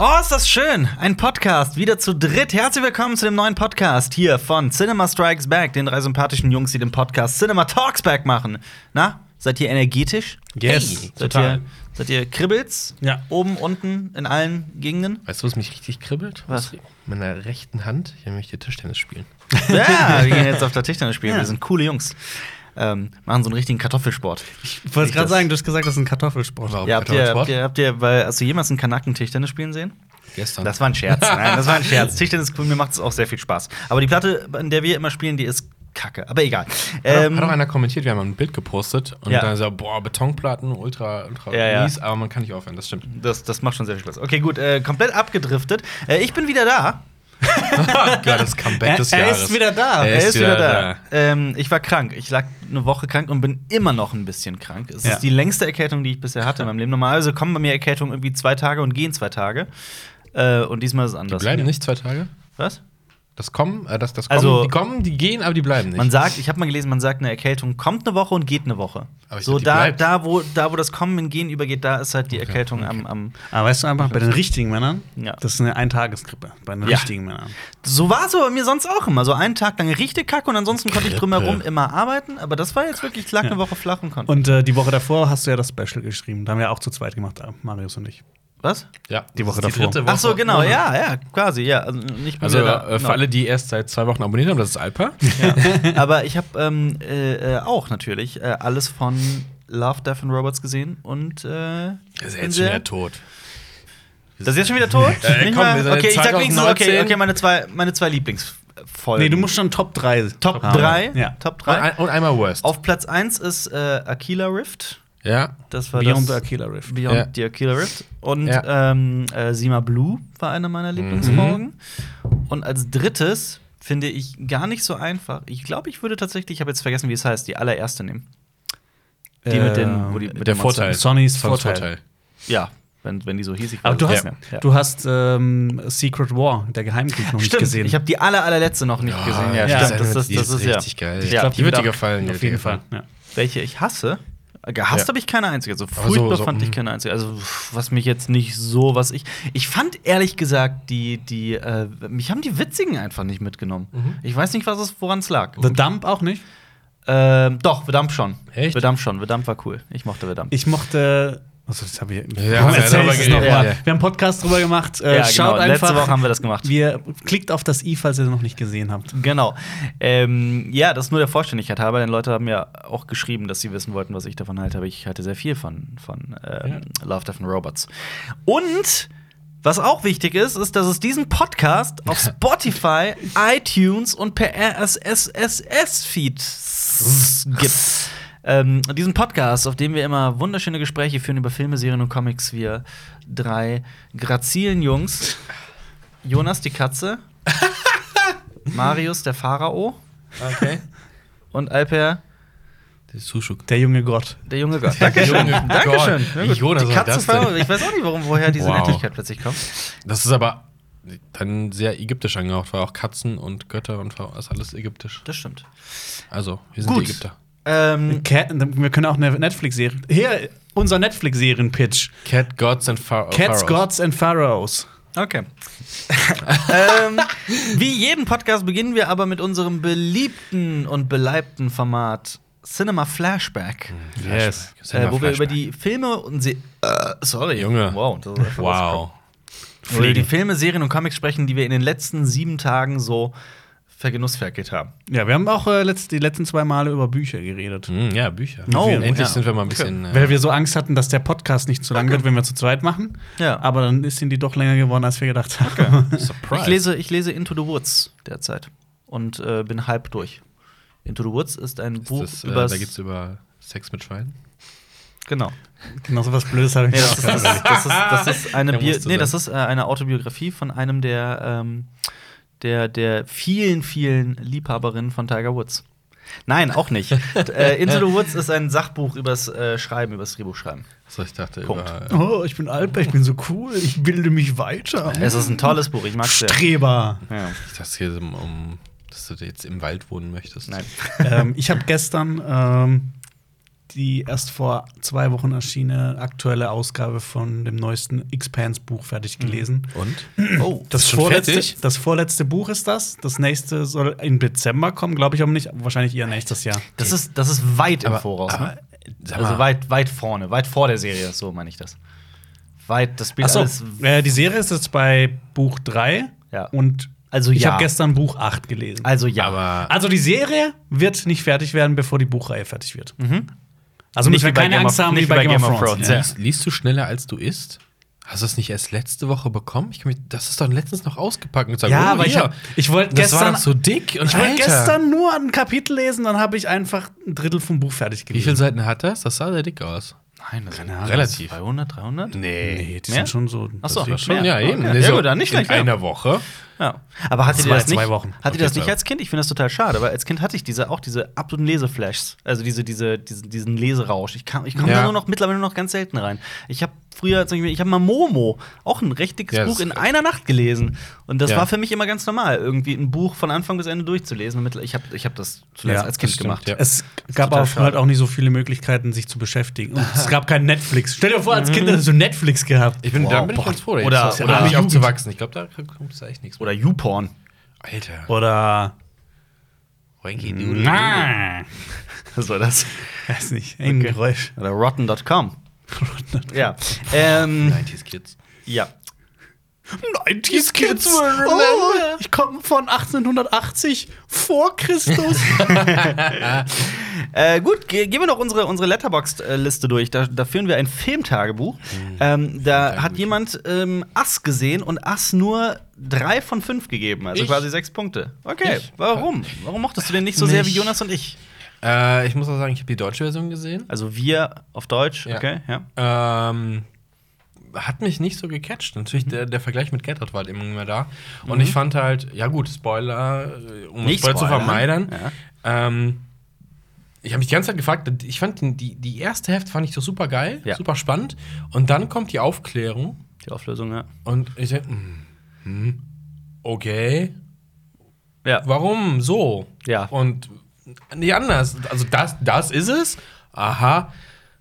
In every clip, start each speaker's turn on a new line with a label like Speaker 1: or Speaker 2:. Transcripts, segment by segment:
Speaker 1: Oh, ist das schön. Ein Podcast, wieder zu dritt. Herzlich willkommen zu dem neuen Podcast hier von Cinema Strikes Back, den drei sympathischen Jungs, die den Podcast Cinema Talks Back machen. Na, seid ihr energetisch?
Speaker 2: Yes,
Speaker 1: Seid
Speaker 2: total.
Speaker 1: ihr, seid ihr kribbelt's?
Speaker 2: Ja.
Speaker 1: Oben, unten, in allen Gegenden?
Speaker 2: Weißt du, was mich richtig kribbelt?
Speaker 1: Was?
Speaker 2: Mit meiner rechten Hand, ich will nämlich hier Tischtennis spielen.
Speaker 1: ja, wir gehen jetzt auf der Tischtennis spielen.
Speaker 3: Ja.
Speaker 1: Wir sind coole Jungs. Ähm, machen so einen richtigen Kartoffelsport.
Speaker 3: Ich wollte gerade
Speaker 1: Das-
Speaker 3: sagen, du hast gesagt, das ist ein Kartoffelsport.
Speaker 2: Warum?
Speaker 1: Ja, habt ihr,
Speaker 2: Kartoffelsport?
Speaker 1: habt ihr, habt ihr, weil, hast du jemals einen Kanaken Tischtennis spielen sehen?
Speaker 2: Gestern.
Speaker 1: Das war ein Scherz. Nein, das war ein Scherz. Tischtennis ist cool, mir macht es auch sehr viel Spaß. Aber die Platte, in der wir immer spielen, die ist kacke. Aber egal.
Speaker 2: hat,
Speaker 1: Ähm,
Speaker 2: auch, hat auch einer kommentiert, wir haben ein Bild gepostet und
Speaker 1: Ja.
Speaker 2: dann so, boah, Betonplatten, ultra, ultra
Speaker 1: Ja, ja.
Speaker 2: mies, aber man kann nicht aufhören, das stimmt.
Speaker 1: das, das macht schon sehr viel Spaß. Okay, gut, äh, komplett abgedriftet. Äh, ich bin wieder da.
Speaker 2: Ja, das Comeback des
Speaker 3: Er- er
Speaker 2: Jahres.
Speaker 3: ist wieder da.
Speaker 2: Er, ist, wieder, da.
Speaker 1: Ähm, ich war krank. Ich lag eine Woche krank und bin immer noch ein bisschen krank. Es
Speaker 3: Ja.
Speaker 1: ist die längste Erkältung, die ich bisher hatte in meinem Leben. Normalerweise kommen bei mir Erkältungen irgendwie zwei Tage und gehen zwei Tage. Äh, und diesmal ist es
Speaker 2: Die
Speaker 1: anders.
Speaker 2: bleiben nicht zwei Tage.
Speaker 1: Was?
Speaker 2: Das kommen, äh, das, das kommen,
Speaker 1: Also-
Speaker 2: die kommen, die gehen, aber die bleiben nicht.
Speaker 1: Man sagt, ich habe mal gelesen, man sagt, eine Erkältung kommt eine Woche und geht eine Woche.
Speaker 2: Aber ich
Speaker 1: so
Speaker 2: glaub, die
Speaker 1: da,
Speaker 2: bleibt.
Speaker 1: da, wo, da, wo das Kommen und Gehen übergeht, da ist halt die Erkältung am, am.
Speaker 3: Aber weißt du einfach, bei den richtigen Männern,
Speaker 1: Ja.
Speaker 3: das ist eine Eintageskrippe. Bei den
Speaker 1: Ja.
Speaker 3: richtigen Männern.
Speaker 1: So war es bei mir sonst auch immer. So einen Tag lang richtig kacke und ansonsten konnte ich
Speaker 2: Grippe.
Speaker 1: drumherum immer arbeiten. Aber das war jetzt wirklich, ich lag eine
Speaker 3: Ja.
Speaker 1: Woche flach und konnte.
Speaker 3: Und äh, die Woche davor hast du ja das Special geschrieben. Da haben wir auch zu zweit gemacht, äh, Marius und ich.
Speaker 1: Was?
Speaker 2: ja,
Speaker 3: die Woche
Speaker 2: das ist die
Speaker 3: davor.
Speaker 2: dritte Woche.
Speaker 1: Ach so, genau, ja, ja, quasi, ja. Also, nicht
Speaker 2: Also
Speaker 1: wieder da.
Speaker 2: äh, für
Speaker 1: Genau.
Speaker 2: alle, die erst seit zwei Wochen abonniert haben, das ist Alper.
Speaker 1: Aber ich habe ähm, äh, äh, auch natürlich äh, alles von Love, Death and Robots gesehen und. Äh,
Speaker 2: ist
Speaker 1: bin
Speaker 2: jetzt schon
Speaker 1: sehr-
Speaker 2: wieder tot.
Speaker 1: Das ist jetzt schon wieder tot?
Speaker 2: Äh,
Speaker 1: Nicht
Speaker 2: komm,
Speaker 1: mal-
Speaker 2: wir sind
Speaker 1: okay, ich sag wenigstens, okay,
Speaker 2: 2019.
Speaker 1: okay, meine zwei, meine zwei Lieblingsfolgen.
Speaker 3: Nee, du musst schon Top 3.
Speaker 1: Top 3.
Speaker 3: Ja.
Speaker 1: Top
Speaker 2: Und,
Speaker 1: 3.
Speaker 2: ein, und einmal Worst.
Speaker 1: Auf Platz 1 ist äh, Aquila Rift.
Speaker 2: ja.
Speaker 1: Das war
Speaker 3: Beyond the
Speaker 1: das
Speaker 3: Aquila Rift.
Speaker 1: Beyond
Speaker 2: Ja.
Speaker 1: the Aquila Rift. Und
Speaker 2: Ja. Mhm.
Speaker 1: ähm, äh, Sima Blue war einer meiner Lieblingsfolgen. Und als drittes finde ich gar nicht so einfach. Ich glaube, ich würde tatsächlich, ich habe jetzt vergessen, wie es heißt, die allererste nehmen. Die mit den,
Speaker 3: Ähm,
Speaker 1: wo die, mit
Speaker 2: der
Speaker 1: den Monstern-
Speaker 2: Vorteil.
Speaker 3: Sonny's
Speaker 2: Songs
Speaker 3: Vorteil.
Speaker 1: Ja, wenn, wenn die so hiesig
Speaker 3: Aber du hast,
Speaker 1: Ja. Ja.
Speaker 3: du hast ähm, Secret War, der Geheimkrieg, noch nicht
Speaker 1: Stimmt,
Speaker 3: gesehen.
Speaker 1: ich habe die aller, allerletzte noch nicht
Speaker 2: Ja,
Speaker 1: gesehen. Ja,
Speaker 2: ja,
Speaker 1: stimmt. Das ist,
Speaker 2: die
Speaker 1: das
Speaker 2: ist
Speaker 1: ist ja.
Speaker 2: richtig geil. Ich
Speaker 1: Ja,
Speaker 2: glaub, die wird
Speaker 3: auch-
Speaker 2: dir gefallen, die
Speaker 3: Auf
Speaker 2: wird dir
Speaker 3: jeden Fall. Ja.
Speaker 1: Welche ich hasse. Gehasst
Speaker 2: Ja.
Speaker 1: habe ich keine einzige. So
Speaker 2: Aber so-
Speaker 1: furchtbar
Speaker 2: so,
Speaker 1: fand ich
Speaker 2: mm.
Speaker 1: keine einzige. Also pff, was mich jetzt nicht so, was ich. Ich fand ehrlich gesagt die die äh, mich haben die Witzigen einfach nicht mitgenommen. Ich weiß nicht, was es woran es lag.
Speaker 3: The Dump auch nicht.
Speaker 1: Ähm, doch, Vedamp schon.
Speaker 2: Echt?
Speaker 1: Vedamp schon. Vedamp war cool. Ich mochte Vedamp.
Speaker 3: Ich mochte. Also, das hab ich.
Speaker 2: Ja,
Speaker 3: Warum
Speaker 2: ja,
Speaker 3: erzähl
Speaker 2: darüber
Speaker 3: ich das
Speaker 2: geredet,
Speaker 3: nochmal?
Speaker 2: ja.
Speaker 3: Wir haben einen Podcast drüber gemacht. Äh, Schaut einfach.
Speaker 1: genau. Letzte Woche haben wir das gemacht.
Speaker 3: Wir klickt auf das i, falls ihr es noch nicht gesehen habt.
Speaker 1: Genau. Ähm, ja, das nur der Vollständigkeit halber, denn Leute haben ja auch geschrieben, dass sie wissen wollten, was ich davon halte, aber ich halte sehr viel von, von ähm, Love, Death and Robots. Und was auch wichtig ist, ist, dass es diesen Podcast auf Spotify, iTunes und per RSS-Feed gibt. Ähm, diesen Podcast, auf dem wir immer wunderschöne Gespräche führen über Filme, Serien und Comics, wir drei grazilen Jungs. Jonas die Katze, Marius der Pharao
Speaker 2: Okay.
Speaker 1: und Alper
Speaker 2: Der Sushuk.
Speaker 3: Der junge Gott.
Speaker 1: der junge Gott.
Speaker 2: Dankeschön.
Speaker 1: Dankeschön. Ja, gut.
Speaker 2: Jonas,
Speaker 1: die
Speaker 2: was
Speaker 1: Katze
Speaker 2: ist das,
Speaker 1: Pharao.
Speaker 2: denn?
Speaker 1: Ich weiß auch nicht, warum, woher diese
Speaker 2: Wow.
Speaker 1: Nettigkeit plötzlich kommt.
Speaker 2: das ist aber dann sehr ägyptisch angehaucht, weil auch Katzen und Götter und Pharao- ist alles ägyptisch.
Speaker 1: Das stimmt.
Speaker 2: Also, wir sind
Speaker 1: Gut.
Speaker 2: die Ägypter.
Speaker 1: Ähm,
Speaker 3: Cat, wir können auch eine Netflix-Serie. Hier, unser Netflix-Serien-Pitch:
Speaker 1: Oh,
Speaker 2: Cat Gods and Pharaoh.
Speaker 3: Cats, Gods and Pharaohs.
Speaker 1: okay. ähm, wie jeden Podcast beginnen wir aber mit unserem beliebten und beleibten Format Cinema Flashback,
Speaker 2: Hm, Yes.
Speaker 1: äh, wo wir über die Filme und Se äh, sorry
Speaker 2: Junge.
Speaker 1: wow das ist einfach
Speaker 2: Wow.
Speaker 1: Wo wir über die Filme, Serien und Comics sprechen, die wir in den letzten sieben Tagen so vergenussferkelt haben.
Speaker 3: Ja, wir haben auch äh, letzt, die letzten zwei Male über Bücher geredet.
Speaker 2: Hm, ja, Bücher.
Speaker 1: Oh,
Speaker 2: Endlich
Speaker 1: ja.
Speaker 2: sind wir mal ein bisschen. äh,
Speaker 1: äh,
Speaker 3: Weil wir so Angst hatten, dass der Podcast nicht zu lang wird, wenn wir zu zweit machen.
Speaker 1: Ja.
Speaker 3: Aber dann ist die doch länger geworden, als wir gedacht haben.
Speaker 2: äh, surprise.
Speaker 1: Ich lese, ich lese Into the Woods derzeit und äh, bin halb durch. Into the Woods ist ein
Speaker 2: Ist
Speaker 1: Buch
Speaker 2: das, äh,
Speaker 1: über.
Speaker 2: da geht's über Sex mit Schweinen.
Speaker 1: genau.
Speaker 3: genau so was Blödes habe ich
Speaker 1: Nee, das, ist,
Speaker 3: auch
Speaker 1: das, ist, das, ist, das ist eine
Speaker 2: Der
Speaker 1: Bio
Speaker 2: musste
Speaker 1: nee,
Speaker 2: sein.
Speaker 1: das ist äh, eine Autobiografie von einem der, ähm, der, der vielen, vielen Liebhaberinnen von Tiger Woods. Nein, auch nicht. äh, Into the Woods ist ein Sachbuch übers äh, Schreiben, übers Drehbuchschreiben.
Speaker 2: So, ich dachte
Speaker 1: Punkt.
Speaker 2: über. äh,
Speaker 3: Oh, ich bin Alper, ich bin so cool, ich bilde mich weiter.
Speaker 1: Es ist ein tolles Buch, ich mag es sehr.
Speaker 3: Streber.
Speaker 1: Ja.
Speaker 2: Ich dachte, es geht um, um, dass du jetzt im Wald wohnen möchtest.
Speaker 1: Nein.
Speaker 3: ähm, ich habe gestern ähm, die erst vor zwei Wochen erschienene aktuelle Ausgabe von dem neuesten Expanse-Buch fertig gelesen.
Speaker 2: Und?
Speaker 3: Oh, das,
Speaker 2: ist schon
Speaker 3: vorletzte,
Speaker 2: fertig?
Speaker 3: das vorletzte Buch ist das. Das nächste soll im Dezember kommen, glaube ich, aber nicht. Wahrscheinlich eher nächstes Jahr.
Speaker 1: Das ist, das ist weit im
Speaker 2: Aber-
Speaker 1: Voraus.
Speaker 2: aber,
Speaker 1: ne?
Speaker 2: sag mal.
Speaker 1: Also weit, weit vorne, weit vor der Serie, so meine ich das. Weit, das Spiel
Speaker 3: Achso,
Speaker 1: alles.
Speaker 3: äh, die Serie ist jetzt bei Buch 3
Speaker 1: Ja.
Speaker 3: und
Speaker 1: Also
Speaker 3: ich
Speaker 1: ja.
Speaker 3: habe gestern Buch 8 gelesen.
Speaker 1: Also ja.
Speaker 2: Aber
Speaker 3: Also die Serie wird nicht fertig werden, bevor die Buchreihe fertig wird. Also
Speaker 1: Nicht
Speaker 3: müssen wir
Speaker 1: wie bei
Speaker 3: keine
Speaker 1: Game of-
Speaker 3: Angst haben
Speaker 1: nicht
Speaker 3: wie bei Game of Thrones.
Speaker 1: ja.
Speaker 2: liest, liest du schneller, als du isst? Hast du es nicht erst letzte Woche bekommen? Ich kann mich, das ist doch letztens noch ausgepackt und gesagt,
Speaker 3: Ja,
Speaker 2: oh,
Speaker 3: aber ich,
Speaker 2: hier.
Speaker 3: hab- ich wollte
Speaker 2: das war
Speaker 3: gestern,
Speaker 2: doch so dick. Und
Speaker 3: ich wollte
Speaker 2: Alter,
Speaker 3: gestern nur ein Kapitel lesen, dann habe ich einfach ein Drittel vom Buch fertig
Speaker 2: Wie
Speaker 3: gelesen.
Speaker 2: viele Seiten hat das? Das sah sehr dick aus.
Speaker 1: Nein, das
Speaker 3: Keine Ahnung.
Speaker 2: Relativ.
Speaker 1: 200, 300?
Speaker 3: Nee, die
Speaker 1: Mehr?
Speaker 3: sind schon so.
Speaker 1: Ach so.
Speaker 3: das-
Speaker 1: Ja,
Speaker 2: Schon, ja,
Speaker 1: mehr.
Speaker 2: eben.
Speaker 1: Okay.
Speaker 2: Nee,
Speaker 1: Ja,
Speaker 2: so
Speaker 1: gut, dann nicht
Speaker 2: in
Speaker 1: schlecht, ja.
Speaker 2: einer Wochte.
Speaker 1: Ja. Aber hattet
Speaker 3: Das
Speaker 1: ihr
Speaker 3: war
Speaker 1: das
Speaker 3: jetzt
Speaker 1: nicht?
Speaker 3: zwei Wochen.
Speaker 1: Hattet ihr das
Speaker 2: Okay,
Speaker 1: nicht
Speaker 2: zwei
Speaker 1: als Kind? Ich finde das total schade, weil als Kind hatte ich diese, auch diese absoluten Leseflashs, also diese, diese, diesen, diesen Leserausch. Ich kam, ich komme
Speaker 2: Ja.
Speaker 1: da nur noch mittlerweile nur noch ganz selten rein. Ich habe früher, zum Beispiel- ich habe mal Momo, auch ein recht dickes
Speaker 2: Ja, das-
Speaker 1: Buch in einer Nacht gelesen und das
Speaker 2: Ja.
Speaker 1: war für mich immer ganz normal, irgendwie ein Buch von Anfang bis Ende durchzulesen. Und mittler- Ich habe, ich habe das zuletzt
Speaker 3: Ja,
Speaker 1: als
Speaker 3: das
Speaker 1: Kind
Speaker 2: stimmt,
Speaker 1: gemacht.
Speaker 2: ja.
Speaker 3: Es gab
Speaker 1: total
Speaker 3: auch
Speaker 1: schade.
Speaker 3: halt auch nicht so viele Möglichkeiten, sich zu beschäftigen. Und es gab kein Netflix. Stell dir vor, als Kind hättest du Netflix gehabt.
Speaker 2: Ich bin,
Speaker 1: Wow,
Speaker 2: da bin ich
Speaker 1: boah.
Speaker 2: ganz froh, dass
Speaker 1: Oder-
Speaker 2: das ist ja
Speaker 1: oder
Speaker 2: noch nicht
Speaker 3: Jugend.
Speaker 2: aufzuwachsen. Ich glaube, da kommt es echt nichts.
Speaker 1: Oder YouPorn.
Speaker 2: Alter.
Speaker 3: Oder.
Speaker 2: Wanky
Speaker 3: Na,
Speaker 1: Was war das?
Speaker 3: weiß nicht. Ein
Speaker 1: Okay.
Speaker 3: Geräusch.
Speaker 1: Oder Rotten.com. ja. Ähm,
Speaker 2: 90s Kids.
Speaker 1: ja. Kids
Speaker 3: 90s Kids
Speaker 1: will remember.
Speaker 3: oh, Ich komme von 1880 vor Christus.
Speaker 1: Äh, gut, ge gehen wir noch unsere, unsere Letterboxd-Liste durch. Da, da führen wir ein Filmtagebuch. Ähm, da hat jemand ähm, Ass gesehen und Ass nur drei von fünf gegeben, also
Speaker 2: Ich?
Speaker 1: quasi sechs Punkte. Okay,
Speaker 2: Ich?
Speaker 1: warum? Warum mochtest du den nicht so sehr wie
Speaker 2: Mich.
Speaker 1: Jonas und ich?
Speaker 2: Äh, ich muss auch sagen, ich habe die deutsche Version gesehen.
Speaker 1: Also wir auf Deutsch,
Speaker 2: Ja.
Speaker 1: okay, ja.
Speaker 2: Ähm, hat mich nicht so gecatcht.
Speaker 1: Mhm.
Speaker 2: Natürlich, der, der Vergleich mit Get Out war halt immer mehr da. Und ich fand halt, ja gut, Spoiler, äh, um
Speaker 1: Nicht
Speaker 2: Spoiler zu
Speaker 1: spoilern. ne?
Speaker 2: vermeiden.
Speaker 1: Ja.
Speaker 2: Ähm, ich habe mich die ganze Zeit gefragt, ich fand den- die, die erste Hälfte fand ich so super geil,
Speaker 1: Ja.
Speaker 2: super spannend. Und dann kommt die Aufklärung
Speaker 1: Die Auflösung, ja.
Speaker 2: und ich denke, okay,
Speaker 1: Ja,
Speaker 2: warum so?
Speaker 1: Ja.
Speaker 2: Und nicht anders. Also das, das ist es. Aha.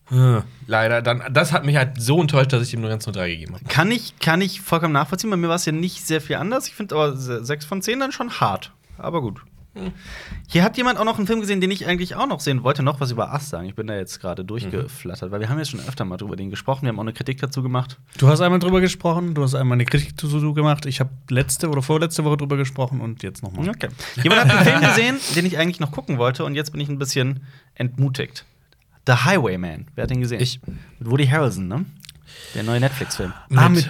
Speaker 2: Hm, leider, dann, das hat mich halt so enttäuscht, dass ich ihm nur ganz nur drei gegeben habe.
Speaker 1: kann ich, kann ich vollkommen nachvollziehen. Bei mir war es ja nicht sehr viel anders. Ich finde aber se- sechs von zehn dann schon hart. Aber gut. Hier hat jemand auch noch einen Film gesehen, den ich eigentlich auch noch sehen wollte. Noch was über Ass sagen. Ich bin da jetzt gerade durchgeflattert, weil wir haben ja schon öfter mal drüber den gesprochen. Wir haben auch eine Kritik dazu gemacht.
Speaker 3: Du hast einmal drüber gesprochen, du hast einmal eine Kritik dazu gemacht. Ich habe letzte oder vorletzte Woche drüber gesprochen und jetzt nochmal.
Speaker 1: Okay. Jemand hat einen Film gesehen, den ich eigentlich noch gucken wollte und jetzt bin ich ein bisschen entmutigt. The Highwayman. Wer hat den gesehen?
Speaker 2: Ich.
Speaker 1: Mit Woody Harrelson, ne? Der neue Netflix-Film.
Speaker 3: Ah,
Speaker 2: Mit-
Speaker 3: mit.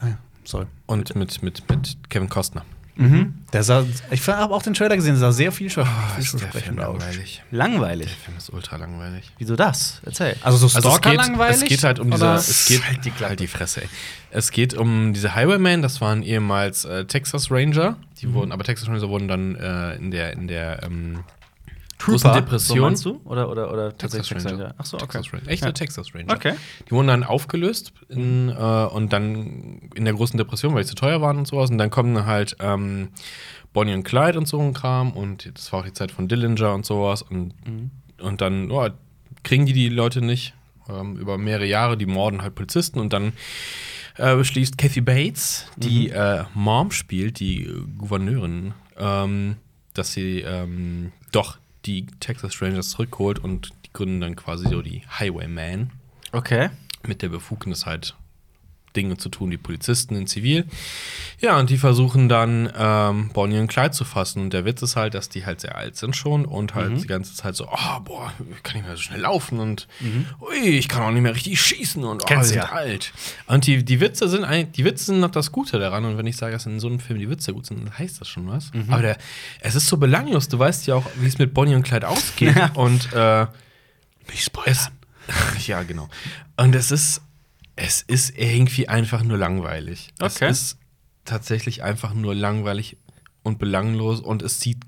Speaker 3: Ah, ja, Sorry.
Speaker 2: Und mit, mit, mit Kevin Costner.
Speaker 3: Mhm. Der sah, ich habe auch den Trailer gesehen, der sah sehr viel vielversprechend aus.
Speaker 2: langweilig. Der
Speaker 1: Langweilig.
Speaker 2: Film ist ultra langweilig.
Speaker 1: Wieso das? Erzähl.
Speaker 3: Also so
Speaker 2: Also es
Speaker 3: Stalker
Speaker 2: geht,
Speaker 3: langweilig?
Speaker 2: es geht halt um diese,
Speaker 3: oder?
Speaker 2: es geht halt die, Fresse. Ey. Es geht um diese Highwaymen. Das waren ehemals äh, Texas Ranger. Die wurden, aber Texas Ranger wurden dann äh, in der in der ähm, großen
Speaker 1: So
Speaker 2: Depression.
Speaker 1: meinst du? Oder, oder, oder
Speaker 2: Texas
Speaker 1: tatsächlich
Speaker 2: Ranger.
Speaker 1: Ach so, okay.
Speaker 2: Texas Ranger. Echte
Speaker 1: Ja.
Speaker 2: Texas Ranger.
Speaker 1: Okay.
Speaker 2: Die wurden dann aufgelöst in, äh, und dann in der großen Depression, weil die zu teuer waren und sowas. Und dann kommen dann halt ähm, Bonnie und Clyde und so ein Kram. Und das war auch die Zeit von Dillinger und sowas. Und,
Speaker 1: Mhm.
Speaker 2: und dann ja, kriegen die die Leute nicht ähm, über mehrere Jahre. Die morden halt Polizisten. Und dann äh, beschließt Kathy Bates, die äh, Mom spielt, die äh, Gouverneurin, ähm, dass sie ähm, doch die Texas Rangers zurückholt und die gründen dann quasi so die Highwaymen
Speaker 1: Okay.
Speaker 2: mit der Befugnis halt Dinge zu tun, die Polizisten in Zivil. Ja, und die versuchen dann ähm, Bonnie und Clyde zu fassen. Und der Witz ist halt, dass die halt sehr alt sind schon und halt
Speaker 3: Mhm.
Speaker 2: die ganze Zeit so, oh, boah, ich kann nicht mehr so schnell laufen und ui, ich kann auch nicht mehr richtig schießen und oh, wir
Speaker 3: Mhm. Kennst
Speaker 2: sind
Speaker 3: ja.
Speaker 2: alt. Und die, die Witze sind eigentlich, die Witze sind noch das Gute daran. Und wenn ich sage, dass in so einem Film die Witze gut sind, dann heißt das schon was.
Speaker 3: Mhm.
Speaker 2: Aber der, es ist so belanglos, du weißt ja auch, wie es mit Bonnie und Clyde ausgeht. und äh,
Speaker 3: Nicht spoilern.
Speaker 2: es, ja, genau. Und es ist, es ist irgendwie einfach nur langweilig.
Speaker 1: Okay.
Speaker 2: Es ist tatsächlich einfach nur langweilig und belanglos und es sieht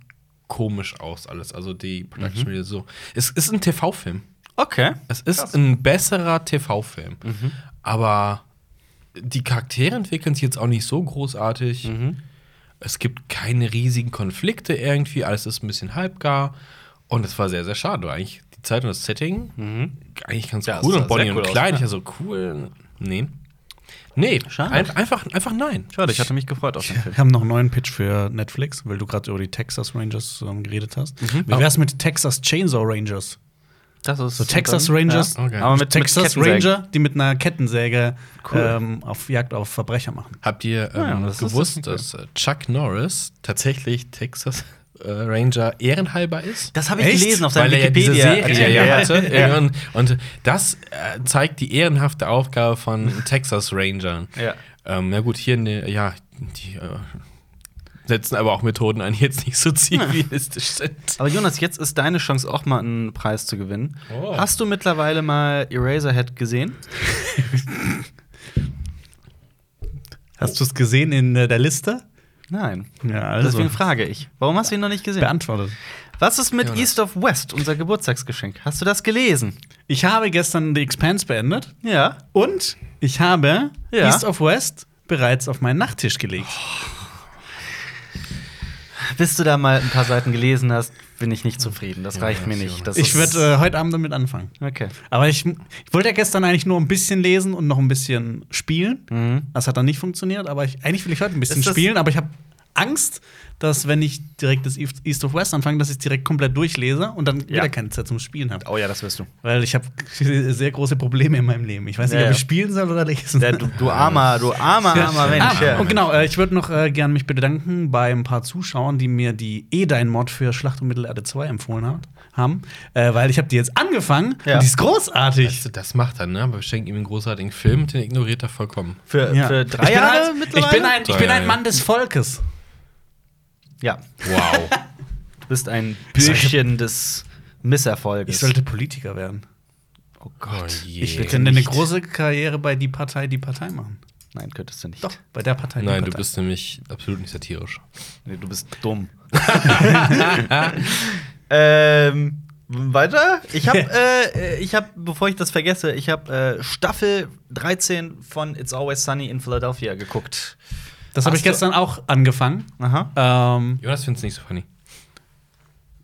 Speaker 2: komisch aus alles. Also die Production Value so. Es ist ein TV-Film.
Speaker 1: Okay.
Speaker 2: Es ist ein besserer TV-Film.
Speaker 1: Mhm.
Speaker 2: Aber die Charaktere entwickeln sich jetzt auch nicht so großartig.
Speaker 1: Mhm.
Speaker 2: Es gibt keine riesigen Konflikte irgendwie. Alles ist ein bisschen halbgar. Und es war sehr, sehr schade. Eigentlich die Zeit und das Setting eigentlich ganz
Speaker 1: Mhm. Ja,
Speaker 2: cool.
Speaker 1: es sah
Speaker 2: Und Bonnie
Speaker 1: sehr cool
Speaker 2: und
Speaker 1: aus,
Speaker 2: Clyde,
Speaker 1: ja.
Speaker 2: ich ja so cool. Nee. Nee,
Speaker 1: Schade.
Speaker 2: Ein, einfach, einfach nein.
Speaker 1: Schade, ich hatte mich gefreut auf den Film.
Speaker 3: Wir haben noch einen neuen Pitch für Netflix, weil du gerade über die Texas Rangers zusammen geredet hast. Wie wär's mit Texas Chainsaw Rangers?
Speaker 1: Das ist
Speaker 3: So Texas Rangers,
Speaker 1: Ja.
Speaker 2: Okay.
Speaker 1: Aber mit
Speaker 3: Texas
Speaker 1: mit Kettensägen.
Speaker 3: Ranger, die mit einer Kettensäge
Speaker 1: Cool.
Speaker 3: ähm, auf Jagd auf Verbrecher machen.
Speaker 2: Habt ihr ähm,
Speaker 1: Ah ja, das ist-
Speaker 2: gewusst,
Speaker 1: das
Speaker 2: dass äh, Chuck Norris tatsächlich Texas äh, Ranger ehrenhalber ist?
Speaker 1: Das habe ich
Speaker 3: Echt?
Speaker 1: gelesen auf
Speaker 2: Weil
Speaker 1: seinem
Speaker 2: er ja diese
Speaker 1: Wikipedia.
Speaker 2: Serie ja,
Speaker 1: Ja,
Speaker 2: hatte.
Speaker 1: ja. Ja.
Speaker 2: Und, und das äh, zeigt die ehrenhafte Aufgabe von Texas Rangern.
Speaker 1: Ja.
Speaker 2: Ähm, na gut, hier in der, ja, die äh, setzen aber auch Methoden ein, die jetzt nicht so zivilistisch sind.
Speaker 1: Aber Jonas, jetzt ist deine Chance auch mal einen Preis zu gewinnen.
Speaker 2: Oh.
Speaker 1: Hast du mittlerweile mal Eraserhead gesehen?
Speaker 3: Hast du es gesehen in äh, der Liste?
Speaker 1: Nein.
Speaker 3: Ja, also
Speaker 1: Deswegen frage ich. Warum hast du ihn noch nicht gesehen?
Speaker 3: beantwortet.
Speaker 1: Was ist mit
Speaker 2: Jonas.
Speaker 1: East of West, unser Geburtstagsgeschenk? Hast du das gelesen?
Speaker 3: Ich habe gestern The Expanse beendet
Speaker 1: Ja.
Speaker 3: und ich habe
Speaker 1: Ja.
Speaker 3: East of West bereits auf meinen Nachttisch gelegt.
Speaker 1: Bis du da mal ein paar Seiten gelesen hast, bin ich nicht zufrieden. Das
Speaker 2: Ja,
Speaker 1: reicht mir
Speaker 2: Jonas.
Speaker 1: nicht. Das
Speaker 3: ich
Speaker 1: ist-
Speaker 3: werde äh, heute Abend damit anfangen.
Speaker 1: Okay.
Speaker 3: Aber ich, ich wollte ja gestern eigentlich nur ein bisschen lesen und noch ein bisschen spielen. Das hat dann nicht funktioniert, aber ich, eigentlich will ich heute ein bisschen
Speaker 1: Mhm. Ist das-
Speaker 3: spielen, aber ich habe Angst, dass wenn ich direkt das East East of West anfange, dass ich es direkt komplett durchlese und dann wieder keine Zeit zum Spielen habe.
Speaker 1: Oh ja, das wirst du.
Speaker 3: Weil ich habe sehr große Probleme in meinem Leben. Ich weiß nicht,
Speaker 1: Ja,
Speaker 3: ob ich
Speaker 1: ja.
Speaker 3: spielen soll oder lesen.
Speaker 1: Ja, Äh, du, du armer, du armer, armer Mensch.
Speaker 3: Ah,
Speaker 1: Ja.
Speaker 3: Und genau, äh, ich würde noch äh, gern mich bedanken bei ein paar Zuschauern, die mir die E-Dein-Mod für Schlacht um Mittelerde 2 empfohlen hat, haben. Äh, weil ich habe die jetzt angefangen
Speaker 1: Ja.
Speaker 3: und die ist großartig.
Speaker 2: Weißt du, das macht er, ne? Aber wir schenken ihm einen großartigen Film, den ignoriert er vollkommen.
Speaker 1: Für,
Speaker 3: Ja.
Speaker 1: für
Speaker 3: Ich
Speaker 1: drei
Speaker 3: bin
Speaker 1: Jahre
Speaker 3: halt-
Speaker 1: mittlerweile?
Speaker 3: Ich bin, ein, ich
Speaker 2: Drei
Speaker 3: bin
Speaker 2: Jahre,
Speaker 3: ein
Speaker 2: ja.
Speaker 3: Mann des Volkes.
Speaker 1: ja,
Speaker 2: Wow.
Speaker 1: Oh du bist ein
Speaker 3: Ich sollte-
Speaker 1: Bürschchen des Misserfolges.
Speaker 3: Ich sollte Politiker werden.
Speaker 1: oh
Speaker 2: oh
Speaker 1: Gott.
Speaker 2: je.
Speaker 3: Ich könnte eine große Karriere bei die Partei, die Partei machen.
Speaker 1: Nein, könntest du nicht.
Speaker 3: Doch, bei der Partei, die
Speaker 2: Nein,
Speaker 3: Partei.
Speaker 2: du bist nämlich absolut nicht satirisch.
Speaker 1: Nee, du bist dumm. ähm, weiter? Ich habe, äh, ich hab, bevor ich das vergesse, ich habe äh, Staffel 13 von It's Always Sunny in Philadelphia geguckt.
Speaker 3: Das habe ich
Speaker 1: Hast du-
Speaker 3: gestern auch angefangen.
Speaker 1: Aha.
Speaker 3: Ähm,
Speaker 2: Jonas findet es nicht so funny.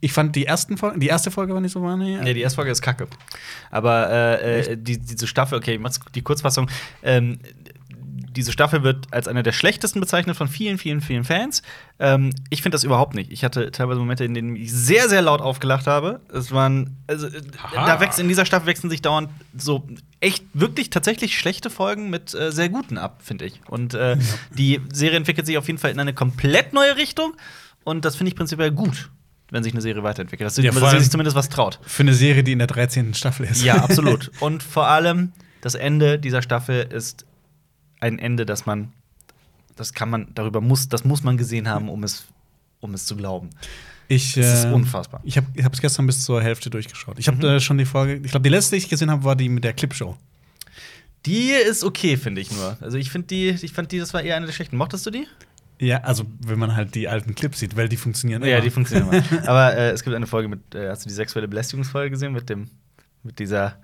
Speaker 3: ich fand die ersten Folgen, die erste Folge war nicht so wahr. Nee.
Speaker 1: Nee, die erste Folge ist kacke. Aber äh, äh, die, diese Staffel, okay, ich mach's die Kurzfassung. Ähm, diese Staffel wird als eine der schlechtesten bezeichnet von vielen, vielen, vielen Fans. Ähm, ich finde das überhaupt nicht. Ich hatte teilweise Momente, in denen ich sehr, sehr laut aufgelacht habe. Es waren, also, äh,
Speaker 2: Aha.
Speaker 1: da wächst, in dieser Staffel wechseln sich dauernd so echt wirklich tatsächlich schlechte Folgen mit äh, sehr guten ab, finde ich. Und äh, die Serie entwickelt sich auf jeden Fall in eine komplett neue Richtung. Und das finde ich prinzipiell gut, wenn sich eine Serie weiterentwickelt. Das
Speaker 3: Ja, vor
Speaker 1: dass sie
Speaker 3: allem-
Speaker 1: sich zumindest was traut.
Speaker 3: Für eine Serie, die in der 13. Staffel ist.
Speaker 1: Ja, absolut. Und vor allem, das Ende dieser Staffel ist ein Ende, das man, das kann man, darüber muss, das muss man gesehen haben, um es, um es zu glauben.
Speaker 3: Ich,
Speaker 1: Das ist
Speaker 3: äh,
Speaker 1: unfassbar. Mhm.
Speaker 3: Ich habe es gestern bis zur Hälfte durchgeschaut. Ich habe äh, schon die Folge, ich glaube, die letzte, die ich gesehen habe, war die mit der Clipshow.
Speaker 1: Die ist okay, finde ich nur. Also ich finde die, ich fand die, das war eher eine der schlechten. Mochtest du die?
Speaker 3: Ja, also wenn man halt die alten Clips sieht, weil die funktionieren
Speaker 1: Ja, die funktioniert immer. Aber äh, es gibt eine Folge mit, äh, hast du die sexuelle Belästigungsfolge gesehen mit dem, mit dieser,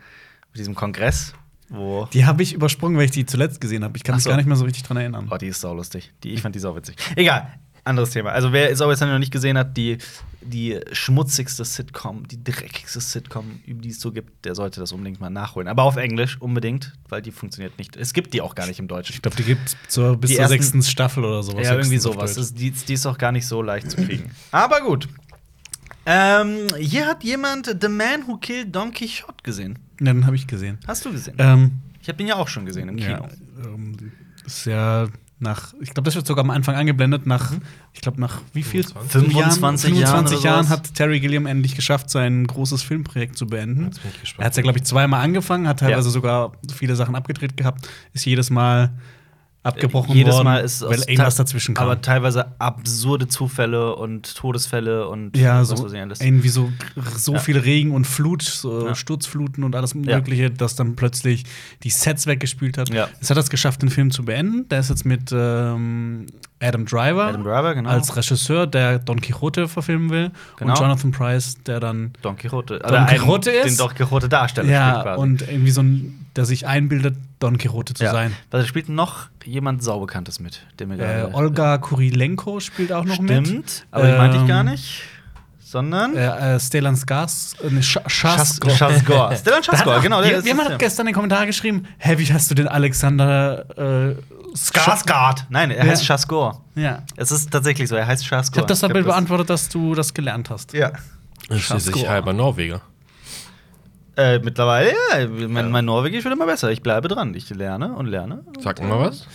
Speaker 1: mit diesem Kongress, wo
Speaker 3: Die habe ich übersprungen, weil ich die zuletzt gesehen habe. Ich kann
Speaker 1: Ach
Speaker 3: mich
Speaker 1: so.
Speaker 3: gar nicht mehr so richtig dran erinnern.
Speaker 1: Oh, die ist saulustig. Die, ich fand die sauwitzig. Egal, anderes Thema. Also, wer It's Always Sunny noch nicht gesehen hat, die, die schmutzigste Sitcom, die dreckigste Sitcom, die es so gibt, der sollte das unbedingt mal nachholen. Aber auf Englisch unbedingt, weil die funktioniert nicht. Es gibt die auch gar nicht im Deutschen.
Speaker 3: Ich glaube, die gibt es bis
Speaker 1: Die
Speaker 3: zur
Speaker 1: ersten-
Speaker 3: sechsten Staffel oder sowas.
Speaker 1: Ja, irgendwie
Speaker 3: höchstens auf
Speaker 1: sowas.
Speaker 3: Deutsch.
Speaker 1: Das, die, die ist auch gar nicht so leicht zu kriegen. Aber gut. Ähm, hier hat jemand The Man Who Killed Don Quixote gesehen.
Speaker 3: Ja, dann habe ich gesehen.
Speaker 1: Hast du gesehen?
Speaker 3: Ähm,
Speaker 1: Ich habe den ja auch schon gesehen im Kino.
Speaker 3: ja, ähm, ist ja nach, ich glaube, das wird sogar am Anfang angeblendet, nach, ich glaube, nach wie viel?
Speaker 1: 25 Mhm. Jahren oder
Speaker 3: 25 Jahren
Speaker 1: sowas.
Speaker 3: hat Terry Gilliam endlich geschafft, sein großes Filmprojekt zu beenden.
Speaker 2: Jetzt bin ich gespannt.
Speaker 3: Er hat es ja, glaube ich, zweimal angefangen, hat teilweise
Speaker 1: Ja.
Speaker 3: sogar viele Sachen abgedreht gehabt, ist jedes Mal abgebrochen
Speaker 1: jedes
Speaker 3: worden,
Speaker 1: Mal ist
Speaker 3: weil
Speaker 1: aus-
Speaker 3: irgendwas dazwischen kam.
Speaker 1: Aber teilweise absurde Zufälle und Todesfälle und
Speaker 3: ja,
Speaker 1: was
Speaker 3: so,
Speaker 1: weiß ich alles.
Speaker 3: irgendwie so, so
Speaker 1: Ja.
Speaker 3: viel Regen und Flut, so
Speaker 1: Ja.
Speaker 3: Sturzfluten und alles Mögliche, dass dann plötzlich die Sets weggespült hat.
Speaker 1: Ja.
Speaker 3: Es hat das geschafft, den Film zu beenden. Der ist jetzt mit ähm, Adam Driver,
Speaker 1: Adam Driver, genau.
Speaker 3: als Regisseur, der Don Quixote verfilmen will,
Speaker 1: Genau.
Speaker 3: und Jonathan Price, der dann
Speaker 1: Don Quixote. Don
Speaker 3: Quixote ist?
Speaker 1: Den Don Quixote Darsteller spielt
Speaker 3: ja
Speaker 1: quasi.
Speaker 3: und irgendwie so ein, der sich einbildet, Don Quixote zu
Speaker 1: ja.
Speaker 3: sein.
Speaker 1: Also spielt noch jemand saubekanntes mit, der mir
Speaker 3: Äh,
Speaker 1: gerade.
Speaker 3: Olga Kurilenko spielt auch noch
Speaker 1: stimmt,
Speaker 3: mit.
Speaker 1: aber die meinte ich
Speaker 3: Ähm,
Speaker 1: gar nicht. sondern.
Speaker 3: Äh, äh, Stellan Skars, äh, ne, Sch- Schasko.
Speaker 1: Schasgor. Stellan
Speaker 3: Da hat
Speaker 1: Schasgor,
Speaker 3: auch-
Speaker 1: genau. der
Speaker 3: Wir,
Speaker 1: ist-
Speaker 3: wir haben
Speaker 1: ja.
Speaker 3: auch gestern in den Kommentar geschrieben, hä, wie hast du den Alexander äh,
Speaker 1: Skarsgård. Nein, er
Speaker 3: Ja.
Speaker 1: heißt Schasgor.
Speaker 3: Ja.
Speaker 1: Es ist tatsächlich so, er heißt Schasgor.
Speaker 3: Ich habe das
Speaker 1: hab
Speaker 3: damit beantwortet, dass du das gelernt hast.
Speaker 1: Ja.
Speaker 2: Ist schließlich
Speaker 3: Schasko.
Speaker 2: halber Norweger.
Speaker 1: Äh, mittlerweile, ja, mein, mein Norwegisch wird immer besser. Ich bleibe dran. Ich lerne und lerne.
Speaker 2: Sag mal was.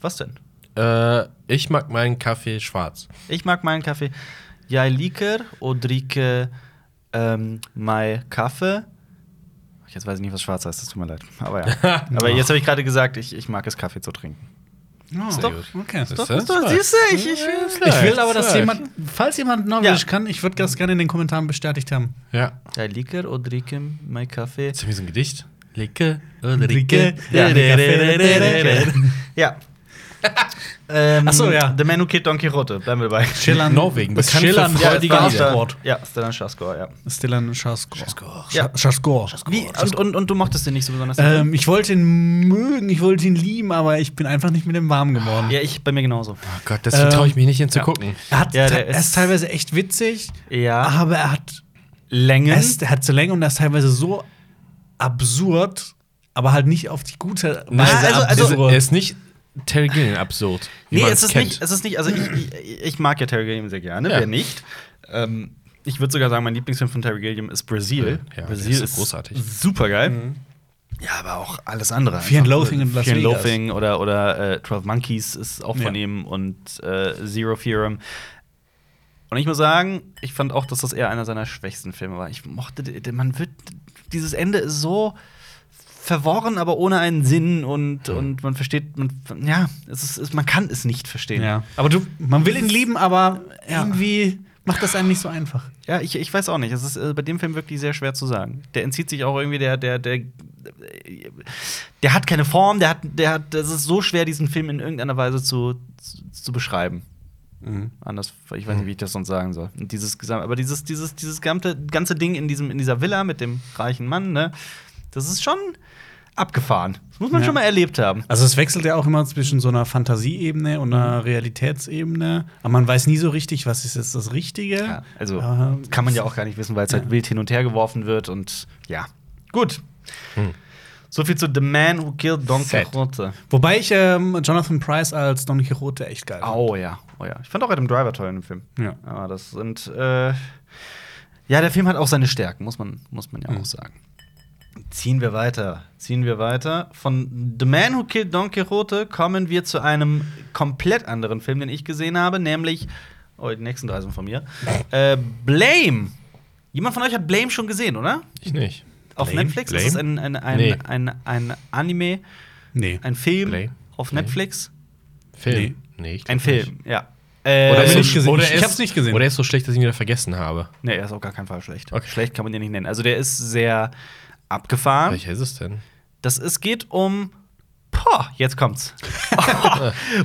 Speaker 1: Was denn?
Speaker 2: Äh, ich mag meinen Kaffee schwarz.
Speaker 1: Ich mag meinen Kaffee. Jeg liker og drikke ähm, mein Kaffee. Ach, Jetzt weiß ich nicht, was schwarz heißt, das tut mir leid. Aber ja. Aber jetzt habe ich gerade gesagt, ich, ich mag es, Kaffee zu trinken.
Speaker 3: Oh,
Speaker 2: Sehr gut.
Speaker 3: okay.
Speaker 2: Ist
Speaker 1: Doch,
Speaker 2: das?
Speaker 1: doch, siehst du, ich, ich,
Speaker 3: Ich will
Speaker 2: Vielleicht,
Speaker 3: aber, dass
Speaker 2: vielleicht.
Speaker 3: jemand, falls jemand Norwegisch
Speaker 1: Ja.
Speaker 3: kann, ich würde das gerne in den Kommentaren bestätigt haben.
Speaker 2: Ja.
Speaker 1: Jeg liker og drikke mein Kaffee.
Speaker 2: Ist ja wie so ein Gedicht. Licke, äh,
Speaker 3: Ulrike.
Speaker 1: Ja.
Speaker 3: Ja.
Speaker 1: Ja. ähm,
Speaker 3: Ach so, ja.
Speaker 1: The Man Who Kid Don Quixote, bleiben wir bei.
Speaker 3: Schillern.
Speaker 2: Norwegen, bekannt für
Speaker 3: Schillern,
Speaker 1: Ja,
Speaker 2: freudige
Speaker 3: freudiger
Speaker 1: Stellan-
Speaker 2: Lieder.
Speaker 3: Sport.
Speaker 1: Ja, Stellan Skarsgård, ja.
Speaker 3: Stellan Schasko.
Speaker 1: Ja.
Speaker 3: Schasko.
Speaker 1: Wie, und, und, und du mochtest den nicht so besonders?
Speaker 3: Ähm, ich wollte ihn mögen, ich wollte ihn lieben, aber ich bin einfach nicht mit dem warm geworden.
Speaker 1: ja, ich bei mir genauso.
Speaker 2: Oh Gott, das vertraue ich mich nicht hin zu gucken.
Speaker 3: Er, hat,
Speaker 1: Ja,
Speaker 3: te-
Speaker 1: der
Speaker 3: er
Speaker 1: ist-
Speaker 3: ist teilweise echt witzig,
Speaker 1: Ja.
Speaker 3: aber er hat,
Speaker 1: Längen.
Speaker 3: er, ist, er hat so Länge und er ist teilweise so absurd, aber halt nicht auf die gute Weise
Speaker 1: also- also-
Speaker 3: absurd.
Speaker 2: er ist nicht Terry Gillian absurd. Wie
Speaker 1: Nee,
Speaker 2: man's
Speaker 1: es ist
Speaker 2: kennt.
Speaker 1: nicht, es ist nicht, also ich, ich, ich mag ja Terry Gilliam sehr gerne,
Speaker 2: Ja.
Speaker 1: wer nicht. Ähm, ich würde sogar sagen, mein Lieblingsfilm von Terry Gilliam ist Brasil.
Speaker 2: Ja, der
Speaker 1: Brasil
Speaker 2: ist so großartig.
Speaker 1: Super geil. Ja, aber auch alles andere.
Speaker 3: Mhm. Fear and Loathing in Las
Speaker 1: Fear and
Speaker 3: Vegas.
Speaker 1: Loathing oder, oder äh, 12 Monkeys ist auch von
Speaker 3: Ja.
Speaker 1: ihm und äh, Zero Theorem. Und ich muss sagen, ich fand auch, dass das eher einer seiner schwächsten Filme war. Ich mochte, den- man wird, dieses Ende ist so verworren, aber ohne einen Sinn und, und man versteht, man, ja, es ist, es, man kann es nicht verstehen.
Speaker 3: ja. Aber du, man will ihn lieben, aber
Speaker 1: Ja.
Speaker 3: irgendwie macht das einem nicht so einfach.
Speaker 1: Ja, ich, ich weiß auch nicht. Es ist äh, bei dem Film wirklich sehr schwer zu sagen. Der entzieht sich auch irgendwie der, der, der. Der hat keine Form, der hat, der hat. Es ist so schwer, diesen Film in irgendeiner Weise zu, zu, zu beschreiben.
Speaker 3: Mhm.
Speaker 1: Anders, ich weiß nicht, wie ich das sonst sagen soll. Und dieses gesamte, aber dieses, dieses, dieses ganze, ganze Ding in, diesem, in dieser Villa mit dem reichen Mann, ne, das ist schon abgefahren. Das muss man
Speaker 3: Ja.
Speaker 1: schon mal erlebt haben.
Speaker 3: Also es wechselt ja auch immer zwischen so einer Fantasieebene und einer Realitätsebene, aber man weiß nie so richtig, was ist jetzt das Richtige. Ähm,
Speaker 1: Ja, also
Speaker 3: Aber-
Speaker 1: kann man ja auch gar nicht wissen, weil es halt
Speaker 3: Ja.
Speaker 1: wild hin und her geworfen wird und ja. Gut. So viel zu The Man Who Killed Don
Speaker 2: Sad.
Speaker 1: Quixote.
Speaker 3: Wobei ich ähm, Jonathan Price als Don Quixote echt geil. fand.
Speaker 1: Oh ja, oh ja. Ich fand auch Adam Driver toll in dem Film.
Speaker 3: Ja.
Speaker 1: Aber das sind äh, ja, der Film hat auch seine Stärken, muss man, muss man ja
Speaker 2: Mhm.
Speaker 1: auch sagen. Ziehen wir weiter. Ziehen wir weiter. Von The Man Who Killed Don Quixote kommen wir zu einem komplett anderen Film, den ich gesehen habe, nämlich oh, die nächsten drei sind von mir. Äh, Blame. Jemand von euch hat Blame schon gesehen, oder?
Speaker 2: Ich nicht.
Speaker 1: Auf
Speaker 2: Blame?
Speaker 1: Netflix
Speaker 2: Blame?
Speaker 1: ist es ein, ein, ein,
Speaker 2: Nee.
Speaker 1: ein, ein, Anime,
Speaker 3: Nee.
Speaker 1: ein Film
Speaker 2: Blame?
Speaker 1: auf
Speaker 2: Blame?
Speaker 1: Netflix.
Speaker 2: Film. Nee, ich glaub
Speaker 1: Ein
Speaker 2: nicht.
Speaker 1: Film, ja. Äh,
Speaker 3: Oder
Speaker 2: ist
Speaker 3: ich
Speaker 2: so-
Speaker 3: nicht gesehen.
Speaker 2: Oder
Speaker 3: Ich- ich
Speaker 2: ist-
Speaker 3: hab's nicht gesehen.
Speaker 2: Oder er ist so schlecht, dass ich ihn wieder vergessen habe.
Speaker 1: Nee, er ist auf gar keinen Fall schlecht.
Speaker 2: Okay.
Speaker 1: Schlecht kann man den nicht nennen. Also der ist sehr abgefahren.
Speaker 2: Welcher ist es denn?
Speaker 1: Das es geht um Boah, jetzt kommt's.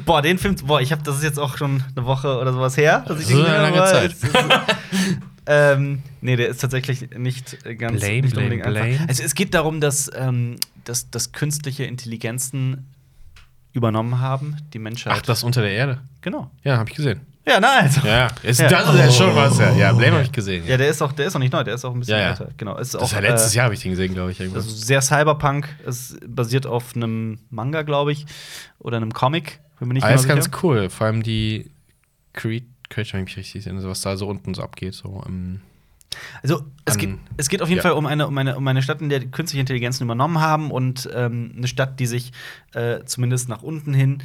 Speaker 1: boah, den Film, boah, ich habe das ist jetzt auch schon eine Woche oder sowas her, dass ich
Speaker 2: Das ist eine
Speaker 1: gesehen
Speaker 2: lange
Speaker 1: habe.
Speaker 2: Zeit.
Speaker 1: Es ist- ähm, nee, der ist tatsächlich nicht äh, ganz
Speaker 2: Blame,
Speaker 1: nicht
Speaker 2: blame,
Speaker 1: unbedingt
Speaker 2: blame.
Speaker 1: einfach. Also es geht darum, dass, ähm, dass, dass künstliche Intelligenzen übernommen haben, die Menschheit.
Speaker 2: Ach, das unter der Erde.
Speaker 1: genau.
Speaker 2: Ja, habe ich gesehen.
Speaker 1: Ja, na also.
Speaker 2: Ja, ja. Ist,
Speaker 1: Ja.
Speaker 2: das ist ja schon was. Ja, ja Blame habe ich gesehen.
Speaker 1: Ja, der ist auch, der ist noch nicht neu, der ist auch ein bisschen
Speaker 2: Ja, ja.
Speaker 1: älter. Genau, ist
Speaker 2: das
Speaker 1: auch,
Speaker 2: war letztes
Speaker 1: äh,
Speaker 2: Jahr habe ich den gesehen, glaube ich. Irgendwas.
Speaker 1: Also sehr Cyberpunk. Es basiert auf einem Manga, glaube ich, oder einem Comic. Bin mir nicht
Speaker 2: Alles
Speaker 1: genau
Speaker 2: Ah, ganz
Speaker 1: sicher.
Speaker 2: cool. Vor allem die Creed, Creed wenn ich mich richtig erinnere, was da so unten so abgeht. So, ähm,
Speaker 1: Also es
Speaker 2: An-
Speaker 1: geht, es geht auf jeden
Speaker 2: ja.
Speaker 1: Fall um eine, um, eine, um eine Stadt, in der die künstliche Intelligenzen übernommen haben und ähm, eine Stadt, die sich äh, zumindest nach unten hin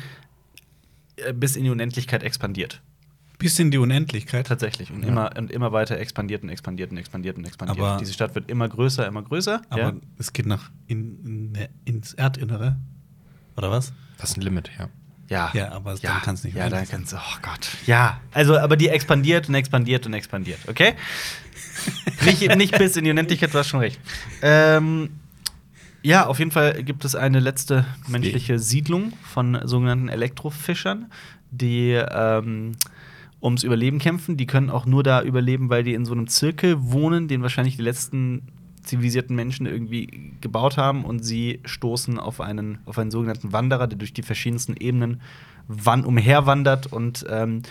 Speaker 1: äh, bis in die Unendlichkeit expandiert.
Speaker 3: Bis in die Unendlichkeit.
Speaker 1: Tatsächlich. Und, immer, und immer weiter expandiert und expandiert und expandiert und expandiert.
Speaker 3: Aber-
Speaker 1: Diese Stadt wird immer größer, immer größer.
Speaker 3: Aber
Speaker 1: ja.
Speaker 3: es geht nach in, in, ins Erdinnere. Oder was?
Speaker 2: das ist ein Limit, ja.
Speaker 1: Ja.
Speaker 3: Ja, aber dann kann's nicht
Speaker 1: Ja,
Speaker 3: mehr
Speaker 1: dann
Speaker 3: sein.
Speaker 1: kannst du. Oh Gott. Ja, also, aber die expandiert und expandiert und expandiert, okay? nicht, nicht bis in die Unendlichkeit, du hast schon recht. Ähm, ja, auf jeden Fall gibt es eine letzte menschliche Siedlung von sogenannten Elektrofischern, die ähm, ums Überleben kämpfen. Die können auch nur da überleben, weil die in so einem Zirkel wohnen, den wahrscheinlich die letzten zivilisierten Menschen irgendwie gebaut haben und sie stoßen auf einen, auf einen sogenannten Wanderer, der durch die verschiedensten Ebenen wan umherwandert und ähm,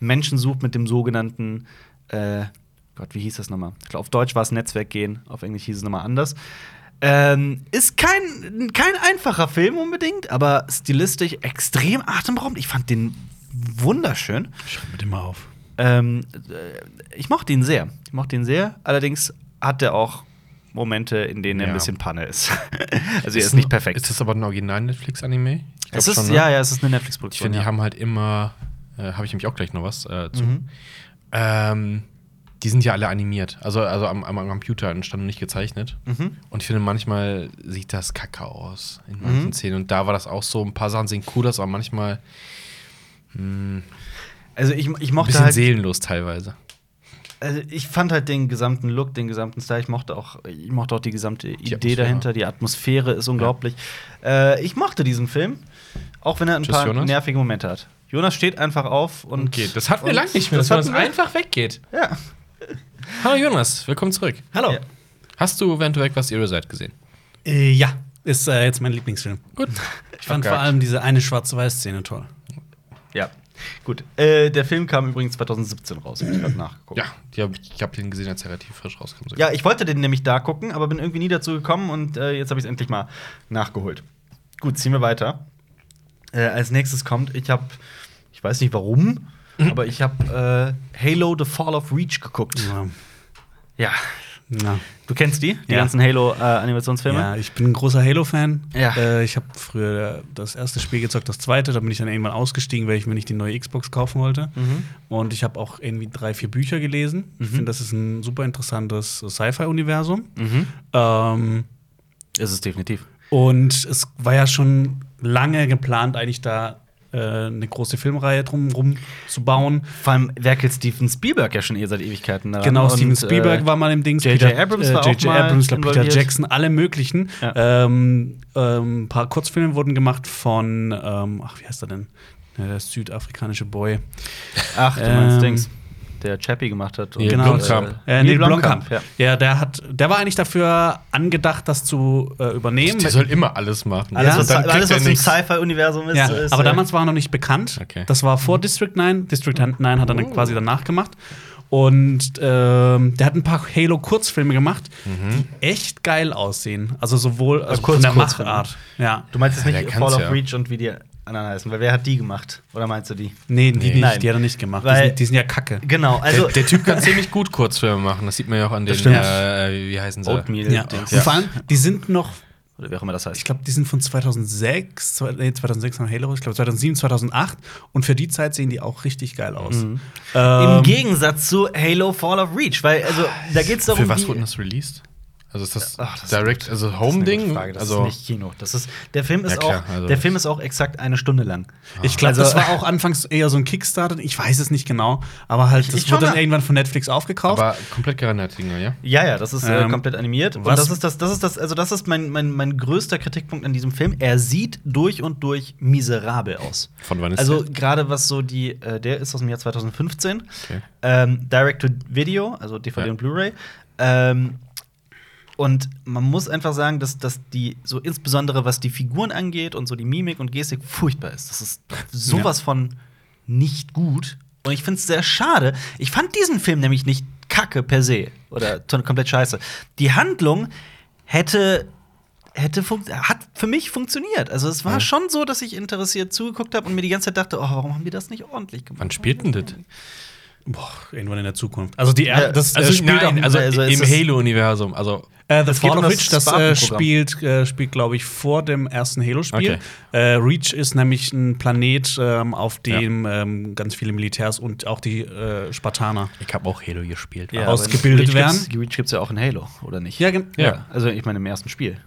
Speaker 1: Menschen sucht mit dem sogenannten äh, Gott, wie hieß das nochmal? Ich glaub, auf Deutsch war es Netzwerk gehen, auf Englisch hieß es nochmal anders. Ähm, ist kein, kein einfacher Film unbedingt, aber stilistisch extrem atemberaubend. Ich fand den wunderschön.
Speaker 3: Schreib mir den mal auf.
Speaker 1: Ähm, äh, ich mochte ihn sehr. Ich mochte ihn sehr. Allerdings hat er auch Momente, in denen er
Speaker 2: Ja.
Speaker 1: ein bisschen Panne ist. also er ist nicht perfekt.
Speaker 2: Ist das aber ein Original-Netflix-Anime? Ich glaub
Speaker 1: es ist,
Speaker 2: schon, ne?
Speaker 1: ja, ja, es ist eine
Speaker 2: Ich
Speaker 1: Netflix-Produktion.
Speaker 2: finde, die
Speaker 1: ja.
Speaker 2: haben halt immer, äh, habe ich nämlich auch gleich noch was äh, zu.
Speaker 1: Mhm.
Speaker 2: Ähm, die sind ja alle animiert, also, also am, am am Computer entstanden, nicht gezeichnet.
Speaker 1: Mhm.
Speaker 2: Und ich finde, manchmal sieht das kacke aus in manchen
Speaker 1: Mhm.
Speaker 2: Szenen. Und da war das auch so, ein paar Sachen sehen cool aus, aber manchmal hm,
Speaker 1: Also ich, ich
Speaker 2: ein
Speaker 1: mochte
Speaker 2: bisschen
Speaker 1: halt
Speaker 2: seelenlos teilweise.
Speaker 1: Also ich fand halt den gesamten Look, den gesamten Style. Ich mochte auch, ich mochte auch die gesamte Idee
Speaker 2: Atmosphäre.
Speaker 1: dahinter. Die Atmosphäre ist unglaublich. Äh, ich mochte diesen Film, auch wenn er ein
Speaker 2: Tschüss,
Speaker 1: paar
Speaker 2: Jonas.
Speaker 1: nervige Momente hat. Jonas steht einfach auf und
Speaker 2: Okay, das hatten wir
Speaker 1: und-
Speaker 2: lange nicht mehr, dass
Speaker 1: Das
Speaker 2: man das
Speaker 1: hatten wir
Speaker 2: einfach weggeht.
Speaker 1: Ja.
Speaker 2: Hallo Jonas, willkommen zurück.
Speaker 3: Hallo.
Speaker 1: Ja.
Speaker 2: Hast du während du weg warst, Ihre Seite gesehen?
Speaker 3: Äh, ja, ist äh, jetzt mein Lieblingsfilm.
Speaker 2: Gut.
Speaker 3: Ich fand
Speaker 2: Abgehakt.
Speaker 3: vor allem diese eine schwarz-weiß-Szene toll.
Speaker 1: ja. Gut. Äh, der Film kam übrigens 2017 raus. Hab ich gerade nachgeguckt.
Speaker 2: Ja, die hab, ich habe den gesehen, als er relativ frisch rauskam. sogar.
Speaker 1: Ja, ich wollte den nämlich da gucken, aber bin irgendwie nie dazu gekommen und äh, jetzt habe ich es endlich mal nachgeholt. Gut, ziehen wir weiter. Äh, als nächstes kommt, ich habe, ich weiß nicht warum, aber ich habe äh, Halo The Fall of Reach geguckt.
Speaker 3: Ja.
Speaker 1: Ja,
Speaker 3: Na.
Speaker 1: du kennst die, die
Speaker 3: Ja.
Speaker 1: ganzen Halo-Animationsfilme.
Speaker 3: Ja, ich bin ein großer Halo-Fan.
Speaker 1: Ja.
Speaker 3: Äh, ich habe früher äh, das erste Spiel gezockt, das zweite. Da bin ich dann irgendwann ausgestiegen, weil ich mir nicht die neue Xbox kaufen wollte.
Speaker 2: Mhm.
Speaker 3: Und ich habe auch irgendwie drei, vier Bücher gelesen. Ich finde, das ist ein super interessantes Sci-Fi-Universum.
Speaker 1: mhm.
Speaker 3: Ähm,
Speaker 1: Ist es definitiv.
Speaker 3: und es war ja schon lange geplant, eigentlich da äh, eine große Filmreihe drumherum zu bauen.
Speaker 1: Vor allem werkelt Steven Spielberg ja schon eh seit Ewigkeiten daran.
Speaker 3: Genau,
Speaker 1: Und, äh,
Speaker 3: Steven Spielberg war mal im Dings.
Speaker 1: J.J.
Speaker 3: Peter-
Speaker 1: Abrams
Speaker 3: äh,
Speaker 1: war auch
Speaker 3: J.J.
Speaker 1: mal
Speaker 3: Abrams, glaub, Peter
Speaker 1: involviert.
Speaker 3: Jackson, alle möglichen.
Speaker 1: Ja.
Speaker 3: Ähm, ähm, ein paar Kurzfilme wurden gemacht von, ähm, ach, wie heißt er denn? Ja, der südafrikanische Boy.
Speaker 1: Ach, du meinst
Speaker 3: Ähm,
Speaker 1: Dings, der Chappie gemacht hat.
Speaker 2: Neil
Speaker 3: Genau.
Speaker 2: Blomkamp.
Speaker 1: Äh,
Speaker 3: Äh, Neil Blomkamp.
Speaker 1: Ja.
Speaker 3: Ja, der, hat, der war eigentlich dafür angedacht, das zu äh, übernehmen.
Speaker 2: Der soll immer alles machen.
Speaker 1: Alles,
Speaker 3: Ja,
Speaker 1: was,
Speaker 2: Und dann kriegt
Speaker 1: alles,
Speaker 2: er
Speaker 1: was im
Speaker 2: nichts.
Speaker 1: Sci-Fi-Universum ist,
Speaker 3: Ja,
Speaker 1: ist.
Speaker 3: aber
Speaker 1: äh, Mhm.
Speaker 3: damals war er noch nicht bekannt.
Speaker 2: Okay.
Speaker 3: Das war vor District 9. District 9 hat er
Speaker 1: Oh.
Speaker 3: dann quasi danach gemacht. Und ähm, der hat ein paar Halo-Kurzfilme gemacht, die echt geil aussehen. Also sowohl also
Speaker 1: Mhm. Äh, kurz-
Speaker 3: von der
Speaker 1: Kurzfilme.
Speaker 3: Machart. Ja.
Speaker 1: Du meinst jetzt
Speaker 2: Ja,
Speaker 1: nicht
Speaker 2: der
Speaker 1: Fall
Speaker 2: kann's
Speaker 1: of
Speaker 2: ja.
Speaker 1: Reach und wie die anderen heißen, weil wer hat die gemacht? Oder meinst du die?
Speaker 3: Nee, die, Nicht,
Speaker 1: Nein.
Speaker 3: die hat er nicht gemacht. Die
Speaker 1: Weil-
Speaker 3: sind, die sind ja kacke.
Speaker 1: Genau, also
Speaker 2: der, der Typ kann ziemlich gut Kurzfilme machen. Das sieht man ja auch an den,
Speaker 1: Das stimmt.
Speaker 2: äh, wie heißen sie?
Speaker 1: Oatmeal
Speaker 3: Ja.
Speaker 1: Dings.
Speaker 3: Und vor allem, die sind noch,
Speaker 1: Oder wie auch immer das heißt.
Speaker 3: ich glaube, die sind von 2006, zwei- nee, 2006 haben Halo, ich glaube 2007, 2008. Und für die Zeit sehen die auch richtig geil aus. Ähm,
Speaker 1: Mhm. Im Gegensatz zu Halo Fall of Reach, weil also da geht es darum.
Speaker 2: Für was
Speaker 1: wie-
Speaker 2: wurde das released? Also ist das,
Speaker 1: Ach, das ist
Speaker 2: Direct, also
Speaker 1: Das ist eine gute
Speaker 2: Home-Ding?
Speaker 1: Frage, Das
Speaker 2: Also,
Speaker 1: ist nicht Kino. Das ist, der, Film ist
Speaker 2: Ja, klar,
Speaker 1: auch,
Speaker 2: also
Speaker 1: der
Speaker 2: das-
Speaker 1: Film ist auch exakt eine Stunde lang.
Speaker 3: Ich glaube,
Speaker 1: Also-
Speaker 3: das war auch anfangs eher so ein Kickstarter. Ich weiß es nicht genau, aber halt,
Speaker 1: Ich-
Speaker 3: das
Speaker 1: ich schau
Speaker 3: wurde dann
Speaker 1: mal.
Speaker 3: irgendwann von Netflix aufgekauft.
Speaker 2: aber komplett gerendert, Dinger, ja?
Speaker 1: Ja, ja, das ist äh,
Speaker 3: Ähm,
Speaker 1: komplett animiert. Und
Speaker 3: was-
Speaker 1: das ist das, das ist das, also das ist mein, mein, mein größter Kritikpunkt an diesem Film. Er sieht durch und durch miserabel aus.
Speaker 2: Von wann ist
Speaker 1: Also
Speaker 2: der?
Speaker 1: gerade was so die, äh, der ist aus dem Jahr 2015.
Speaker 2: Okay.
Speaker 1: Ähm, Direct to Video, also DVD
Speaker 2: Ja.
Speaker 1: und Blu-ray. Ähm, und man muss einfach sagen, dass, dass die, so insbesondere was die Figuren angeht und so die Mimik und Gestik, furchtbar ist. Das ist sowas von nicht gut. Und ich finde es sehr schade. Ich fand diesen Film nämlich nicht kacke per se oder t- komplett scheiße. Die Handlung hätte. Hätte funkt- hat für mich funktioniert. Also es war schon so, dass ich interessiert zugeguckt habe und mir die ganze Zeit dachte, oh, warum haben die das nicht ordentlich gemacht?
Speaker 2: Wann spielt denn das?
Speaker 3: Boah, irgendwann in der Zukunft. Also die
Speaker 1: Ja,
Speaker 3: er das äh,
Speaker 2: Also,
Speaker 3: spielt
Speaker 2: nein,
Speaker 3: auch,
Speaker 2: also,
Speaker 1: also es
Speaker 2: im
Speaker 1: ist-
Speaker 2: Halo-Universum. Also,
Speaker 3: äh, The
Speaker 1: es geht
Speaker 3: Fall
Speaker 1: um
Speaker 3: of
Speaker 1: das
Speaker 3: Reach, das äh,
Speaker 1: Spartenprogramm.
Speaker 3: spielt, äh, spielt glaube ich, vor dem ersten Halo-Spiel.
Speaker 2: Okay.
Speaker 3: Äh, Reach ist nämlich ein Planet, ähm, auf dem ähm, ganz viele Militärs und auch die äh, Spartaner.
Speaker 2: ich habe auch Halo gespielt.
Speaker 1: Ja,
Speaker 2: aber-
Speaker 3: ausgebildet
Speaker 1: aber in Reach
Speaker 3: werden.
Speaker 1: gibt's- Reach gibt es ja auch in Halo, oder nicht?
Speaker 3: Ja, gen-
Speaker 2: Ja.
Speaker 1: Also, ich meine, im ersten Spiel.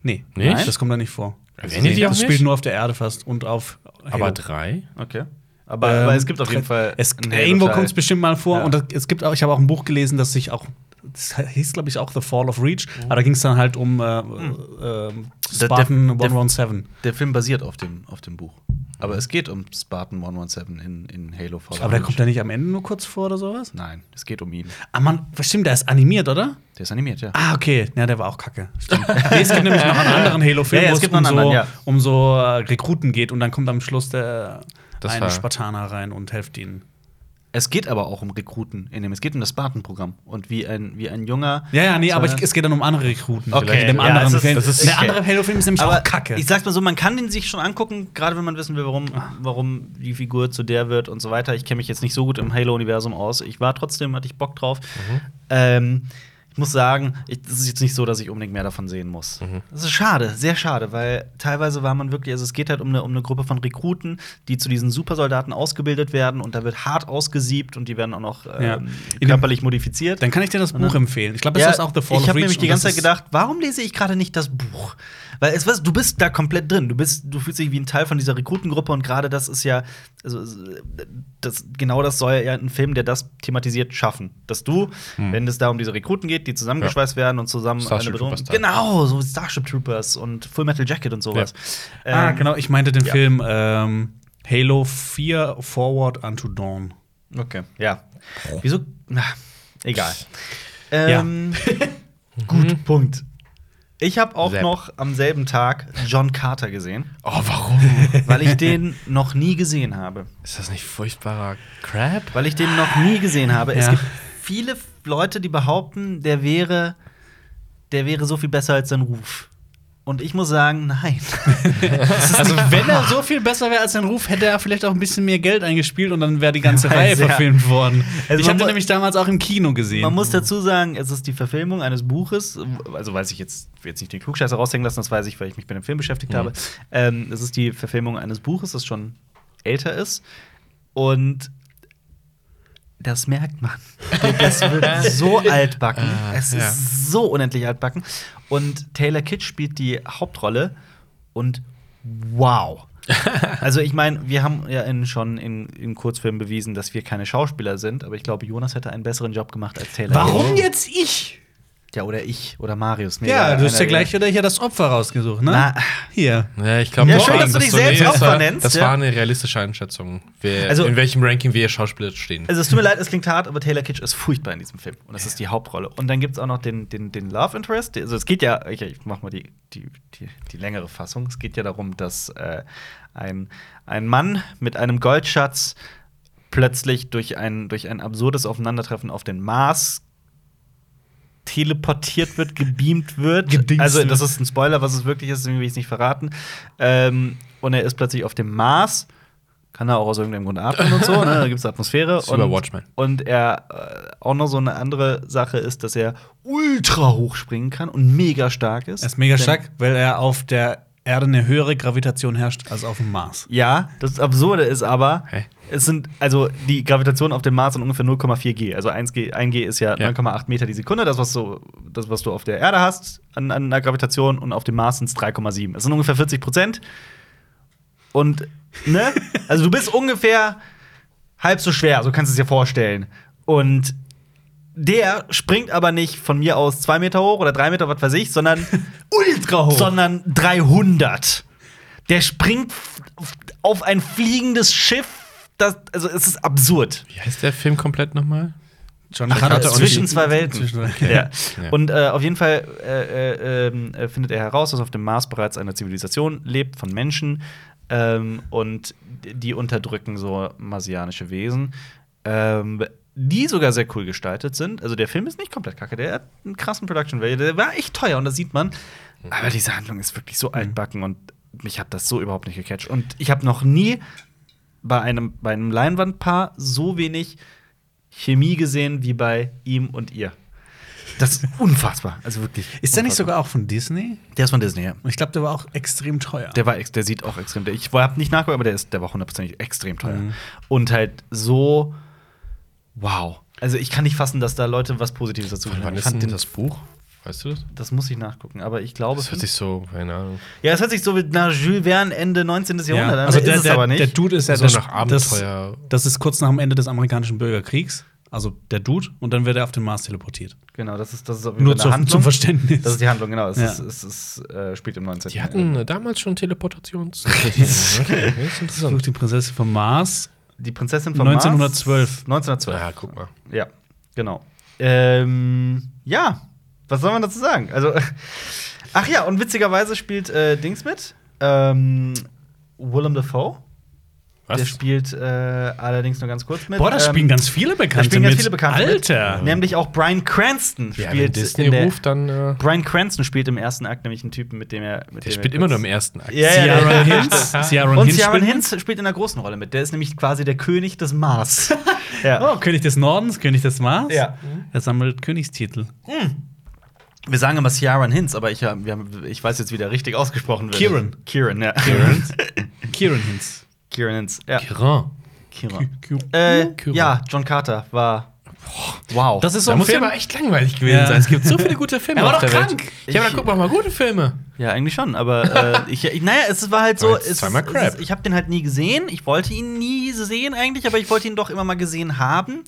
Speaker 3: Nee,
Speaker 2: Nicht?
Speaker 3: Nein? das kommt da nicht vor.
Speaker 2: Erwähnt ihr die auch
Speaker 3: das
Speaker 2: nicht?
Speaker 3: spielt nur auf der Erde fast und auf
Speaker 2: Aber drei?
Speaker 1: Okay. Aber, aber es gibt auf jeden Fall.
Speaker 3: Ähm, Es,
Speaker 1: einen
Speaker 3: irgendwo
Speaker 1: Halo-Teil.
Speaker 3: kommt es bestimmt mal vor.
Speaker 1: Ja.
Speaker 3: Und das, es gibt auch, ich habe auch ein Buch gelesen, das sich auch. Das hieß, glaube ich, auch The Fall of Reach. Aber da ging es dann halt um äh, äh, Spartan
Speaker 1: Oh. Hm. Der- der-
Speaker 3: 117.
Speaker 1: Der Film basiert auf dem, auf dem Buch. Aber es geht um Spartan 117 in, in Halo Fallout.
Speaker 3: Aber der kommt ja nicht am Ende nur kurz vor oder sowas?
Speaker 1: Nein, es geht um ihn.
Speaker 3: Ah, man, stimmt, der ist animiert, oder?
Speaker 1: Der ist animiert, ja.
Speaker 3: Ah, okay. Ja, der war auch kacke. Stimmt. nee, es gibt nämlich noch einen anderen Halo-Film,
Speaker 1: Ja, ja,
Speaker 3: wo
Speaker 1: es
Speaker 3: es
Speaker 1: gibt
Speaker 3: um
Speaker 1: noch einen
Speaker 3: so,
Speaker 1: anderen, ja.
Speaker 3: um so äh, Rekruten geht und dann kommt am Schluss der
Speaker 2: Das
Speaker 3: eine
Speaker 2: war-
Speaker 3: Spartaner rein und hilft ihnen.
Speaker 1: Es geht aber auch um Rekruten in dem. Es geht um das Spartenprogramm. Und wie ein, wie ein junger.
Speaker 3: Ja, ja, nee, aber
Speaker 1: so-
Speaker 3: ich, es geht dann um andere Rekruten.
Speaker 1: Okay,
Speaker 3: vielleicht in dem
Speaker 1: ja,
Speaker 3: anderen
Speaker 1: es ist-
Speaker 3: Film.
Speaker 1: das ist-
Speaker 3: der
Speaker 1: okay.
Speaker 3: andere Halo-Film ist nämlich
Speaker 1: aber
Speaker 3: auch kacke.
Speaker 1: Ich sag's mal so, man kann den sich schon angucken, gerade wenn man wissen will, warum, warum die Figur zu der wird und so weiter. Ich kenne mich jetzt nicht so gut im Halo-Universum aus. Ich war trotzdem, hatte ich Bock drauf.
Speaker 3: Mhm.
Speaker 1: Ähm, ich muss sagen, ich- es ist jetzt nicht so, dass ich unbedingt mehr davon sehen muss.
Speaker 3: Mhm.
Speaker 1: Das ist schade, sehr schade, weil teilweise war man wirklich, also es geht halt um eine, um eine Gruppe von Rekruten, die zu diesen Supersoldaten ausgebildet werden und da wird hart ausgesiebt und die werden auch noch ähm,
Speaker 3: Ja. In dem-
Speaker 1: körperlich modifiziert.
Speaker 3: dann kann ich dir das Buch empfehlen. Ich glaube, das
Speaker 1: Ja,
Speaker 3: ist auch The Fall
Speaker 1: ich
Speaker 3: of
Speaker 1: habe
Speaker 3: Reach
Speaker 1: nämlich die
Speaker 3: und
Speaker 1: ganze
Speaker 3: das
Speaker 1: Zeit gedacht, warum lese ich gerade nicht das Buch? Weil es was, du bist da komplett drin. Du bist, du fühlst dich wie ein Teil von dieser Rekrutengruppe und gerade das ist ja, also das, genau das soll ja ein Film, der das thematisiert, schaffen, dass du,
Speaker 3: Hm.
Speaker 1: wenn es da um diese Rekruten geht, die zusammengeschweißt werden und zusammen
Speaker 2: Starship Troopers Style.
Speaker 1: genau so Starship Troopers und Full Metal Jacket und sowas.
Speaker 3: ist, ah,
Speaker 1: Ähm,
Speaker 3: genau, ich meinte den
Speaker 1: ja.
Speaker 3: Film ähm, Halo 4 Forward Unto Dawn.
Speaker 1: Okay, ja. Wieso? Na, egal.
Speaker 3: Ja.
Speaker 1: Ähm,
Speaker 3: Mhm.
Speaker 1: gut, Punkt. Ich habe auch
Speaker 2: Sepp.
Speaker 1: noch am selben Tag John Carter gesehen,
Speaker 2: Oh, warum?
Speaker 1: weil ich den noch nie gesehen habe.
Speaker 2: Ist das nicht furchtbarer Crap?
Speaker 1: Weil ich den noch nie gesehen habe. Es
Speaker 3: Ja.
Speaker 1: gibt viele Leute, die behaupten, der wäre, der wäre so viel besser als sein Ruf. Und ich muss sagen, nein.
Speaker 3: Also, wenn er so viel besser wäre als sein Ruf, hätte er vielleicht auch ein bisschen mehr Geld eingespielt und dann wäre die ganze
Speaker 1: Wer
Speaker 3: Reihe
Speaker 1: weiß, ja.
Speaker 3: verfilmt worden.
Speaker 1: Also
Speaker 3: ich
Speaker 1: man
Speaker 3: habe den
Speaker 1: mu-
Speaker 3: nämlich damals auch im Kino gesehen.
Speaker 1: Man muss dazu sagen, es ist die Verfilmung eines Buches, also weiß ich jetzt, ich will jetzt nicht den Klugscheißer raushängen lassen, das weiß ich, weil ich mich mit dem Film beschäftigt habe. Ähm, es ist die Verfilmung eines Buches, das schon älter ist. Und das merkt man. Das wird so altbacken. es ist
Speaker 2: ja.
Speaker 1: so unendlich altbacken. Und Taylor Kitsch spielt die Hauptrolle und wow. also ich meine, wir haben ja in, schon in, in Kurzfilmen bewiesen, dass wir keine Schauspieler sind, aber ich glaube, Jonas hätte einen besseren Job gemacht als Taylor.
Speaker 3: Warum jetzt ich?
Speaker 1: Ja, oder ich oder Marius. Mir
Speaker 3: Ja,
Speaker 1: egal,
Speaker 3: du hast
Speaker 1: einer
Speaker 3: ja
Speaker 1: der-
Speaker 3: gleich wieder hier das Opfer rausgesucht, ne?
Speaker 1: Na,
Speaker 3: Hier.
Speaker 2: Ja, ich glaube,
Speaker 1: Ja, schön, dass du dich selbst
Speaker 2: das
Speaker 1: Opfer
Speaker 2: war,
Speaker 1: nennst,
Speaker 2: Das
Speaker 1: ja.
Speaker 2: war eine realistische Einschätzung, wer,
Speaker 1: Also-
Speaker 2: in welchem Ranking wir Schauspieler stehen.
Speaker 1: Also es tut mir leid, es klingt hart, aber Taylor Kitsch ist furchtbar in diesem Film. Und das ist die Hauptrolle. Und dann gibt es auch noch den, den, den Love Interest. Also es geht ja, ich, ich mach mal die, die, die, die längere Fassung. Es geht ja darum, dass äh, ein, ein Mann mit einem Goldschatz plötzlich durch ein, durch ein absurdes Aufeinandertreffen auf den Mars teleportiert wird, gebeamt wird.
Speaker 3: Gedingst
Speaker 1: also, das
Speaker 3: wird.
Speaker 1: ist ein Spoiler, was es wirklich ist, deswegen will ich es nicht verraten. Ähm, und er ist plötzlich auf dem Mars. Kann er auch aus irgendeinem Grund atmen und so, ne? Da gibt es Atmosphäre.
Speaker 2: Ist wie bei
Speaker 1: und,
Speaker 2: Watchmen.
Speaker 1: und er äh, auch noch so eine andere Sache ist, dass er ultra hoch springen kann und mega stark ist.
Speaker 3: Er ist mega
Speaker 1: Denn-
Speaker 3: stark, weil er auf der Erde eine höhere Gravitation herrscht als auf dem Mars.
Speaker 1: Ja, das Absurde ist aber,
Speaker 2: Hä?
Speaker 1: es sind, also die Gravitation auf dem Mars sind ungefähr 0,4 G. Also 1 G, 1 G ist ja,
Speaker 2: Ja.
Speaker 1: 9,8 Meter die Sekunde, das was, so, das, was du auf der Erde hast an, an der Gravitation und auf dem Mars sind es 3,7. Es sind ungefähr 40 Prozent. Und, ne? also du bist ungefähr halb so schwer, so kannst du es dir vorstellen. Und der springt aber nicht von mir aus zwei Meter hoch oder drei Meter, was weiß ich, sondern ultra hoch, sondern 300. Der springt f- auf ein fliegendes Schiff. Das, also es ist absurd.
Speaker 2: Wie heißt der Film komplett nochmal?
Speaker 3: John
Speaker 1: Ach,
Speaker 3: Carter
Speaker 1: äh,
Speaker 3: und
Speaker 1: zwischen
Speaker 3: die-
Speaker 1: zwei Welten.
Speaker 3: Zwischen-
Speaker 1: Ja.
Speaker 2: Ja.
Speaker 1: Und äh, auf jeden Fall äh, äh, ähm, äh, findet er heraus, dass auf dem Mars bereits eine Zivilisation lebt von Menschen ähm, und d- die unterdrücken so marsianische Wesen, ähm, die sogar sehr cool gestaltet sind. Also der Film ist nicht komplett kacke, der hat einen krassen Production Value, der war echt teuer und das sieht man. Aber diese Handlung ist wirklich so altbacken und mich hat das so überhaupt nicht gecatcht. Und ich habe noch nie bei einem, bei einem Leinwandpaar so wenig Chemie gesehen wie bei ihm und ihr. Das ist unfassbar. Also wirklich.
Speaker 3: Ist der nicht sogar auch von Disney?
Speaker 1: Der ist von Disney, ja.
Speaker 3: Ich glaube, der war auch extrem teuer.
Speaker 1: Der, war ex der sieht auch extrem. Der, ich habe nicht nachgeguckt, aber der, ist, der war hundertprozentig extrem teuer.
Speaker 3: Mhm.
Speaker 1: Und halt so. Wow. Also ich kann nicht fassen, dass da Leute was Positives dazu
Speaker 2: Wann
Speaker 1: Ich
Speaker 2: ist
Speaker 1: fand
Speaker 2: denn
Speaker 1: den-
Speaker 2: das Buch? Weißt du das?
Speaker 1: Das muss ich nachgucken, aber ich glaube.
Speaker 2: Das hört sich so, keine Ahnung.
Speaker 1: ja, es hört sich so wie nach Jules Verne Ende 19. Jahrhundert an.
Speaker 3: Also
Speaker 1: Das
Speaker 3: der,
Speaker 1: ist es
Speaker 3: der,
Speaker 1: aber nicht.
Speaker 3: der Dude ist ja
Speaker 2: So
Speaker 3: das-
Speaker 2: nach Abenteuer.
Speaker 3: Das, das ist kurz nach dem Ende des amerikanischen Bürgerkriegs. Also der Dude und dann wird er auf den Mars teleportiert.
Speaker 1: genau, das ist, das ist auf jeden
Speaker 3: Nur
Speaker 1: Fall eine
Speaker 3: zu, zum
Speaker 1: Handlung.
Speaker 3: Verständnis.
Speaker 1: Das ist die Handlung, genau. Es,
Speaker 3: Ja.
Speaker 1: ist, es ist, äh, spielt im 19.
Speaker 2: Die hatten äh, damals schon Teleportations. okay, das ist
Speaker 3: Flug
Speaker 2: interessant.
Speaker 3: die Prinzessin vom Mars.
Speaker 1: Die Prinzessin von
Speaker 3: 1912.
Speaker 1: Mars.
Speaker 3: Ah
Speaker 1: 1912.
Speaker 2: Ja, guck mal.
Speaker 1: Ja, genau. Ähm, ja, was soll man dazu sagen? Also, ach ja, und witzigerweise spielt äh, Dings mit. Ähm, Willem Dafoe.
Speaker 2: Was?
Speaker 1: Der spielt äh, allerdings nur ganz kurz mit.
Speaker 3: Boah, das
Speaker 1: Ähm,
Speaker 3: spielen ganz viele Bekannte.
Speaker 1: da spielen ganz
Speaker 3: mit.
Speaker 1: viele Bekannte. mit.
Speaker 3: Alter!
Speaker 1: Nämlich auch Brian Cranston
Speaker 2: Ja, wenn
Speaker 1: spielt
Speaker 2: Disney
Speaker 1: in der,
Speaker 2: ruft, dann. Äh,
Speaker 1: Brian Cranston spielt im ersten Akt nämlich einen Typen, mit dem er. Mit dem
Speaker 2: der spielt
Speaker 1: er
Speaker 2: immer
Speaker 1: kurz-
Speaker 2: nur im ersten Akt.
Speaker 1: Ja, ja,
Speaker 3: Ciaran
Speaker 1: ja.
Speaker 3: Hinz. Ciaran
Speaker 1: Und
Speaker 3: Hinz
Speaker 1: Ciaran
Speaker 3: spielt-
Speaker 1: Hinz spielt in einer großen Rolle mit. Der ist nämlich quasi der König des Mars. ja.
Speaker 3: Oh, König des Nordens, König des Mars.
Speaker 1: Ja.
Speaker 3: Er sammelt Königstitel.
Speaker 1: Wir sagen immer Ciaran Hinz, aber ich, hab- wir haben, ich weiß jetzt, wie der richtig ausgesprochen wird.
Speaker 3: Kieran.
Speaker 1: Kieran, ja.
Speaker 3: Kieran. Kieran Hinz.
Speaker 1: Kieran Hinz, ja.
Speaker 2: Terrain.
Speaker 1: Kieran.
Speaker 3: Q-
Speaker 1: Äh,
Speaker 2: Kieran.
Speaker 1: ja, John Carter war. Wow.
Speaker 3: Das ist so
Speaker 2: Da
Speaker 3: ein
Speaker 2: muss ja
Speaker 3: Film.
Speaker 2: aber echt langweilig gewesen
Speaker 3: Ja.
Speaker 2: sein. Es gibt so viele gute Filme.
Speaker 3: Er war
Speaker 2: auf
Speaker 3: doch
Speaker 2: der Welt.
Speaker 3: krank.
Speaker 2: Ja, aber dann guck mal, mal gute Filme.
Speaker 1: ja, eigentlich schon, aber äh, ich, ich, naja, es war halt so.
Speaker 2: Aber jetzt
Speaker 1: es,
Speaker 2: zweimal
Speaker 1: es,
Speaker 2: Crap.
Speaker 1: ich habe den halt nie gesehen. Ich wollte ihn nie sehen eigentlich, aber ich wollte ihn doch immer mal gesehen haben.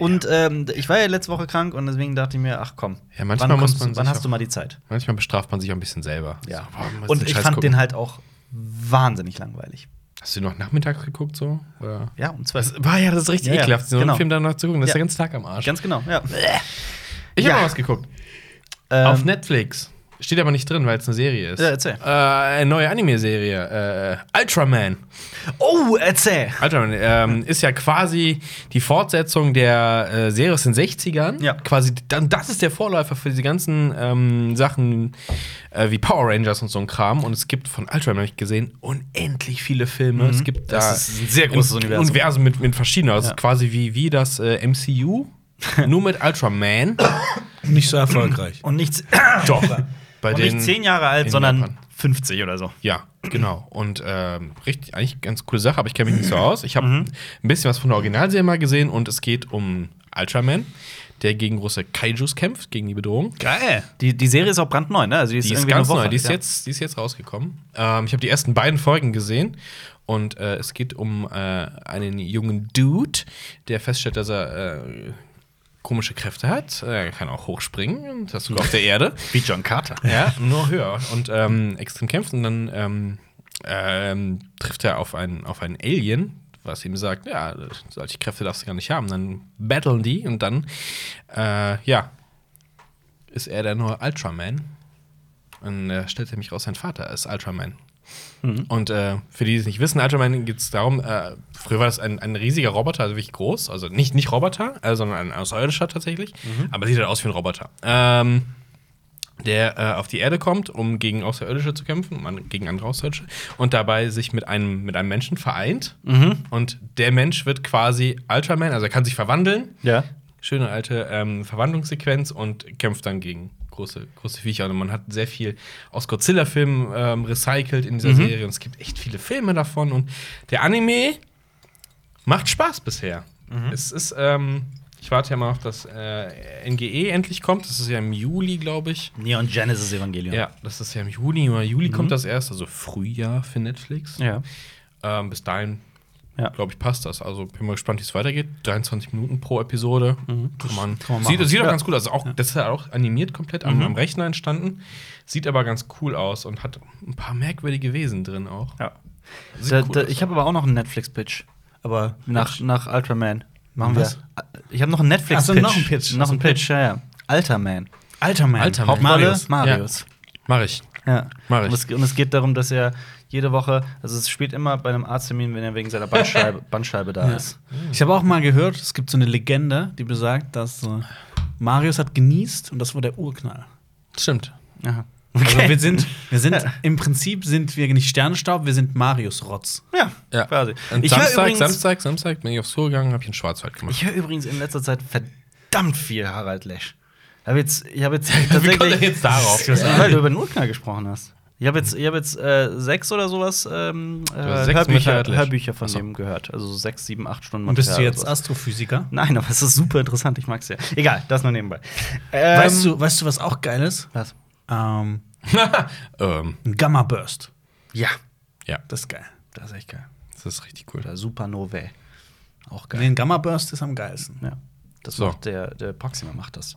Speaker 1: Und ähm, ich war ja letzte Woche krank und deswegen dachte ich mir, ach komm.
Speaker 2: Ja, manchmal
Speaker 1: wann
Speaker 2: muss
Speaker 1: kommst du-
Speaker 2: man
Speaker 1: Wann
Speaker 2: sich
Speaker 1: hast du
Speaker 2: auch-
Speaker 1: mal die Zeit?
Speaker 2: Manchmal bestraft man sich auch ein bisschen selber.
Speaker 1: Ja.
Speaker 2: So, boah, man muss
Speaker 1: Und
Speaker 2: den
Speaker 1: ich
Speaker 2: Scheiß
Speaker 1: fand
Speaker 2: gucken.
Speaker 1: den halt auch wahnsinnig langweilig.
Speaker 2: Hast du den noch nachmittags geguckt so? Oder?
Speaker 1: Ja, um zwölf.
Speaker 2: Das war ja, das ist richtig
Speaker 1: Ja, ja,
Speaker 2: ekelhaft, so
Speaker 1: genau.
Speaker 2: einen Film danach zu gucken. Das ist
Speaker 1: Ja.
Speaker 2: der ganze Tag am Arsch.
Speaker 1: Ganz genau, ja.
Speaker 2: ich
Speaker 1: Ja.
Speaker 2: habe mal was geguckt.
Speaker 1: Ähm,
Speaker 2: Auf Netflix. Steht aber nicht drin, weil es eine Serie ist.
Speaker 1: Ja, erzähl.
Speaker 2: Äh, eine neue Anime-Serie. Äh, Ultraman.
Speaker 1: Oh, erzähl!
Speaker 2: Ultraman ähm, ist ja quasi die Fortsetzung der äh, Serie aus den 60ern.
Speaker 1: Ja.
Speaker 2: Quasi, dann, das ist der Vorläufer für diese ganzen ähm, Sachen äh, wie Power Rangers und so ein Kram. Und es gibt von Ultraman, habe ich gesehen, unendlich viele Filme. Es gibt
Speaker 1: Mhm.
Speaker 2: da
Speaker 1: Das ist ein sehr großes
Speaker 2: ein
Speaker 1: Universum.
Speaker 2: Universum mit, mit verschiedenen. Also
Speaker 1: Ja.
Speaker 2: quasi wie, wie das äh, MCU, nur mit Ultraman.
Speaker 3: Nicht so erfolgreich.
Speaker 1: Und nichts.
Speaker 2: Doch. Bei
Speaker 1: Und
Speaker 2: den,
Speaker 1: nicht zehn Jahre alt,
Speaker 2: in
Speaker 1: sondern
Speaker 2: Japan.
Speaker 1: 50 oder so.
Speaker 2: Ja, genau. Und ähm, richtig, eigentlich ganz coole Sache, aber ich kenne mich nicht so aus. Ich habe
Speaker 1: Mhm.
Speaker 2: ein bisschen was von der Originalserie mal gesehen und es geht um Ultraman, der gegen große Kaijus kämpft, gegen die Bedrohung.
Speaker 3: Geil!
Speaker 1: Die, die Serie ist auch brandneu, ne? Also
Speaker 2: Die ist
Speaker 1: irgendwie
Speaker 2: ganz
Speaker 1: eine Woche
Speaker 2: neu, die ist,
Speaker 1: alt,
Speaker 2: jetzt, die ist jetzt rausgekommen. Ähm, ich habe die ersten beiden Folgen gesehen und äh, es geht um äh, einen jungen Dude, der feststellt, dass er äh, komische Kräfte hat. Er kann auch hochspringen und das sogar auf der Erde.
Speaker 1: ja. Wie John Carter.
Speaker 2: Ja, nur höher und ähm, extrem kämpft und dann ähm, ähm, trifft er auf einen, auf einen Alien, was ihm sagt, ja, solche Kräfte darfst du gar nicht haben. Dann battlen die und dann, äh, ja, ist er der neue Ultraman. Und äh, stellt er mich raus, sein Vater ist Ultraman. Und äh, für die, die es nicht wissen, Ultraman geht es darum, äh, früher war das ein, ein riesiger Roboter, also wirklich groß, also nicht, nicht Roboter, äh, sondern ein außerirdischer tatsächlich, aber sieht halt aus wie ein Roboter. Ähm, der äh, auf die Erde kommt, um gegen Außerirdische zu kämpfen, um an, gegen andere Außerirdische, und dabei sich mit einem, mit einem Menschen vereint. Und der Mensch wird quasi Ultraman, also er kann sich verwandeln.
Speaker 1: Ja.
Speaker 2: Schöne alte ähm, Verwandlungssequenz und kämpft dann gegen große, große Viecher. Und man hat sehr viel aus Godzilla-Filmen ähm, recycelt in dieser Serie. Und es gibt echt viele Filme davon. Und der Anime macht Spaß bisher. Es ist, ähm, ich warte ja mal auf, dass äh, NGE endlich kommt. Das ist ja im Juli, glaube ich.
Speaker 1: Neon Genesis Evangelion.
Speaker 2: Ja, das ist ja im Juni oder Juli kommt das erst, also Frühjahr für Netflix.
Speaker 1: Ja.
Speaker 2: Ähm, bis dahin,
Speaker 1: Ja.
Speaker 2: glaube ich, passt das. Also bin mal gespannt, wie es weitergeht. 23 Minuten pro Episode. Kann man,
Speaker 1: Mhm. kann man machen.
Speaker 2: sieht, sieht auch
Speaker 1: Ja. Mhm.
Speaker 2: ganz cool aus. Also auch, Das ist ja auch animiert komplett am, am Rechner entstanden. Sieht aber ganz cool aus und hat ein paar merkwürdige Wesen drin auch.
Speaker 1: ja.
Speaker 2: Sieht
Speaker 1: Da,
Speaker 2: cool
Speaker 1: da,
Speaker 2: aus.
Speaker 1: ich habe aber auch noch einen Netflix-Pitch.
Speaker 3: Aber
Speaker 1: Nach, nach Ultraman. Machen
Speaker 3: Was?
Speaker 1: wir. Ich habe noch einen Netflix-Pitch.
Speaker 3: Ach so, noch einen Pitch.
Speaker 1: Noch einen Pitch, ja, ja. Alter Man.
Speaker 3: alter Mann.
Speaker 2: Alter Mann.
Speaker 1: Hauptrolle
Speaker 3: Marius.
Speaker 1: Marius.
Speaker 2: Mach ich.
Speaker 1: Ja.
Speaker 2: Mach ich.
Speaker 1: Und es, und es geht darum, dass er jede Woche, also es spielt immer bei einem Arzttermin, wenn er wegen seiner Bandscheibe, Bandscheibe da
Speaker 3: Ja.
Speaker 1: ist.
Speaker 3: Ich habe auch mal gehört, es gibt so eine Legende, die besagt, dass äh, Marius hat genießt und das war der Urknall.
Speaker 2: Stimmt.
Speaker 1: Aha.
Speaker 3: Also wir sind, wir sind
Speaker 1: Ja.
Speaker 3: im Prinzip sind wir nicht Sternstaub, wir sind Marius-Rotz.
Speaker 1: Ja,
Speaker 2: Ja.
Speaker 1: quasi.
Speaker 2: Und
Speaker 1: Ich höre
Speaker 2: Samstag,
Speaker 1: übrigens,
Speaker 2: Samstag, Samstag bin ich aufs Tour gegangen, habe ich einen Schwarzwald gemacht.
Speaker 1: ich hör übrigens in letzter Zeit verdammt viel Harald Lesch. Ich habe jetzt, ich hab jetzt
Speaker 2: Wie kommt
Speaker 1: tatsächlich.
Speaker 2: er jetzt darauf?
Speaker 1: weil du über den Urknall gesprochen hast. Ich habe jetzt, ich hab jetzt äh, sechs oder sowas ähm, äh,
Speaker 2: hast sechs mit
Speaker 1: Hörbücher,
Speaker 2: Harald Lesch.
Speaker 1: Hörbücher von
Speaker 2: Ach so.
Speaker 1: dem gehört. Also so sechs, sieben, acht Stunden
Speaker 3: Und bist du
Speaker 1: Material
Speaker 3: jetzt
Speaker 1: oder sowas.
Speaker 3: Astrophysiker?
Speaker 1: Nein, aber es ist super interessant. Ich mag's ja. Egal, das nur nebenbei. Ähm,
Speaker 3: weißt, du, weißt du, was auch geil ist?
Speaker 1: Was?
Speaker 3: Ähm,
Speaker 2: ähm,
Speaker 3: ein Gamma-Burst.
Speaker 1: Ja,
Speaker 2: ja,
Speaker 3: Das ist geil.
Speaker 1: das ist echt geil.
Speaker 2: das ist richtig cool.
Speaker 1: Oder Supernovae. Auch
Speaker 3: Nee,
Speaker 1: geil.
Speaker 3: ein Gamma-Burst ist am geilsten.
Speaker 1: Ja. Das
Speaker 2: So.
Speaker 1: macht der, der Proxima macht das.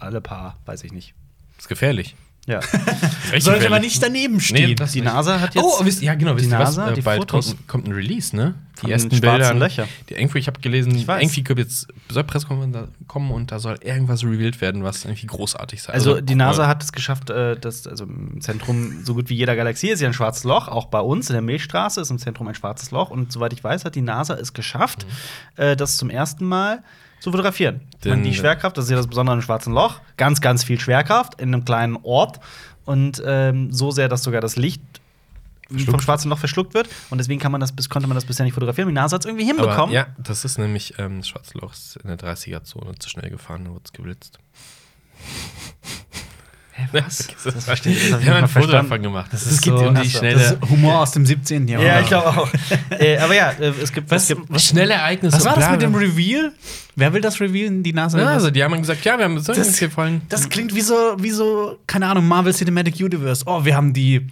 Speaker 1: Alle paar, weiß ich nicht.
Speaker 2: ist gefährlich.
Speaker 1: Ja.
Speaker 2: Echt
Speaker 4: Sollte aber
Speaker 2: gefährlich.
Speaker 4: nicht daneben stehen.
Speaker 2: das-
Speaker 1: Die NASA hat jetzt.
Speaker 2: Oh, wisst, ja, genau, wisst
Speaker 1: die
Speaker 2: ihr was?
Speaker 1: NASA,
Speaker 2: Äh,
Speaker 1: die
Speaker 2: bald
Speaker 1: Fotos.
Speaker 2: kommt, kommt ein Release, ne?
Speaker 1: Von den schwarzen Löcher.
Speaker 2: Die irgendwie, ich habe gelesen,
Speaker 1: Ich weiß.
Speaker 2: irgendwie wird jetzt soll Pressekonferenz da kommen und da soll irgendwas revealed werden, was irgendwie großartig sein
Speaker 1: Also die NASA
Speaker 2: cool.
Speaker 1: hat es geschafft, äh, dass also im Zentrum so gut wie jeder Galaxie ist ja ein schwarzes Loch. Auch bei uns in der Milchstraße ist im Zentrum ein schwarzes Loch. Und soweit ich weiß, hat die NASA es geschafft,
Speaker 2: Mhm.
Speaker 1: äh, das zum ersten Mal zu fotografieren.
Speaker 2: Den-
Speaker 1: Man, die Schwerkraft, das ist ja das Besondere an einem schwarzen Loch, ganz, ganz viel Schwerkraft in einem kleinen Ort. Und ähm, so sehr, dass sogar das Licht vom schwarzen Loch verschluckt wird. Und deswegen kann man das, bis- konnte man das bisher nicht fotografieren. Die NASA hat es irgendwie
Speaker 2: Aber,
Speaker 1: hinbekommen.
Speaker 2: ja, das ist nämlich ähm, das Schwarze Loch ist in der 30er-Zone zu schnell gefahren, da wurde es geblitzt.
Speaker 1: Hä, was?
Speaker 2: Das,
Speaker 1: Das verstehe ich. Das
Speaker 2: Wir
Speaker 1: hab ich
Speaker 2: haben ein
Speaker 1: nicht mal
Speaker 2: Foto davon
Speaker 1: verstanden.
Speaker 2: gemacht.
Speaker 1: Das ist so-
Speaker 2: um
Speaker 1: Ach
Speaker 2: die
Speaker 1: so.
Speaker 3: Das
Speaker 2: schnelle.
Speaker 3: ist Humor aus dem 17. Jahrhundert.
Speaker 1: Ja, ich glaube auch. äh, aber ja, äh, es gibt. es
Speaker 2: Was,
Speaker 1: gibt
Speaker 2: was schnelle Ereignisse.
Speaker 3: Was war das mit dem
Speaker 2: Reveal?
Speaker 3: Reveal? Wer will das revealen? Die NASA? will
Speaker 2: Ja,
Speaker 3: das?
Speaker 2: also die haben gesagt, ja, wir haben so uns gefallen.
Speaker 3: Das klingt wie so, wie so, keine Ahnung, Marvel Cinematic Universe. Oh, wir haben die,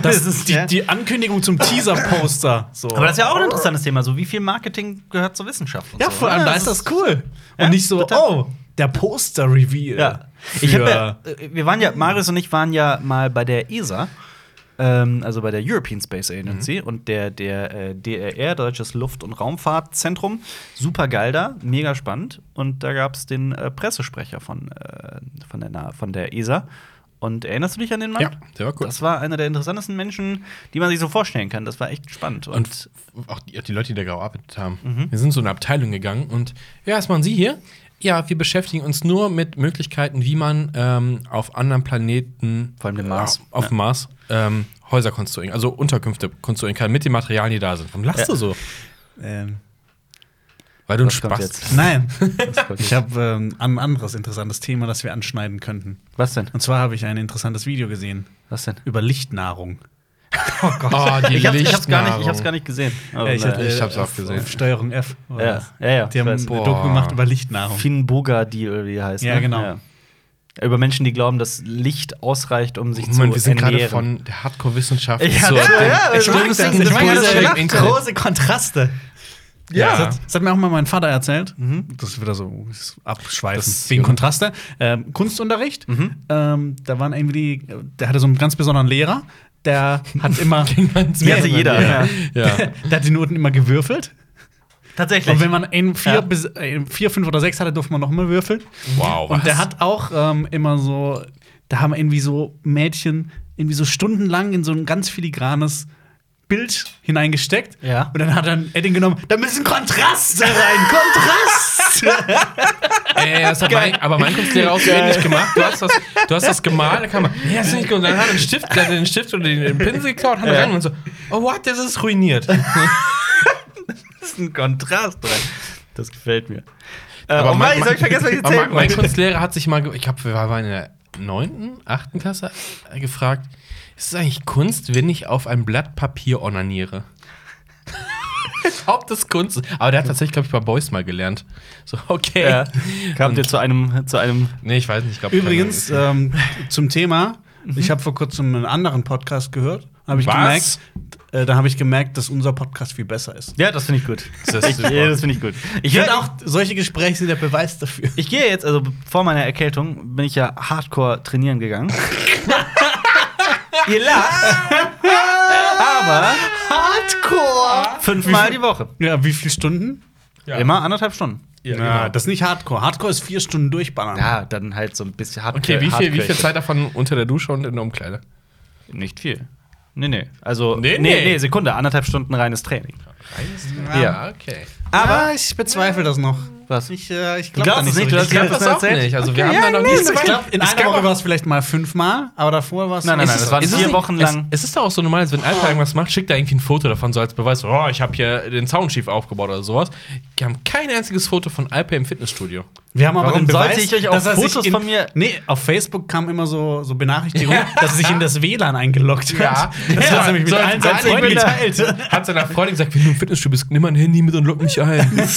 Speaker 3: das ist die,
Speaker 1: ja.
Speaker 3: die Ankündigung zum Teaser-Poster. So.
Speaker 1: Aber das ist ja auch ein interessantes Thema. So, wie viel Marketing gehört zur Wissenschaft? und
Speaker 3: Ja,
Speaker 1: so,
Speaker 3: vor allem,
Speaker 1: ne?
Speaker 3: da ist das cool.
Speaker 1: Ja,
Speaker 3: Und nicht so,
Speaker 1: total.
Speaker 3: oh, der Poster-Reveal.
Speaker 1: Ja.
Speaker 3: für-
Speaker 1: Ich hab ja, äh, wir waren ja, Marius und ich waren ja mal bei der ESA, ähm, also bei der European Space
Speaker 3: Mhm.
Speaker 1: Agency und der, der äh, DRR, Deutsches Luft- und Raumfahrtzentrum. Super geil da, mega spannend. Und da gab es den äh, Pressesprecher von, äh, von, der, Na- von der ESA. Und erinnerst du dich an den Mann?
Speaker 2: Ja, der war cool.
Speaker 1: Das war einer der interessantesten Menschen, die man sich so vorstellen kann. Das war echt spannend.
Speaker 2: Und auch die, auch die Leute, die da gearbeitet haben.
Speaker 1: Mhm.
Speaker 2: Wir sind so in eine Abteilung gegangen und ja, was machen Sie hier? Ja, wir beschäftigen uns nur mit Möglichkeiten, wie man ähm, auf anderen Planeten,
Speaker 1: Vor allem dem Mars.
Speaker 2: äh, auf dem Mars, ähm, Häuser konstruieren, also Unterkünfte konstruieren kann mit den Materialien, die da sind. Warum lachst
Speaker 1: Ja.
Speaker 2: du so?
Speaker 3: Ähm,
Speaker 2: Weil du ein
Speaker 1: Das kommt
Speaker 2: Spaß
Speaker 1: jetzt.
Speaker 2: bist.
Speaker 3: nein, ich
Speaker 1: ich hab,
Speaker 3: habe ähm, ein anderes interessantes Thema, das wir anschneiden könnten.
Speaker 1: was denn?
Speaker 3: Und zwar habe ich ein interessantes Video gesehen
Speaker 1: Was denn?
Speaker 3: über Lichtnahrung.
Speaker 2: Oh, die
Speaker 1: Ich hab's, ich hab's gar nicht,
Speaker 2: Lichtnahrung.
Speaker 1: ich hab's gar nicht gesehen. Also, Aber,
Speaker 3: Ja, hatte,
Speaker 2: ich hab's
Speaker 3: äh,
Speaker 2: auch
Speaker 3: auf-
Speaker 2: gesehen.
Speaker 3: auf Steuerung F. war
Speaker 1: Ja,
Speaker 3: das.
Speaker 1: ja, ja,
Speaker 3: Die
Speaker 1: ich
Speaker 3: haben eine
Speaker 1: weiß.
Speaker 3: Doku
Speaker 2: Boah.
Speaker 3: gemacht über Lichtnahrung.
Speaker 1: Finn Bogardi oder wie die heißt.
Speaker 3: Ja,
Speaker 1: ne?
Speaker 3: genau.
Speaker 1: Über Menschen, die glauben, dass Licht ausreicht, um sich
Speaker 2: Moment,
Speaker 1: zu
Speaker 2: wir sind gerade
Speaker 1: ernähren.
Speaker 2: von der Hardcore-Wissenschaft
Speaker 1: Ja,
Speaker 2: zu
Speaker 1: ja,
Speaker 2: dem
Speaker 1: ja,
Speaker 2: extrem
Speaker 1: mag das, das
Speaker 2: simplen
Speaker 1: mag das
Speaker 2: Bullshit im
Speaker 1: gemacht.
Speaker 2: Internet.
Speaker 3: Kontraste.
Speaker 2: Ja.
Speaker 3: Das, hat, das hat mir auch mal mein Vater erzählt. Das ist wieder so ist abschweifen. wegen Kontraste. Ähm, Kunstunterricht. Ähm, da waren irgendwie die, der hatte so einen ganz besonderen Lehrer. Der hat immer.
Speaker 2: ganz
Speaker 1: Mehr hatte
Speaker 3: mehrere
Speaker 1: jeder.
Speaker 3: Lehrer.
Speaker 1: Ja.
Speaker 2: Ja.
Speaker 3: der hat die Noten immer gewürfelt.
Speaker 1: Tatsächlich.
Speaker 3: Und wenn man in vier,
Speaker 1: Ja.
Speaker 3: bis, äh, in vier, fünf oder sechs hatte, durfte man noch mal würfeln.
Speaker 2: Wow,
Speaker 3: Und der
Speaker 2: was?
Speaker 3: hat auch ähm, immer so, da haben irgendwie so Mädchen irgendwie so stundenlang in so ein ganz filigranes Bild hineingesteckt.
Speaker 1: Ja.
Speaker 3: Und dann hat dann Edding genommen, da müssen Kontraste rein, Kontrast!
Speaker 2: Äh, das hat mein, aber mein Kunstlehrer auch so ähnlich gemacht. Du hast das, du hast das gemalt, da kam man, nee, das ist nicht gut. Und dann hat er den Stift, der hat den Stift oder den, den Pinsel geklaut, hat er rein und so, oh what, das ist ruiniert.
Speaker 1: das ist ein Kontrast drin. Das gefällt mir. Äh,
Speaker 2: Aber
Speaker 1: oh Mann, ich, soll, ich vergesse, was ich
Speaker 2: aber
Speaker 1: erzählen
Speaker 2: mein, mein
Speaker 1: wollte.
Speaker 2: Kunstlehrer hat sich mal, ge- ich glaube, wir waren in der 9., 8. Klasse äh, gefragt, ist es eigentlich Kunst, wenn ich auf ein Blatt Papier onaniere? Haupt des Kunst. Aber der hat tatsächlich, glaube ich, bei Boys mal gelernt. So, okay.
Speaker 1: Ja. Kamt ihr zu einem, zu einem
Speaker 2: Nee, ich weiß nicht, ich glaube.
Speaker 3: Übrigens, ähm, zum Thema, ich habe vor kurzem einen anderen Podcast gehört, habe ich
Speaker 2: Was?
Speaker 3: gemerkt, äh, da habe ich gemerkt, dass unser Podcast viel besser ist.
Speaker 1: Ja, das finde ich gut.
Speaker 2: Das ist
Speaker 1: ich,
Speaker 2: super.
Speaker 1: ja, das finde ich gut. Ich,
Speaker 3: Ich
Speaker 1: werd
Speaker 3: finde
Speaker 1: auch
Speaker 3: auch, solche Gespräche sind der Beweis dafür.
Speaker 1: Ich gehe jetzt, also vor meiner Erkältung, bin ich ja hardcore trainieren gegangen. Ihr lacht. Aber
Speaker 3: Hardcore!
Speaker 1: fünfmal die Woche.
Speaker 3: Ja, wie viele Stunden?
Speaker 1: Immer anderthalb Stunden.
Speaker 3: Ja, genau. Das ist nicht Hardcore. Hardcore ist vier Stunden durchballern.
Speaker 1: Ja, dann halt so ein bisschen hart.
Speaker 2: Okay, wie viel, wie viel
Speaker 1: Hardcore-
Speaker 2: Zeit davon unter der Dusche und in der Umkleide?
Speaker 1: Nicht viel. Nee, nee. Also,
Speaker 2: Nee,
Speaker 1: nee, nee,
Speaker 2: nee.
Speaker 1: Sekunde, anderthalb Stunden reines Training.
Speaker 2: Ja, Ah, okay.
Speaker 3: Aber ich bezweifle das noch.
Speaker 1: Was?
Speaker 3: Ich, äh, ich
Speaker 1: Du
Speaker 3: glaube
Speaker 1: glaubst es nicht, du hast
Speaker 2: Also Ich glaub
Speaker 1: das
Speaker 2: das auch
Speaker 1: erzählt?
Speaker 2: nicht. Also, wir
Speaker 1: Okay,
Speaker 2: haben da noch
Speaker 1: nee,
Speaker 2: nie
Speaker 1: das
Speaker 2: so
Speaker 3: Ich
Speaker 1: war-
Speaker 3: glaube, in
Speaker 2: Es
Speaker 3: einer
Speaker 2: gab
Speaker 3: Woche
Speaker 2: auch-
Speaker 3: war es vielleicht mal fünfmal, aber davor war es.
Speaker 1: Nein, nein,
Speaker 3: Ist
Speaker 1: nein,
Speaker 3: es-
Speaker 1: das waren
Speaker 3: ist es
Speaker 1: vier
Speaker 3: nicht-
Speaker 1: Wochen lang.
Speaker 2: Es, es ist doch auch so normal, dass wenn Alpha irgendwas macht, schickt er irgendwie ein Foto davon, so als Beweis, oh, ich habe hier den Zaun schief aufgebaut oder sowas. Wir haben kein einziges Foto von Alpha im Fitnessstudio.
Speaker 3: Wir haben aber
Speaker 1: Warum
Speaker 3: den Beweis,
Speaker 1: sollte ich euch auch
Speaker 3: dass er sich
Speaker 1: Fotos
Speaker 3: in,
Speaker 1: von mir-
Speaker 3: Nee, auf Facebook kamen immer so, so Benachrichtigungen, dass er sich in das WLAN eingeloggt hat.
Speaker 2: Ja. Ja,
Speaker 3: das hat er nämlich mit
Speaker 2: so als
Speaker 3: allen seinen Freunden
Speaker 2: Wahnsinniger-
Speaker 3: geteilt.
Speaker 1: halt.
Speaker 2: Hat seiner Freundin gesagt, wenn du im Fitnessstudio bist, nimm mein Handy mit und lock mich ein.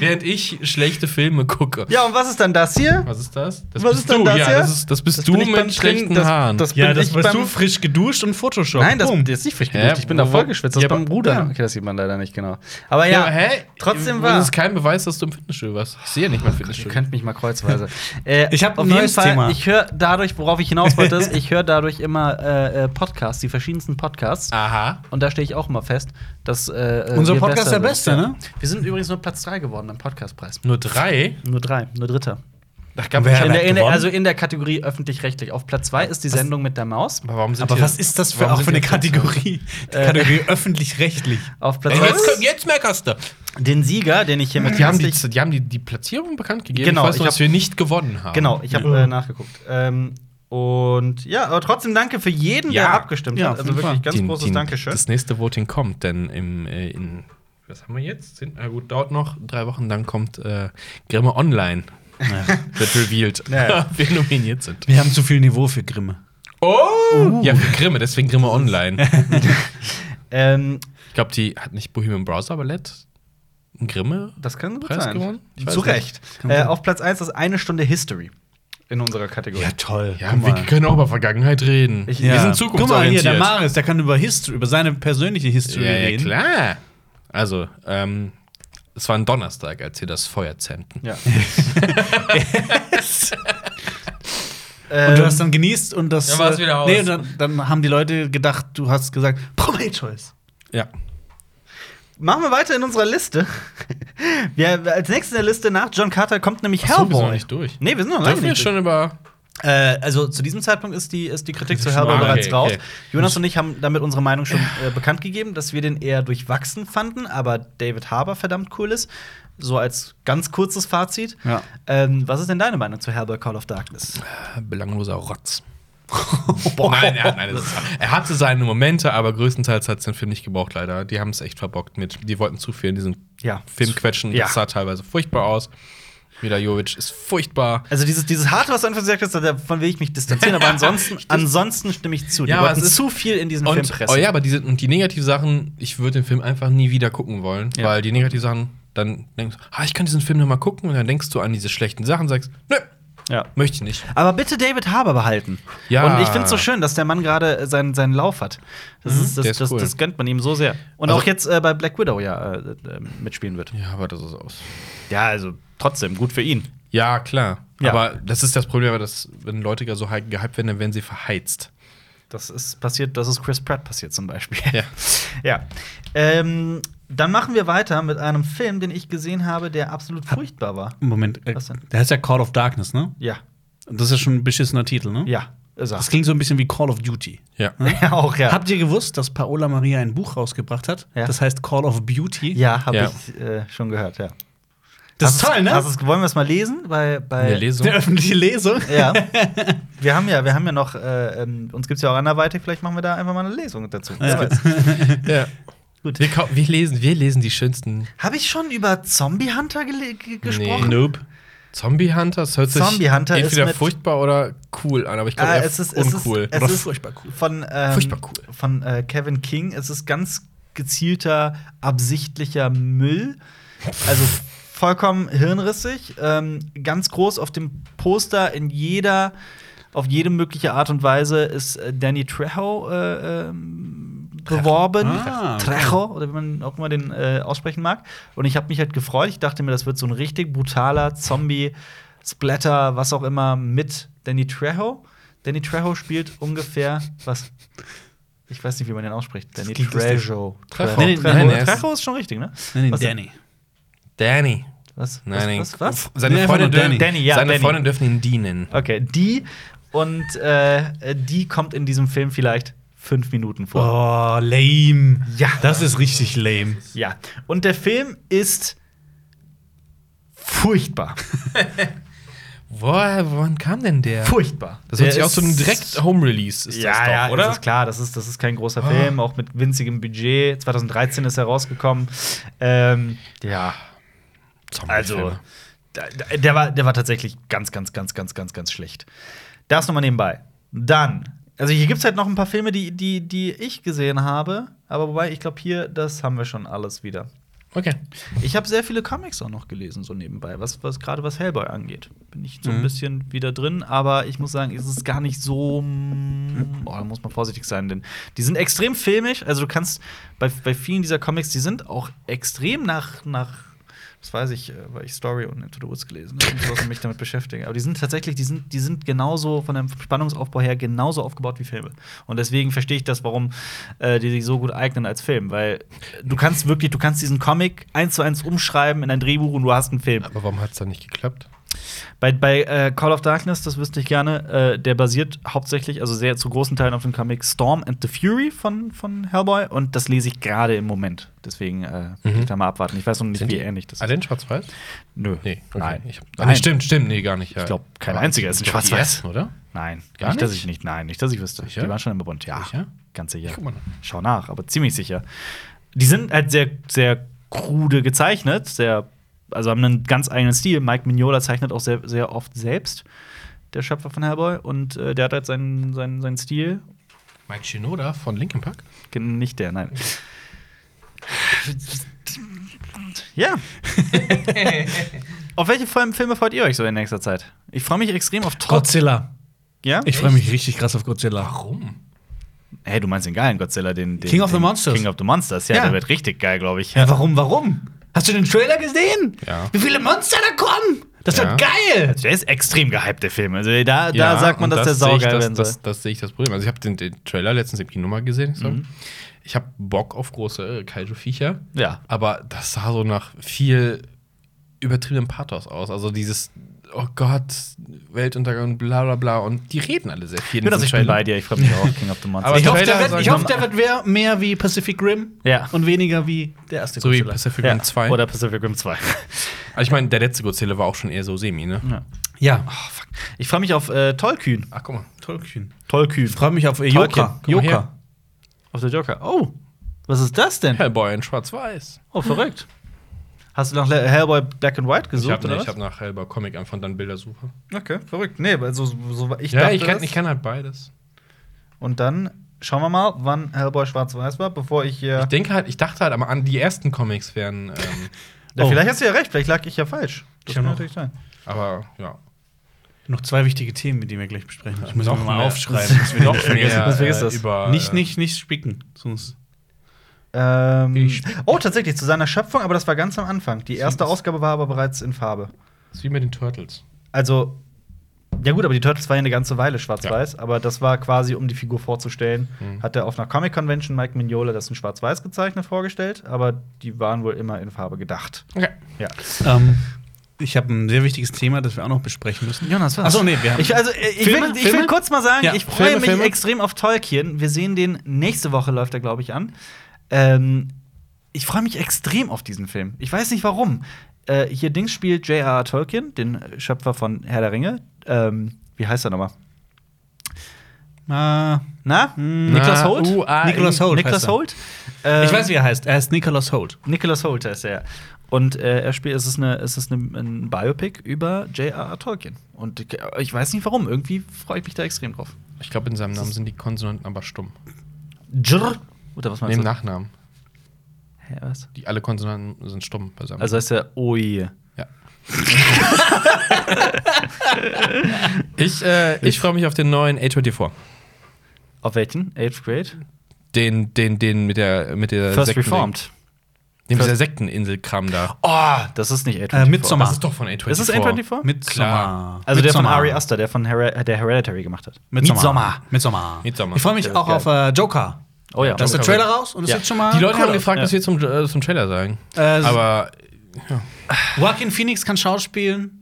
Speaker 2: Während ich schlechte Filme gucke.
Speaker 1: Ja, und was ist dann das hier?
Speaker 2: Was ist das? Das
Speaker 1: Was
Speaker 2: bist
Speaker 1: ist denn
Speaker 2: du,
Speaker 1: das
Speaker 2: ja,
Speaker 1: hier?
Speaker 2: das, ist, das bist
Speaker 1: Das
Speaker 2: du
Speaker 1: bin ich beim
Speaker 2: mit
Speaker 1: Training,
Speaker 2: schlechten
Speaker 1: das-
Speaker 2: Haaren.
Speaker 1: das-
Speaker 3: Ja,
Speaker 1: Bin
Speaker 3: das
Speaker 1: ich
Speaker 3: warst
Speaker 1: beim-
Speaker 3: du frisch geduscht und Photoshop.
Speaker 1: Nein, das
Speaker 3: Boom.
Speaker 1: das ist nicht frisch
Speaker 2: Hä?
Speaker 1: geduscht. Ich bin da
Speaker 2: Wo-
Speaker 1: voll geschwitzt.
Speaker 2: Ja,
Speaker 1: Das beim
Speaker 2: aber-
Speaker 1: Rudern.
Speaker 2: ja.
Speaker 1: Okay, das sieht man leider nicht genau. Aber
Speaker 2: ja,
Speaker 1: ja,
Speaker 2: aber hä?
Speaker 1: Trotzdem
Speaker 2: Das
Speaker 1: war.
Speaker 2: ist kein Beweis, dass du im Fitnessstudio warst. Ich sehe ja nicht mein
Speaker 1: Ihr
Speaker 2: Fitnessstudio.
Speaker 1: könnt mich mal kreuzweise. Äh,
Speaker 3: Ich hab ein
Speaker 1: auf jeden
Speaker 3: Lebensthema.
Speaker 1: Fall, ich höre dadurch, worauf ich hinaus wollte, ist, ich höre dadurch immer äh, äh, Podcasts, die verschiedensten Podcasts.
Speaker 2: Aha.
Speaker 1: Und da stehe ich auch immer fest, dass. Äh,
Speaker 3: Ah. Unser
Speaker 1: wir
Speaker 3: Podcast
Speaker 1: besser
Speaker 3: der
Speaker 1: sind.
Speaker 3: beste,
Speaker 1: Ja.
Speaker 3: ne?
Speaker 1: Wir sind übrigens nur Platz 3 geworden am Podcastpreis.
Speaker 2: Nur drei?
Speaker 1: Nur drei, nur Dritter.
Speaker 2: Ach, gab
Speaker 3: Wer-
Speaker 2: es-
Speaker 3: hat
Speaker 1: in der, in der,
Speaker 3: gewonnen?
Speaker 1: also in der Kategorie öffentlich-rechtlich. Auf Platz 2 ist die Sendung mit der Maus.
Speaker 2: Aber warum sind
Speaker 3: Aber
Speaker 2: hier-
Speaker 3: was ist das für,
Speaker 2: warum
Speaker 3: auch
Speaker 2: sind
Speaker 3: für eine
Speaker 2: hier Platz-
Speaker 3: Kategorie? Die Kategorie öffentlich-rechtlich.
Speaker 1: Auf Platz
Speaker 2: Ey, jetzt,
Speaker 1: eins
Speaker 2: komm- jetzt meckerst du.
Speaker 1: den Sieger, den ich hiermit
Speaker 2: Die haben, die,
Speaker 1: herzlich.
Speaker 2: die haben die, die Platzierung bekannt gegeben.
Speaker 1: Genau,
Speaker 2: ich weiß
Speaker 1: ich
Speaker 2: nur, dass
Speaker 1: hab-
Speaker 2: wir nicht gewonnen haben.
Speaker 1: Genau, ich habe
Speaker 3: Ja.
Speaker 1: äh, nachgeguckt. Ähm, und ja, aber trotzdem danke für jeden,
Speaker 2: Ja.
Speaker 1: der abgestimmt
Speaker 3: Ja,
Speaker 1: hat.
Speaker 3: auf
Speaker 1: Also
Speaker 3: jeden
Speaker 1: wirklich
Speaker 3: Fall.
Speaker 1: ganz
Speaker 2: Die-
Speaker 1: großes
Speaker 2: die-
Speaker 1: Dankeschön.
Speaker 2: Das nächste Voting kommt, denn im, äh, in, was haben wir jetzt? Sind, na gut, dauert noch drei Wochen, dann kommt äh, Grimme Online. Wird revealed,
Speaker 1: Ja.
Speaker 2: wer nominiert sind.
Speaker 3: Wir haben zu viel Niveau für Grimme.
Speaker 2: Oh! Ja, für Grimme, deswegen Grimme Online.
Speaker 1: Ähm,
Speaker 2: Ich glaube, die hat nicht Bohemian Browser Ballett einen Grimme
Speaker 1: das kann gut
Speaker 2: Preis
Speaker 1: sein.
Speaker 2: gewonnen? Ich weiß
Speaker 1: Zu
Speaker 2: nicht.
Speaker 1: Recht. Äh, auf Platz 1 ist eine Stunde History in unserer Kategorie.
Speaker 3: toll.
Speaker 2: Ja,
Speaker 3: Guck mal.
Speaker 2: wir können auch über Vergangenheit reden.
Speaker 1: Ich-
Speaker 2: Wir
Speaker 1: Ja.
Speaker 2: sind
Speaker 3: Guck mal hier,
Speaker 2: zukunftsorientiert.
Speaker 3: der Maris, der kann über History, über seine persönliche History
Speaker 2: ja, ja,
Speaker 3: reden.
Speaker 2: klar. Also, ähm, es war ein Donnerstag, als sie das Feuer zähmten.
Speaker 1: Ja.
Speaker 3: Und du
Speaker 1: ähm,
Speaker 3: hast dann genießt und das.
Speaker 2: Dann war's wieder
Speaker 3: äh,
Speaker 2: aus.
Speaker 3: Nee, und dann, dann haben die Leute gedacht, du hast gesagt, Prometheus.
Speaker 2: Ja.
Speaker 1: machen wir weiter in unserer Liste. wir, als nächstes in der Liste nach John Carter kommt nämlich
Speaker 2: Ach so, wir sind
Speaker 1: Hellboy.
Speaker 2: noch nicht durch.
Speaker 1: Nee, wir sind noch lange
Speaker 2: Dürfen
Speaker 1: nicht
Speaker 2: wir
Speaker 1: durch.
Speaker 2: schon über
Speaker 1: Äh, also zu diesem Zeitpunkt ist die, ist die Kritik zu
Speaker 2: schon-
Speaker 1: Hellboy
Speaker 2: ah, okay,
Speaker 1: bereits raus.
Speaker 2: okay.
Speaker 1: Jonas und ich haben damit unsere Meinung schon äh, bekannt gegeben, dass wir den eher durchwachsen fanden, aber David Harbour verdammt cool ist. So als ganz kurzes Fazit.
Speaker 3: Ja.
Speaker 1: Ähm, was ist denn deine Meinung zu Hellboy Call of Darkness?
Speaker 2: belangloser Rotz. nein, ja, nein, das ist, er hatte seine Momente, aber größtenteils hat es den Film nicht gebraucht, leider. Die haben es echt verbockt mit. Die wollten zu viel in diesen
Speaker 1: Ja.
Speaker 2: Film quetschen.
Speaker 1: Ja.
Speaker 2: Das sah teilweise furchtbar aus. Mila Jovic ist furchtbar.
Speaker 1: Also dieses, dieses Harte, was du einfach gesagt hast, davon will ich mich distanzieren, aber ansonsten, ansonsten stimme ich zu. Die
Speaker 2: Ja, aber
Speaker 1: wollten
Speaker 2: es ist-
Speaker 1: zu viel in diesen Film
Speaker 2: Und,
Speaker 1: pressen.
Speaker 2: oh ja, aber diese, und die negativen Sachen, ich würde den Film einfach nie wieder gucken wollen,
Speaker 1: Ja.
Speaker 2: weil die negativen Sachen, dann denkst du, ah, ich kann diesen Film noch mal gucken und dann denkst du an diese schlechten Sachen und sagst, nö,
Speaker 1: Ja.
Speaker 2: möchte ich nicht.
Speaker 1: Aber bitte David Harbour behalten.
Speaker 2: Ja.
Speaker 1: Und ich finde es so schön, dass der Mann gerade äh, seinen, seinen Lauf hat. Das, ist, das,
Speaker 2: Mhm. Der ist
Speaker 1: das,
Speaker 2: cool.
Speaker 1: das gönnt man ihm so sehr. Und
Speaker 2: Also-
Speaker 1: auch jetzt äh, bei Black Widow ja äh, äh, mitspielen wird.
Speaker 2: Ja, aber das ist aus.
Speaker 1: Ja, also trotzdem, gut für ihn.
Speaker 2: Ja, klar.
Speaker 1: Ja.
Speaker 2: Aber das ist das Problem, aber das, wenn Leute ja so hy- gehypt werden, dann werden sie verheizt.
Speaker 1: Das ist passiert, das ist Chris Pratt passiert zum Beispiel.
Speaker 2: Ja.
Speaker 1: ja. Ähm, dann machen wir weiter mit einem Film, den ich gesehen habe, der absolut furchtbar war.
Speaker 3: Moment, äh,
Speaker 1: Was denn?
Speaker 3: der heißt ja Call of Darkness, ne?
Speaker 1: Ja,
Speaker 3: Das ist ja schon ein beschissener Titel, ne?
Speaker 1: ja, ist er.
Speaker 3: Das klingt so ein bisschen wie Call of Duty.
Speaker 2: Ja.
Speaker 1: Ja, auch, ja.
Speaker 3: Habt ihr gewusst, dass Paola Maria ein Buch rausgebracht hat?
Speaker 1: Ja.
Speaker 3: Das heißt Call of Beauty.
Speaker 1: ja, habe
Speaker 2: Ja.
Speaker 1: ich äh, schon gehört, ja.
Speaker 3: Das
Speaker 1: Hast
Speaker 3: ist toll,
Speaker 1: du's-
Speaker 3: ne?
Speaker 1: hast du's- wollen wir es mal lesen? Bei, bei
Speaker 2: Eine Lesung.
Speaker 3: Eine öffentliche Lesung.
Speaker 1: Ja. Wir haben ja, wir haben ja noch, äh, ähm, uns gibt es ja auch anderweitig, vielleicht machen wir da einfach mal eine Lesung dazu.
Speaker 3: Ja.
Speaker 2: Ja.
Speaker 1: Gut.
Speaker 2: Wir, kau- wir, lesen, wir lesen die schönsten
Speaker 1: Habe ich schon über Zombie Hunter gele- ge- gesprochen?
Speaker 3: Nope.
Speaker 2: Zombie Hunter. Das hört sich
Speaker 1: Zombie Hunter ist
Speaker 2: entweder
Speaker 1: mit-
Speaker 2: furchtbar oder cool an, aber ich glaube,
Speaker 1: Äh,
Speaker 2: eher
Speaker 1: es ist- es ist-
Speaker 2: uncool.
Speaker 1: es-
Speaker 3: Oder
Speaker 1: ist-
Speaker 3: furchtbar cool.
Speaker 1: Von, ähm,
Speaker 2: Furchtbar cool.
Speaker 1: von äh, Kevin King. Es ist ganz gezielter, absichtlicher Müll. Also vollkommen hirnrissig. Ähm, ganz groß auf dem Poster in jeder, auf jede mögliche Art und Weise ist äh, Danny Trejo äh, ähm, beworben.
Speaker 3: Ah, okay.
Speaker 1: Trejo, oder wie man auch immer den äh, aussprechen mag. Und ich habe mich halt gefreut. Ich dachte mir, das wird so ein richtig brutaler Zombie, Splatter, was auch immer, mit Danny Trejo. Danny Trejo spielt ungefähr was. Ich weiß nicht, wie man den ausspricht. Danny
Speaker 3: klingt lustig.
Speaker 1: Trejo.
Speaker 2: Trejo.
Speaker 1: Nee, nee,
Speaker 2: Nein,
Speaker 1: Trejo.
Speaker 2: er ist-
Speaker 1: Trejo ist schon richtig, ne?
Speaker 3: Nein,
Speaker 1: Was-
Speaker 3: nein, Danny.
Speaker 2: Danny.
Speaker 1: Was?
Speaker 2: Nein,
Speaker 1: was?
Speaker 2: nein.
Speaker 1: was? was?
Speaker 2: Seine,
Speaker 3: Nee, einfach
Speaker 2: Freunde
Speaker 3: nur
Speaker 2: dürfen,
Speaker 3: Danny.
Speaker 1: Danny, ja,
Speaker 2: seine
Speaker 1: Danny.
Speaker 2: Freunde dürfen ihn dienen.
Speaker 1: Okay, die und äh, die kommt in diesem Film vielleicht fünf Minuten vor.
Speaker 3: Oh, lame.
Speaker 1: Ja.
Speaker 3: Das ist richtig lame.
Speaker 1: Ja, und der Film ist furchtbar.
Speaker 2: Woher, wann kam denn der?
Speaker 1: Furchtbar.
Speaker 2: Das hört sich
Speaker 1: Der
Speaker 2: auch so ein
Speaker 1: ist-
Speaker 2: direkt Home Release ist
Speaker 1: ja,
Speaker 2: das doch,
Speaker 1: ja,
Speaker 2: oder? Ah.
Speaker 1: Das ist klar, das ist, das ist kein großer Film, auch mit winzigem Budget. 2013 ist er rausgekommen. Ähm, ja, also
Speaker 2: Zombie-Filme.
Speaker 1: da- da- der war, der war tatsächlich ganz, ganz, ganz, ganz, ganz, ganz schlecht. Das nochmal nebenbei. Dann, also hier gibt es halt noch ein paar Filme, die, die, die ich gesehen habe, aber wobei, ich glaube, hier, das haben wir schon alles wieder.
Speaker 2: Okay.
Speaker 1: Ich habe sehr viele Comics auch noch gelesen, so nebenbei, was, was gerade was Hellboy angeht. Bin ich so ein
Speaker 3: Mhm.
Speaker 1: bisschen wieder drin, aber ich muss sagen, es ist gar nicht so. mm, Oh, da muss man vorsichtig sein, denn die sind extrem filmisch. Also, du kannst bei, bei vielen dieser Comics, die sind auch extrem nach. nach das weiß ich, äh, weil ich Story und Into the Woods gelesen habe und sowas und mich damit beschäftige. Aber die sind tatsächlich, die sind, die sind genauso von dem Spannungsaufbau her genauso aufgebaut wie Filme. Und deswegen verstehe ich das, warum äh, die sich so gut eignen als Film. Weil du kannst wirklich, du kannst diesen Comic eins zu eins umschreiben in ein Drehbuch und du hast einen Film.
Speaker 2: Aber warum hat es dann nicht geklappt?
Speaker 1: Bei, bei äh, Call of Darkness, das wüsste ich gerne, äh, der basiert hauptsächlich, also sehr zu großen Teilen auf dem Comic Storm and the Fury von, von Hellboy. Und das lese ich gerade im Moment. Deswegen äh, will ich da mal abwarten. Ich weiß noch nicht,
Speaker 2: Mhm. Sind
Speaker 1: wie
Speaker 2: die
Speaker 1: ähnlich das ist.
Speaker 2: Alle in schwarz-weiß?
Speaker 1: Nö.
Speaker 2: Nee, okay.
Speaker 1: Nein.
Speaker 2: Ich hab, Ah,
Speaker 1: Nein.
Speaker 2: nee, stimmt, stimmt, nee, gar nicht. Ja.
Speaker 1: Ich glaube, kein
Speaker 2: Aber
Speaker 1: einziger ist in
Speaker 2: ich glaub, die
Speaker 1: Schwarz-Weiß.
Speaker 2: ersten, oder?
Speaker 1: Nein.
Speaker 2: Gar
Speaker 1: nicht, dass
Speaker 2: nicht?
Speaker 1: ich nicht. Nein, nicht, dass ich wüsste.
Speaker 2: Sicher?
Speaker 1: Die waren schon immer bunt. Ja.
Speaker 2: Sicher?
Speaker 1: Ganz sicher.
Speaker 2: Ich guck mal nach.
Speaker 1: Schau nach, aber ziemlich sicher. Die sind halt sehr, sehr krude gezeichnet, sehr, also haben einen ganz eigenen Stil. Mike Mignola zeichnet auch sehr, sehr oft selbst, der Schöpfer von Hellboy, und äh, der hat halt seinen, seinen, seinen Stil.
Speaker 2: Mike Shinoda von Linkin Park?
Speaker 1: Gen- Nicht der, nein. ja. auf welche Film- Filme freut ihr euch so in nächster Zeit? Ich freue mich extrem auf Todd.
Speaker 3: Godzilla.
Speaker 1: Ja?
Speaker 3: Ich freue mich richtig krass auf Godzilla.
Speaker 2: Warum?
Speaker 1: Hey, du meinst den geilen Godzilla, den, den
Speaker 3: King of the
Speaker 1: den
Speaker 3: Monsters.
Speaker 1: King of the Monsters, ja,
Speaker 3: Ja.
Speaker 1: der wird richtig geil, glaube ich.
Speaker 3: Ja, warum, warum? Hast du den Trailer gesehen?
Speaker 2: Ja.
Speaker 3: Wie viele Monster da kommen? Das
Speaker 2: Ja.
Speaker 3: wird geil!
Speaker 1: Der ist extrem gehypt, der Film. Also da, da
Speaker 2: Ja,
Speaker 1: sagt man,
Speaker 2: und
Speaker 1: dass der
Speaker 2: sehe ich
Speaker 1: saugeil
Speaker 2: das,
Speaker 1: werden soll.
Speaker 2: Das, das, sehe ich das Problem. Also ich habe den, den Trailer letztens im Kino mal gesehen. Ich, sag.
Speaker 1: Mhm.
Speaker 2: ich habe Bock auf große äh, Kaiju-Viecher.
Speaker 1: Ja.
Speaker 2: Aber das sah so nach viel übertriebenem Pathos aus. Also dieses, oh Gott, Weltuntergang, bla bla bla. Und die reden alle sehr viel. in
Speaker 1: Genau,
Speaker 2: diesem
Speaker 1: ich bin
Speaker 2: Trailer.
Speaker 1: bei dir, ich freue mich auch, King of the Monsters.
Speaker 2: Aber
Speaker 3: ich hoffe,
Speaker 2: Trailer
Speaker 3: der wird,
Speaker 2: sagen
Speaker 3: ich hoffe,
Speaker 2: wir
Speaker 3: der wird mehr, mehr wie Pacific Rim
Speaker 1: Ja.
Speaker 3: und weniger wie der erste
Speaker 2: So wie
Speaker 3: Godzilla.
Speaker 2: Pacific
Speaker 1: ja.
Speaker 2: Rim 2.
Speaker 1: Oder Pacific Rim 2.
Speaker 2: also ich meine, der letzte Godzilla war auch schon eher so semi, ne?
Speaker 1: ja.
Speaker 3: ja,
Speaker 1: oh, fuck. Ich freue mich auf äh, Tollkühn.
Speaker 2: Ach, guck mal.
Speaker 3: Tolkien.
Speaker 1: Tollkühn.
Speaker 3: Ich freue mich auf äh,
Speaker 1: Tolkien.
Speaker 3: Joka.
Speaker 2: Guck mal
Speaker 3: Joka.
Speaker 2: her.
Speaker 1: Auf der Joker. Oh, was ist das denn?
Speaker 2: Hellboy in Schwarz-Weiß.
Speaker 1: Oh, verrückt. Hast du nach Le- Hellboy Black and White
Speaker 2: Ich
Speaker 1: gesucht,
Speaker 2: habe
Speaker 1: oder
Speaker 2: nee, ich
Speaker 1: was?
Speaker 2: hab nach Hellboy Comic einfach und dann Bildersuche.
Speaker 1: okay, verrückt. Nee, weil so, so ich
Speaker 2: Ja,
Speaker 1: dachte
Speaker 2: ich kann,
Speaker 1: das.
Speaker 2: ich kann halt beides.
Speaker 1: Und dann schauen wir mal, wann Hellboy schwarz-weiß war, bevor ich hier
Speaker 2: Ich denke halt, ich dachte halt, aber an die ersten Comics wären. Ähm,
Speaker 1: Ja,
Speaker 3: Oh.
Speaker 1: Vielleicht hast du ja recht, vielleicht lag ich ja falsch.
Speaker 3: Ich
Speaker 1: Das
Speaker 3: hab
Speaker 1: kann
Speaker 3: noch-
Speaker 1: natürlich sein.
Speaker 2: aber ja.
Speaker 3: Noch zwei wichtige Themen, mit denen wir gleich besprechen. Ich muss
Speaker 2: Noch
Speaker 3: noch mal
Speaker 2: mehr.
Speaker 3: aufschreiben. dass wir
Speaker 2: Noch
Speaker 3: nicht vergessen.
Speaker 2: mehr,
Speaker 1: das vergiss
Speaker 2: äh,
Speaker 1: das.
Speaker 2: Über,
Speaker 3: Nicht,
Speaker 2: äh,
Speaker 3: nicht, nicht spicken. Sonst
Speaker 1: Ähm,
Speaker 2: Ich-
Speaker 1: oh, tatsächlich, zu seiner Schöpfung, aber das war ganz am Anfang. Die erste Ausgabe war aber bereits in Farbe.
Speaker 2: äh, Ist wie mit den Turtles.
Speaker 1: Also, ja gut, aber die Turtles waren ja eine ganze Weile schwarz-weiß, aber das war quasi, um die Figur vorzustellen, hat er auf einer Comic-Convention Mike Mignola das in schwarz-weiß gezeichnet vorgestellt, aber die waren wohl immer in Farbe gedacht.
Speaker 2: Okay.
Speaker 1: Ja.
Speaker 3: Ähm, ich habe ein sehr wichtiges Thema, das wir auch noch besprechen müssen.
Speaker 1: Jonas,
Speaker 3: was?
Speaker 1: Achso, nee, wir haben.
Speaker 3: Ich-
Speaker 1: also, ich,
Speaker 3: Filme?
Speaker 1: will, ich will
Speaker 3: Filme?
Speaker 1: kurz mal sagen,
Speaker 3: Ja,
Speaker 1: ich freue
Speaker 3: Filme,
Speaker 1: mich
Speaker 3: Filme.
Speaker 1: extrem auf Tolkien. Wir sehen den nächste Woche, läuft er, glaube ich, an. Ähm, ich freue mich extrem auf diesen Film. Ich weiß nicht warum. Äh, hier Dings spielt J.R.R. Tolkien, den äh, Schöpfer von Herr der Ringe. Ähm, wie heißt er nochmal?
Speaker 3: Ah,
Speaker 1: Na?
Speaker 3: Na,
Speaker 1: Niklas Holt?
Speaker 2: U, A,
Speaker 3: Nicholas Holt.
Speaker 1: Niklas
Speaker 3: heißt er.
Speaker 1: Holt? Ähm,
Speaker 3: Ich weiß, wie er heißt. Er heißt Nicholas Holt.
Speaker 1: Nicholas Holt heißt er. Und äh, er spielt, es ist, eine, es ist eine, ein Biopic über J.R.R. Tolkien. Und ich- äh, ich weiß nicht warum. Irgendwie freue ich mich da extrem drauf.
Speaker 2: Ich glaube, in seinem Namen sind die Konsonanten aber stumm.
Speaker 1: Jr. Oder was
Speaker 2: Neben
Speaker 1: meinst du?
Speaker 2: Nachnamen.
Speaker 1: Hä, was?
Speaker 2: Die, alle Konsonanten sind stumm bei seinem
Speaker 1: Also heißt er Oi.
Speaker 2: ja. ich äh, ich freue mich auf den neuen A24.
Speaker 1: Auf welchen? Eighth Grade?
Speaker 2: Den, den, den mit der mit der
Speaker 1: First
Speaker 2: Sekten-
Speaker 1: Reformed.
Speaker 2: Den mit
Speaker 1: First-
Speaker 2: der Sekteninsel-Kram da.
Speaker 1: Oh, das ist nicht A24.
Speaker 3: Äh, Midsommar.
Speaker 1: Das
Speaker 2: ist doch von A24.
Speaker 1: Ist es A24?
Speaker 3: Mit
Speaker 2: Klar.
Speaker 1: also der von
Speaker 3: Midsommar.
Speaker 1: Ari Aster, der von Her der Hereditary gemacht hat.
Speaker 3: Midsommar. Midsommar.
Speaker 2: Midsommar.
Speaker 3: Ich freue mich
Speaker 1: Der ist
Speaker 3: auch
Speaker 1: geil.
Speaker 3: auf äh, Joker.
Speaker 1: Oh ja.
Speaker 3: Da ist der
Speaker 2: Joker.
Speaker 3: Trailer raus und es
Speaker 1: Ja.
Speaker 3: ist jetzt schon mal.
Speaker 2: Die Leute
Speaker 3: cooler.
Speaker 2: haben gefragt,
Speaker 1: Ja. Also
Speaker 2: was wir zum, äh, zum Trailer sagen.
Speaker 3: Äh, es-
Speaker 2: aber
Speaker 3: Joaquin Phoenix kann Schauspielen.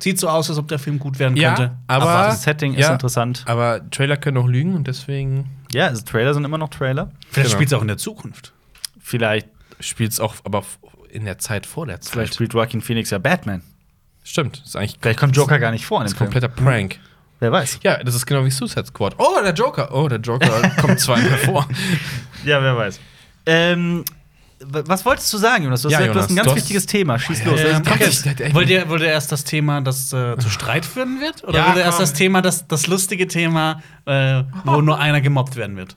Speaker 3: Sieht so aus, als ob der Film gut werden könnte.
Speaker 2: aber
Speaker 1: Aber das Setting ist interessant.
Speaker 2: Aber Trailer können auch lügen und deswegen
Speaker 1: Ja, also Trailer sind immer noch Trailer.
Speaker 2: Genau.
Speaker 3: Vielleicht spielt es auch in der Zukunft.
Speaker 1: Vielleicht,
Speaker 2: spielt es auch, aber f- in der Zeit vor der Zeit.
Speaker 1: vielleicht spielt Joaquin Phoenix ja Batman.
Speaker 2: Stimmt, ist eigentlich
Speaker 1: Vielleicht kommt Joker gar nicht vor in
Speaker 2: ist
Speaker 1: dem
Speaker 2: ein
Speaker 1: Film.
Speaker 2: kompletter Prank.
Speaker 1: Wer weiß.
Speaker 2: Ja, das ist genau wie Suicide Squad. Oh, der Joker. Oh, der Joker kommt zweimal vor.
Speaker 1: Ja, wer weiß. Ähm, w- was wolltest du sagen, Jonas? Du hast,
Speaker 2: Ja,
Speaker 1: gesagt, du hast ein ganz
Speaker 2: Jonas, du hast-
Speaker 1: wichtiges Thema. Schieß los.
Speaker 2: ja.
Speaker 1: Das
Speaker 3: Ähm,
Speaker 1: ist-
Speaker 2: Komm,
Speaker 3: okay.
Speaker 2: jetzt, jetzt, jetzt.
Speaker 3: wollt, ihr, wollt ihr erst das Thema, das äh, zu Streit führen wird? Oder
Speaker 2: Ja,
Speaker 3: wollt ihr erst
Speaker 2: komm.
Speaker 3: das Thema, das, das lustige Thema, äh, wo nur einer gemobbt werden wird?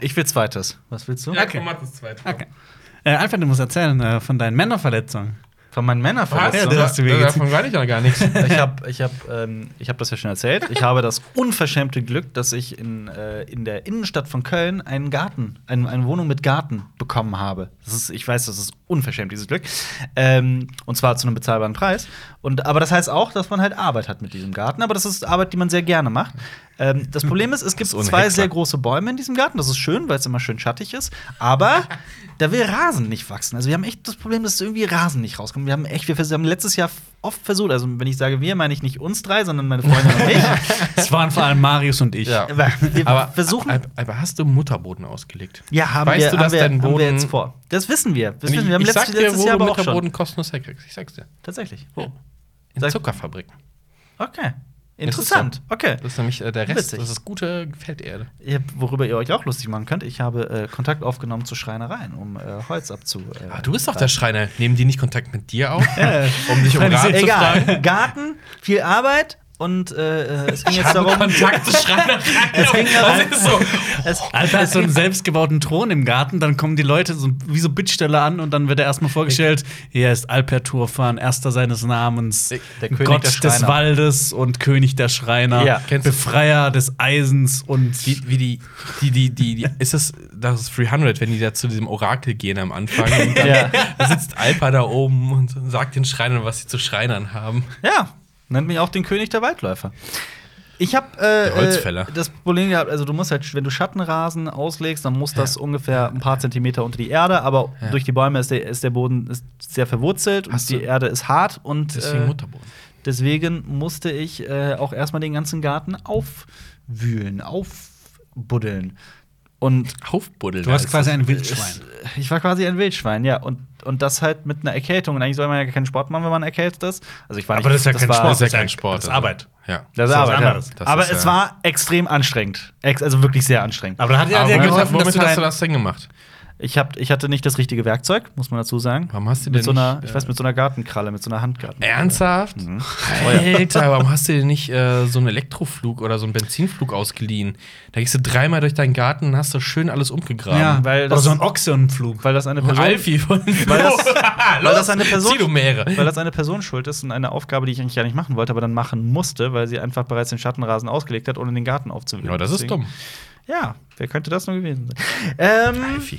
Speaker 1: Ich will zweites. Was willst du?
Speaker 3: komm,
Speaker 2: mach das zweite.
Speaker 3: Okay. Äh, Alfred, du musst erzählen äh, von deinen Männerverletzungen.
Speaker 1: Von meinen
Speaker 3: Ja,
Speaker 1: Männerverletzungen.
Speaker 3: das hast du mir gezeigt.
Speaker 2: Davon weiß ich ja gar nichts.
Speaker 1: Ich habe ich hab, ähm, ich hab das ja schon erzählt. Ich habe das unverschämte Glück, dass ich in, äh, in der Innenstadt von Köln einen Garten, ein, eine Wohnung mit Garten bekommen habe. Das ist, ich weiß, das ist unverschämt, dieses Glück. Ähm, und zwar zu einem bezahlbaren Preis. Und, aber das heißt auch, dass man halt Arbeit hat mit diesem Garten. Aber das ist Arbeit, die man sehr gerne macht. Ähm, das Problem ist, es gibt
Speaker 2: So ein
Speaker 1: zwei
Speaker 2: Hexer.
Speaker 1: sehr große Bäume in diesem Garten. Das ist schön, weil es immer schön schattig ist. Aber da will Rasen nicht wachsen. Also wir haben echt das Problem, dass irgendwie Rasen nicht rauskommt. Wir haben echt, wir vers- haben letztes Jahr oft versucht. Also wenn ich sage wir, meine ich nicht uns drei, sondern meine Freundin und ich.
Speaker 3: Es waren vor allem Marius und ich.
Speaker 2: Ja.
Speaker 1: Aber wir
Speaker 2: Aber
Speaker 1: versuchen.
Speaker 2: Al- Aber hast du Mutterboden ausgelegt?
Speaker 1: ja, haben
Speaker 2: weißt
Speaker 1: wir,
Speaker 2: du,
Speaker 1: haben
Speaker 2: dass
Speaker 1: wir,
Speaker 2: dein
Speaker 1: haben
Speaker 2: Boden-
Speaker 1: wir jetzt vor. Das wissen wir. Das wissen wir. wir haben
Speaker 2: ich
Speaker 1: letztes,
Speaker 2: sag dir,
Speaker 1: letztes
Speaker 2: wo
Speaker 1: Jahr
Speaker 2: du
Speaker 1: aber auch schon.
Speaker 2: Mutterboden kostenlos herkriegst. Ich sag's dir.
Speaker 1: Tatsächlich.
Speaker 2: In
Speaker 1: Sag-
Speaker 2: Zuckerfabriken.
Speaker 1: Okay. Interessant. Okay.
Speaker 2: Das ist nämlich äh, der Rest.
Speaker 1: Witzig.
Speaker 2: Das ist gute Felderde.
Speaker 1: Ihr, worüber ihr euch auch lustig machen könnt, ich habe äh, Kontakt aufgenommen zu Schreinereien, um äh, Holz abzu. Äh,
Speaker 2: Ah, du bist doch der Schreiner. Nehmen die nicht Kontakt mit dir auf, um dich um
Speaker 3: Freddy,
Speaker 2: Rat
Speaker 3: sie-
Speaker 2: zu
Speaker 1: Egal.
Speaker 2: fragen?
Speaker 1: Garten, viel Arbeit und äh, äh, es ging jetzt
Speaker 2: Haben
Speaker 1: darum. halt.
Speaker 2: Kontakt zu Schreiner. das ist so.
Speaker 1: Es,
Speaker 2: Oh,
Speaker 3: Alter ist so ein selbstgebauten Thron im Garten, dann kommen die Leute so, wie so Bittsteller an und dann wird er erstmal vorgestellt, hier ist Alper Turfan, erster seines Namens,
Speaker 2: Der
Speaker 1: König
Speaker 3: Gott
Speaker 1: der
Speaker 3: des
Speaker 1: Schreiner."
Speaker 3: Waldes und König der Schreiner,
Speaker 1: Ja.
Speaker 2: Kennst du-
Speaker 3: Befreier des Eisens und
Speaker 2: Wie, wie die, die, die, die, die, ist das, das ist 300, wenn die da zu diesem Orakel gehen am Anfang und dann
Speaker 1: Ja.
Speaker 2: sitzt Alpa da oben und sagt den Schreinern, was sie zu Schreinern haben.
Speaker 1: ja, nennt mich auch den König der Waldläufer. Ich habe äh,
Speaker 2: Der Holzfäller.
Speaker 1: äh, das Problem gehabt, also du musst halt, wenn du Schattenrasen auslegst, dann muss das ungefähr ein paar Zentimeter unter die Erde, aber
Speaker 2: Ja.
Speaker 1: durch die Bäume ist der, ist der Boden ist sehr verwurzelt
Speaker 2: Hast
Speaker 1: und die
Speaker 2: du-
Speaker 1: Erde ist hart und
Speaker 2: Deswegen
Speaker 1: äh,
Speaker 2: Mutterboden.
Speaker 1: Deswegen musste ich äh, auch erstmal den ganzen Garten aufwühlen, aufbuddeln. Und
Speaker 2: Aufbuddeln.
Speaker 3: du hast
Speaker 2: heißt
Speaker 3: quasi
Speaker 2: das.
Speaker 3: ein Wildschwein.
Speaker 1: Äh, es- ich war quasi ein Wildschwein, ja. Und, und das halt mit einer Erkältung. Und eigentlich soll man ja keinen Sport machen, wenn man erkältet ist. Also ich war nicht, war-
Speaker 2: Sport. Das ist ja kein Sport,
Speaker 3: Das ist
Speaker 2: also.
Speaker 3: Arbeit.
Speaker 2: Ja.
Speaker 1: Das ist
Speaker 3: Das ist was
Speaker 1: Arbeit, ja.
Speaker 3: anderes.
Speaker 2: Das
Speaker 1: Aber
Speaker 2: ist,
Speaker 1: es
Speaker 2: äh,
Speaker 1: war extrem anstrengend. Ex also wirklich sehr anstrengend.
Speaker 3: Aber da hat ja
Speaker 2: Aber
Speaker 3: dir
Speaker 2: womit,
Speaker 3: geholfen, dass
Speaker 2: womit
Speaker 3: du
Speaker 2: hast du
Speaker 3: dein,
Speaker 2: das denn gemacht?
Speaker 1: Ich, hab, ich hatte nicht das richtige Werkzeug, muss man dazu sagen.
Speaker 2: Warum hast du
Speaker 1: mit
Speaker 2: denn
Speaker 1: so einer,
Speaker 2: nicht,
Speaker 1: Ich
Speaker 2: äh,
Speaker 1: weiß, mit so einer Gartenkralle, mit so einer Handgarten.
Speaker 2: Ernsthaft?
Speaker 1: Mhm.
Speaker 2: Alter, warum hast du dir nicht äh, so einen Elektroflug oder so einen Benzinflug ausgeliehen? Da gehst du dreimal durch deinen Garten und hast das schön alles umgegraben.
Speaker 3: ja,
Speaker 1: weil
Speaker 3: oder
Speaker 1: das-
Speaker 3: so ein Ochse und ein Flug.
Speaker 1: Weil das eine Person.
Speaker 2: Alfie von
Speaker 1: Also, Weil das- weil das eine Person-
Speaker 2: Silomere.
Speaker 1: Weil das eine Person schuld ist und eine Aufgabe, die ich eigentlich gar nicht machen wollte, aber dann machen musste, weil sie einfach bereits den Schattenrasen ausgelegt hat, ohne den Garten aufzuwühlen.
Speaker 2: Ja, das ist
Speaker 1: Deswegen-
Speaker 2: dumm.
Speaker 1: Ja, wer könnte das nur gewesen sein? Ähm,
Speaker 2: Alfie.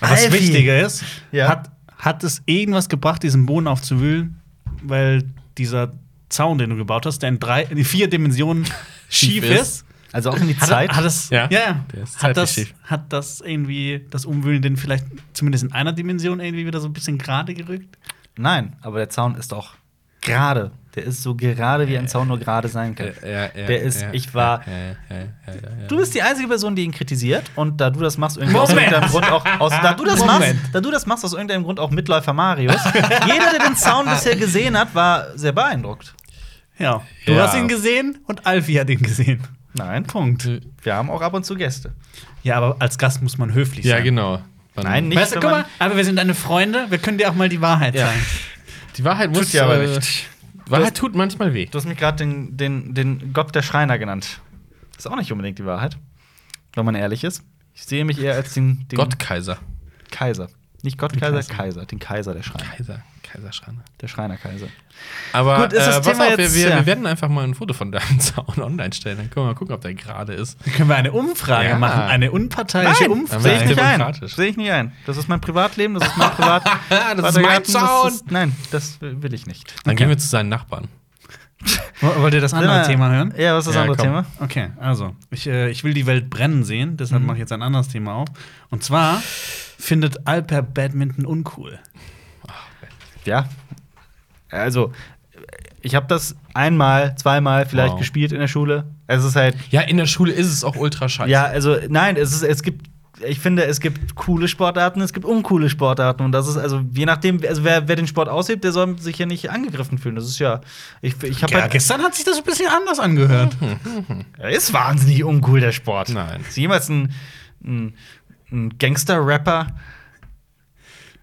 Speaker 3: Aber das
Speaker 1: Alfie.
Speaker 3: Wichtige ist,
Speaker 1: Ja.
Speaker 3: hat, hat es irgendwas gebracht, diesen Boden aufzuwühlen, weil dieser Zaun, den du gebaut hast, der in, drei, in vier Dimensionen schief
Speaker 2: ist.
Speaker 3: ist,
Speaker 1: Also auch in die
Speaker 3: hat,
Speaker 1: Zeit.
Speaker 3: hat es,
Speaker 2: Ja.
Speaker 3: ja,
Speaker 2: Der ist
Speaker 3: hat,
Speaker 2: zeitlich
Speaker 3: das,
Speaker 2: schief.
Speaker 3: hat das irgendwie das Umwühlen den vielleicht zumindest in einer Dimension irgendwie wieder so ein bisschen gerade gerückt?
Speaker 1: Nein, aber der Zaun ist auch gerade. Der ist so gerade, wie ein Zaun nur gerade sein
Speaker 2: Äh,
Speaker 1: kann. Der ist- ich war- Du bist die einzige Person, die ihn kritisiert und da du das machst irgendwie aus
Speaker 3: Moment.
Speaker 1: irgendeinem Grund auch aus, da, du das machst,
Speaker 3: Moment.
Speaker 1: da du das machst aus irgendeinem Grund auch Mitläufer Marius. Jeder, der den Zaun bisher gesehen hat, war sehr beeindruckt.
Speaker 3: Ja. Du
Speaker 2: Ja.
Speaker 3: hast ihn gesehen und Alfie hat ihn gesehen.
Speaker 1: Nein,
Speaker 3: Punkt.
Speaker 1: wir haben auch ab und zu Gäste.
Speaker 3: Ja, aber als Gast muss man höflich
Speaker 2: Ja,
Speaker 3: sein.
Speaker 2: genau. Dann-
Speaker 1: Nein, nicht.
Speaker 3: Weißt du,
Speaker 1: wenn
Speaker 3: guck
Speaker 1: man-
Speaker 3: mal, aber wir sind deine Freunde, wir können dir auch mal die Wahrheit
Speaker 1: Ja.
Speaker 3: sagen.
Speaker 2: Die Wahrheit muss
Speaker 1: Tut ja aber
Speaker 2: äh,
Speaker 1: nicht.
Speaker 2: Wahrheit tut manchmal weh.
Speaker 1: Du hast mich gerade den, den, den Gott der Schreiner genannt. Ist auch nicht unbedingt die Wahrheit, wenn man ehrlich ist. Ich sehe mich eher als den, den
Speaker 2: Gottkaiser.
Speaker 1: Kaiser. Nicht Gott,
Speaker 3: Den
Speaker 1: Kaiser, Kaiser,
Speaker 3: Kaiser.
Speaker 1: den Kaiser der Schreiner.
Speaker 2: Kaiser. Kaiserschreiner.
Speaker 1: Der Schreinerkaiser.
Speaker 2: Aber
Speaker 1: Gut, ist das
Speaker 2: äh, pass
Speaker 1: Thema
Speaker 2: auf, wir,
Speaker 1: jetzt-
Speaker 2: wir,
Speaker 1: ja.
Speaker 2: wir werden einfach mal ein Foto von deinem Zaun online stellen. Dann können wir mal gucken, ob der gerade ist.
Speaker 3: Dann können wir eine Umfrage
Speaker 2: Ja.
Speaker 3: machen, eine unparteiische Umfrage.
Speaker 1: sehe ich nicht ein.
Speaker 2: Demokratisch.
Speaker 1: Sehe ich nicht ein. Das ist mein Privatleben, das ist mein Privat.
Speaker 2: Das ist mein Zaun.
Speaker 1: Das ist, nein, das will ich nicht.
Speaker 2: Dann
Speaker 3: Okay.
Speaker 2: gehen wir zu seinen Nachbarn.
Speaker 3: W- Wollt ihr das andere
Speaker 1: Sag mal,
Speaker 3: Thema hören?
Speaker 1: Ja, was ist das
Speaker 2: ne? Ja,
Speaker 1: andere
Speaker 2: komm.
Speaker 1: Thema?
Speaker 3: Okay, also, ich, äh, ich will die Welt brennen sehen, deshalb mache ich jetzt ein anderes Thema auf. Und zwar findet Alper Badminton uncool.
Speaker 1: Ja. Also, ich habe das einmal, zweimal vielleicht
Speaker 2: Wow.
Speaker 1: gespielt in der Schule. Es ist halt
Speaker 2: Ja, in der Schule ist es auch ultra scheiße.
Speaker 1: Ja, also nein, es ist, es gibt, ich finde, es gibt coole Sportarten, es gibt uncoole Sportarten und das ist also je nachdem, also wer, wer den Sport aushebt, der soll sich ja nicht angegriffen fühlen. Das ist ja, ich, ich habe
Speaker 3: Ja,
Speaker 1: halt,
Speaker 3: gestern hat sich das ein bisschen anders angehört.
Speaker 1: Mhm. er ist wahnsinnig uncool der Sport.
Speaker 2: Nein.
Speaker 1: Ist jemals ein, ein, ein Gangster-Rapper?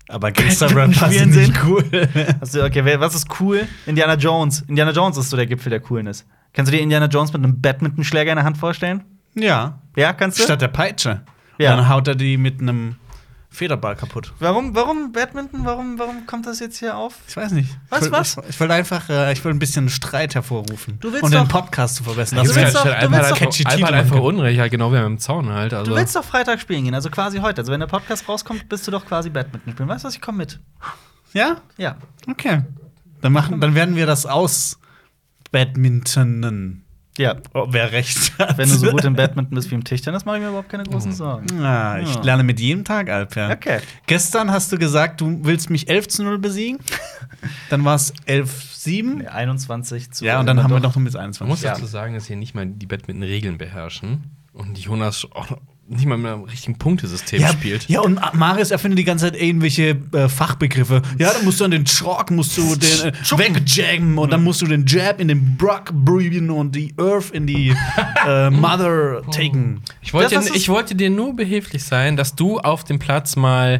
Speaker 3: Aber Gangster-Rapper
Speaker 1: Spielen
Speaker 3: sind
Speaker 1: sehen.
Speaker 3: nicht cool.
Speaker 1: Also okay, wer, was ist cool? Indiana Jones. Indiana Jones ist so der Gipfel der Coolness. Kannst du dir Indiana Jones mit einem Badmintonschläger in der Hand vorstellen?
Speaker 3: ja,
Speaker 1: Ja, kannst du?
Speaker 3: statt der Peitsche.
Speaker 1: Ja.
Speaker 3: Und dann haut er die mit einem Federball kaputt.
Speaker 1: Warum, warum Badminton? Warum, warum kommt das jetzt hier auf?
Speaker 3: Ich weiß nicht.
Speaker 1: Was,
Speaker 3: ich will,
Speaker 1: was?
Speaker 3: Ich, ich will einfach, äh, ich will ein bisschen Streit hervorrufen.
Speaker 1: Du willst
Speaker 3: und den
Speaker 1: doch-
Speaker 3: Podcast zu verbessern.
Speaker 1: Du
Speaker 3: Das
Speaker 2: Alper
Speaker 1: willst
Speaker 3: ist
Speaker 2: hat-
Speaker 1: doch- du
Speaker 2: halt Alper
Speaker 1: willst
Speaker 2: hat
Speaker 1: doch-
Speaker 2: einfach- Alper hat einfach Unrecht, halt genau wie er im Zaun halt. Also.
Speaker 1: Du willst doch Freitag spielen gehen, also quasi heute. Also wenn der Podcast rauskommt, bist du doch quasi Badminton spielen. Weißt du was? Ich komme mit.
Speaker 3: ja?
Speaker 1: Ja.
Speaker 3: Okay. Dann, machen, dann werden wir das aus Badmintonen.
Speaker 1: Ja.
Speaker 3: Oh, wer recht hat.
Speaker 1: Wenn du so gut im Badminton bist wie im Tischtennis, mache ich mir überhaupt keine großen Sorgen.
Speaker 3: Ah, ich
Speaker 1: Ja.
Speaker 3: lerne mit jedem Tag, Alper.
Speaker 1: Okay.
Speaker 3: Gestern hast du gesagt, du willst mich 11 zu 0 besiegen. dann war es 11 7.
Speaker 1: Nee, 21 zu
Speaker 3: Ja, und dann haben wir
Speaker 1: doch-
Speaker 3: noch mit
Speaker 2: Man
Speaker 3: 21.
Speaker 2: muss
Speaker 1: Ja.
Speaker 2: dazu sagen, dass hier nicht mal die Badminton-Regeln beherrschen und Jonas auch noch nicht mal mit einem richtigen Punktesystem
Speaker 3: Ja,
Speaker 2: spielt.
Speaker 3: ja, und Marius erfindet die ganze Zeit irgendwelche äh, Fachbegriffe. Ja, dann musst du an den Schrock, musst du den äh, wegjammen und dann musst du den Jab in den Brock breeden und die Earth in die äh, Mother taken.
Speaker 2: Ich wollte,
Speaker 1: Das, was
Speaker 2: dir,
Speaker 1: es-
Speaker 2: ich wollte dir nur behilflich sein, dass du auf dem Platz mal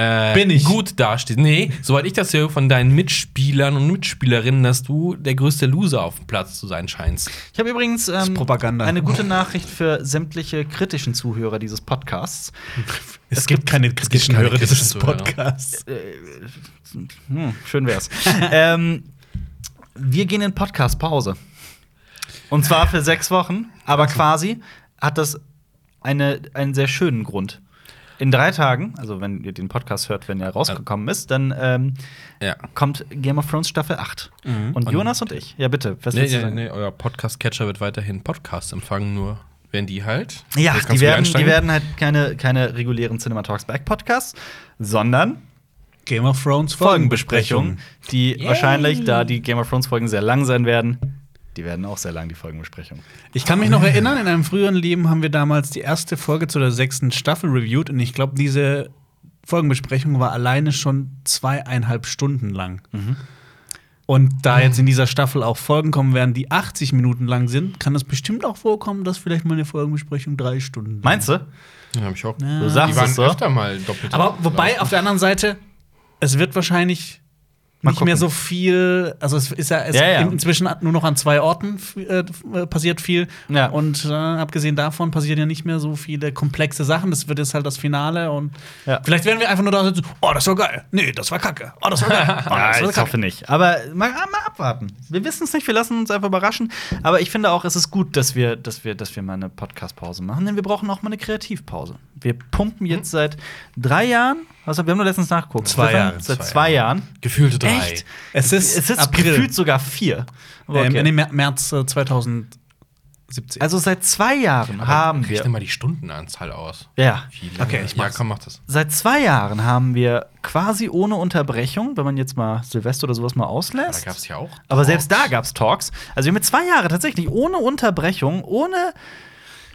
Speaker 2: äh,
Speaker 3: Bin ich.
Speaker 2: gut dastehst. Nee, soweit ich das höre von deinen Mitspielern und Mitspielerinnen, dass du der größte Loser auf dem Platz zu sein scheinst.
Speaker 1: Ich habe übrigens ähm,
Speaker 3: Propaganda.
Speaker 1: eine gute Nachricht für sämtliche kritischen Zuhörer dieses Podcasts.
Speaker 3: Es, gibt keine kritischen
Speaker 2: keine
Speaker 3: Hörer dieses
Speaker 2: kritischen Zuhörer.
Speaker 3: Podcasts.
Speaker 1: Hm, schön wär's. ähm, wir gehen in Podcast-Pause. Und zwar für sechs Wochen, aber quasi hat das eine, einen sehr schönen Grund. In drei Tagen, also wenn ihr den Podcast hört, wenn er rausgekommen ist, dann ähm,
Speaker 2: Ja.
Speaker 1: kommt Game of Thrones Staffel 8. Und Jonas und ich. Ja, bitte. Was
Speaker 2: Mhm. Nee,
Speaker 1: willst du
Speaker 2: nee,
Speaker 1: sagen?
Speaker 2: nee, euer Podcast-Catcher wird weiterhin Podcast empfangen, nur werden die halt.
Speaker 1: Ja,
Speaker 2: Jetzt
Speaker 1: die
Speaker 2: kannst du
Speaker 1: werden,
Speaker 2: wieder
Speaker 1: die
Speaker 2: einsteigen.
Speaker 1: werden halt keine, keine regulären Cinema Talks Back Podcasts, sondern
Speaker 3: Game of Thrones
Speaker 1: Folgenbesprechungen, die
Speaker 2: Yay.
Speaker 1: wahrscheinlich, da die Game of Thrones Folgen sehr lang sein werden, die werden auch sehr lang, die Folgenbesprechungen.
Speaker 3: Ich kann mich noch erinnern, in einem früheren Leben haben wir damals die erste Folge zu der sechsten Staffel reviewed und ich glaube, diese Folgenbesprechung war alleine schon zweieinhalb Stunden lang. Und da jetzt in dieser Staffel auch Folgen kommen werden, die 80 Minuten lang sind, kann es bestimmt auch vorkommen, dass vielleicht mal eine Folgenbesprechung drei Stunden. lang-
Speaker 1: Meinst du?
Speaker 2: Ja, hab ich auch.
Speaker 1: Du sagst
Speaker 2: die waren
Speaker 1: es so.
Speaker 2: öfter mal doppelt.
Speaker 3: Aber wobei, auf der anderen Seite, es wird wahrscheinlich
Speaker 1: Mal
Speaker 3: nicht mehr
Speaker 1: gucken.
Speaker 3: so viel, also es ist ja, es
Speaker 1: Ja, ja.
Speaker 3: inzwischen nur noch an zwei Orten f- äh, f- äh, passiert viel.
Speaker 1: Ja.
Speaker 3: Und äh, abgesehen davon passieren ja nicht mehr so viele komplexe Sachen. Das wird jetzt halt das Finale und
Speaker 1: Ja.
Speaker 3: vielleicht werden wir einfach nur da sitzen, oh, das war geil. Nee, das war kacke. Oh, das war geil. Oh, das
Speaker 1: Ja,
Speaker 3: war
Speaker 1: Ah, ich hoffe nicht. Aber mal, ah, mal abwarten. Wir wissen es nicht, wir lassen uns einfach überraschen. Aber ich finde auch, es ist gut, dass wir, dass wir, dass wir mal eine Podcast-Pause machen, denn wir brauchen auch mal eine Kreativpause. Wir pumpen jetzt seit drei Jahren, also wir haben nur letztens nachgeguckt.
Speaker 3: Hm. Zwei
Speaker 1: Stefan,
Speaker 3: Jahre,
Speaker 1: Seit
Speaker 2: zwei
Speaker 1: zwei Jahren.
Speaker 2: gefühlte drei.
Speaker 1: Echt?
Speaker 3: Es ist,
Speaker 1: Es ist
Speaker 3: April.
Speaker 1: gefühlt sogar vier. Aber
Speaker 3: Ähm,
Speaker 1: okay.
Speaker 3: nee, Mer- März äh, 2017.
Speaker 1: Also seit zwei Jahren haben
Speaker 2: Rechne
Speaker 1: wir.
Speaker 2: mal die Stundenanzahl aus.
Speaker 1: Ja.
Speaker 2: Wie lange-
Speaker 3: Okay, ich
Speaker 2: ja,
Speaker 3: mach's.
Speaker 2: komm, mach das.
Speaker 1: Seit zwei Jahren haben wir quasi ohne Unterbrechung, wenn man jetzt mal Silvester oder sowas mal
Speaker 2: Da
Speaker 1: auslässt.
Speaker 2: gab es ja auch.
Speaker 1: aber selbst da gab es Talks. Also wir haben jetzt zwei Jahre tatsächlich ohne Unterbrechung, ohne
Speaker 2: Oh.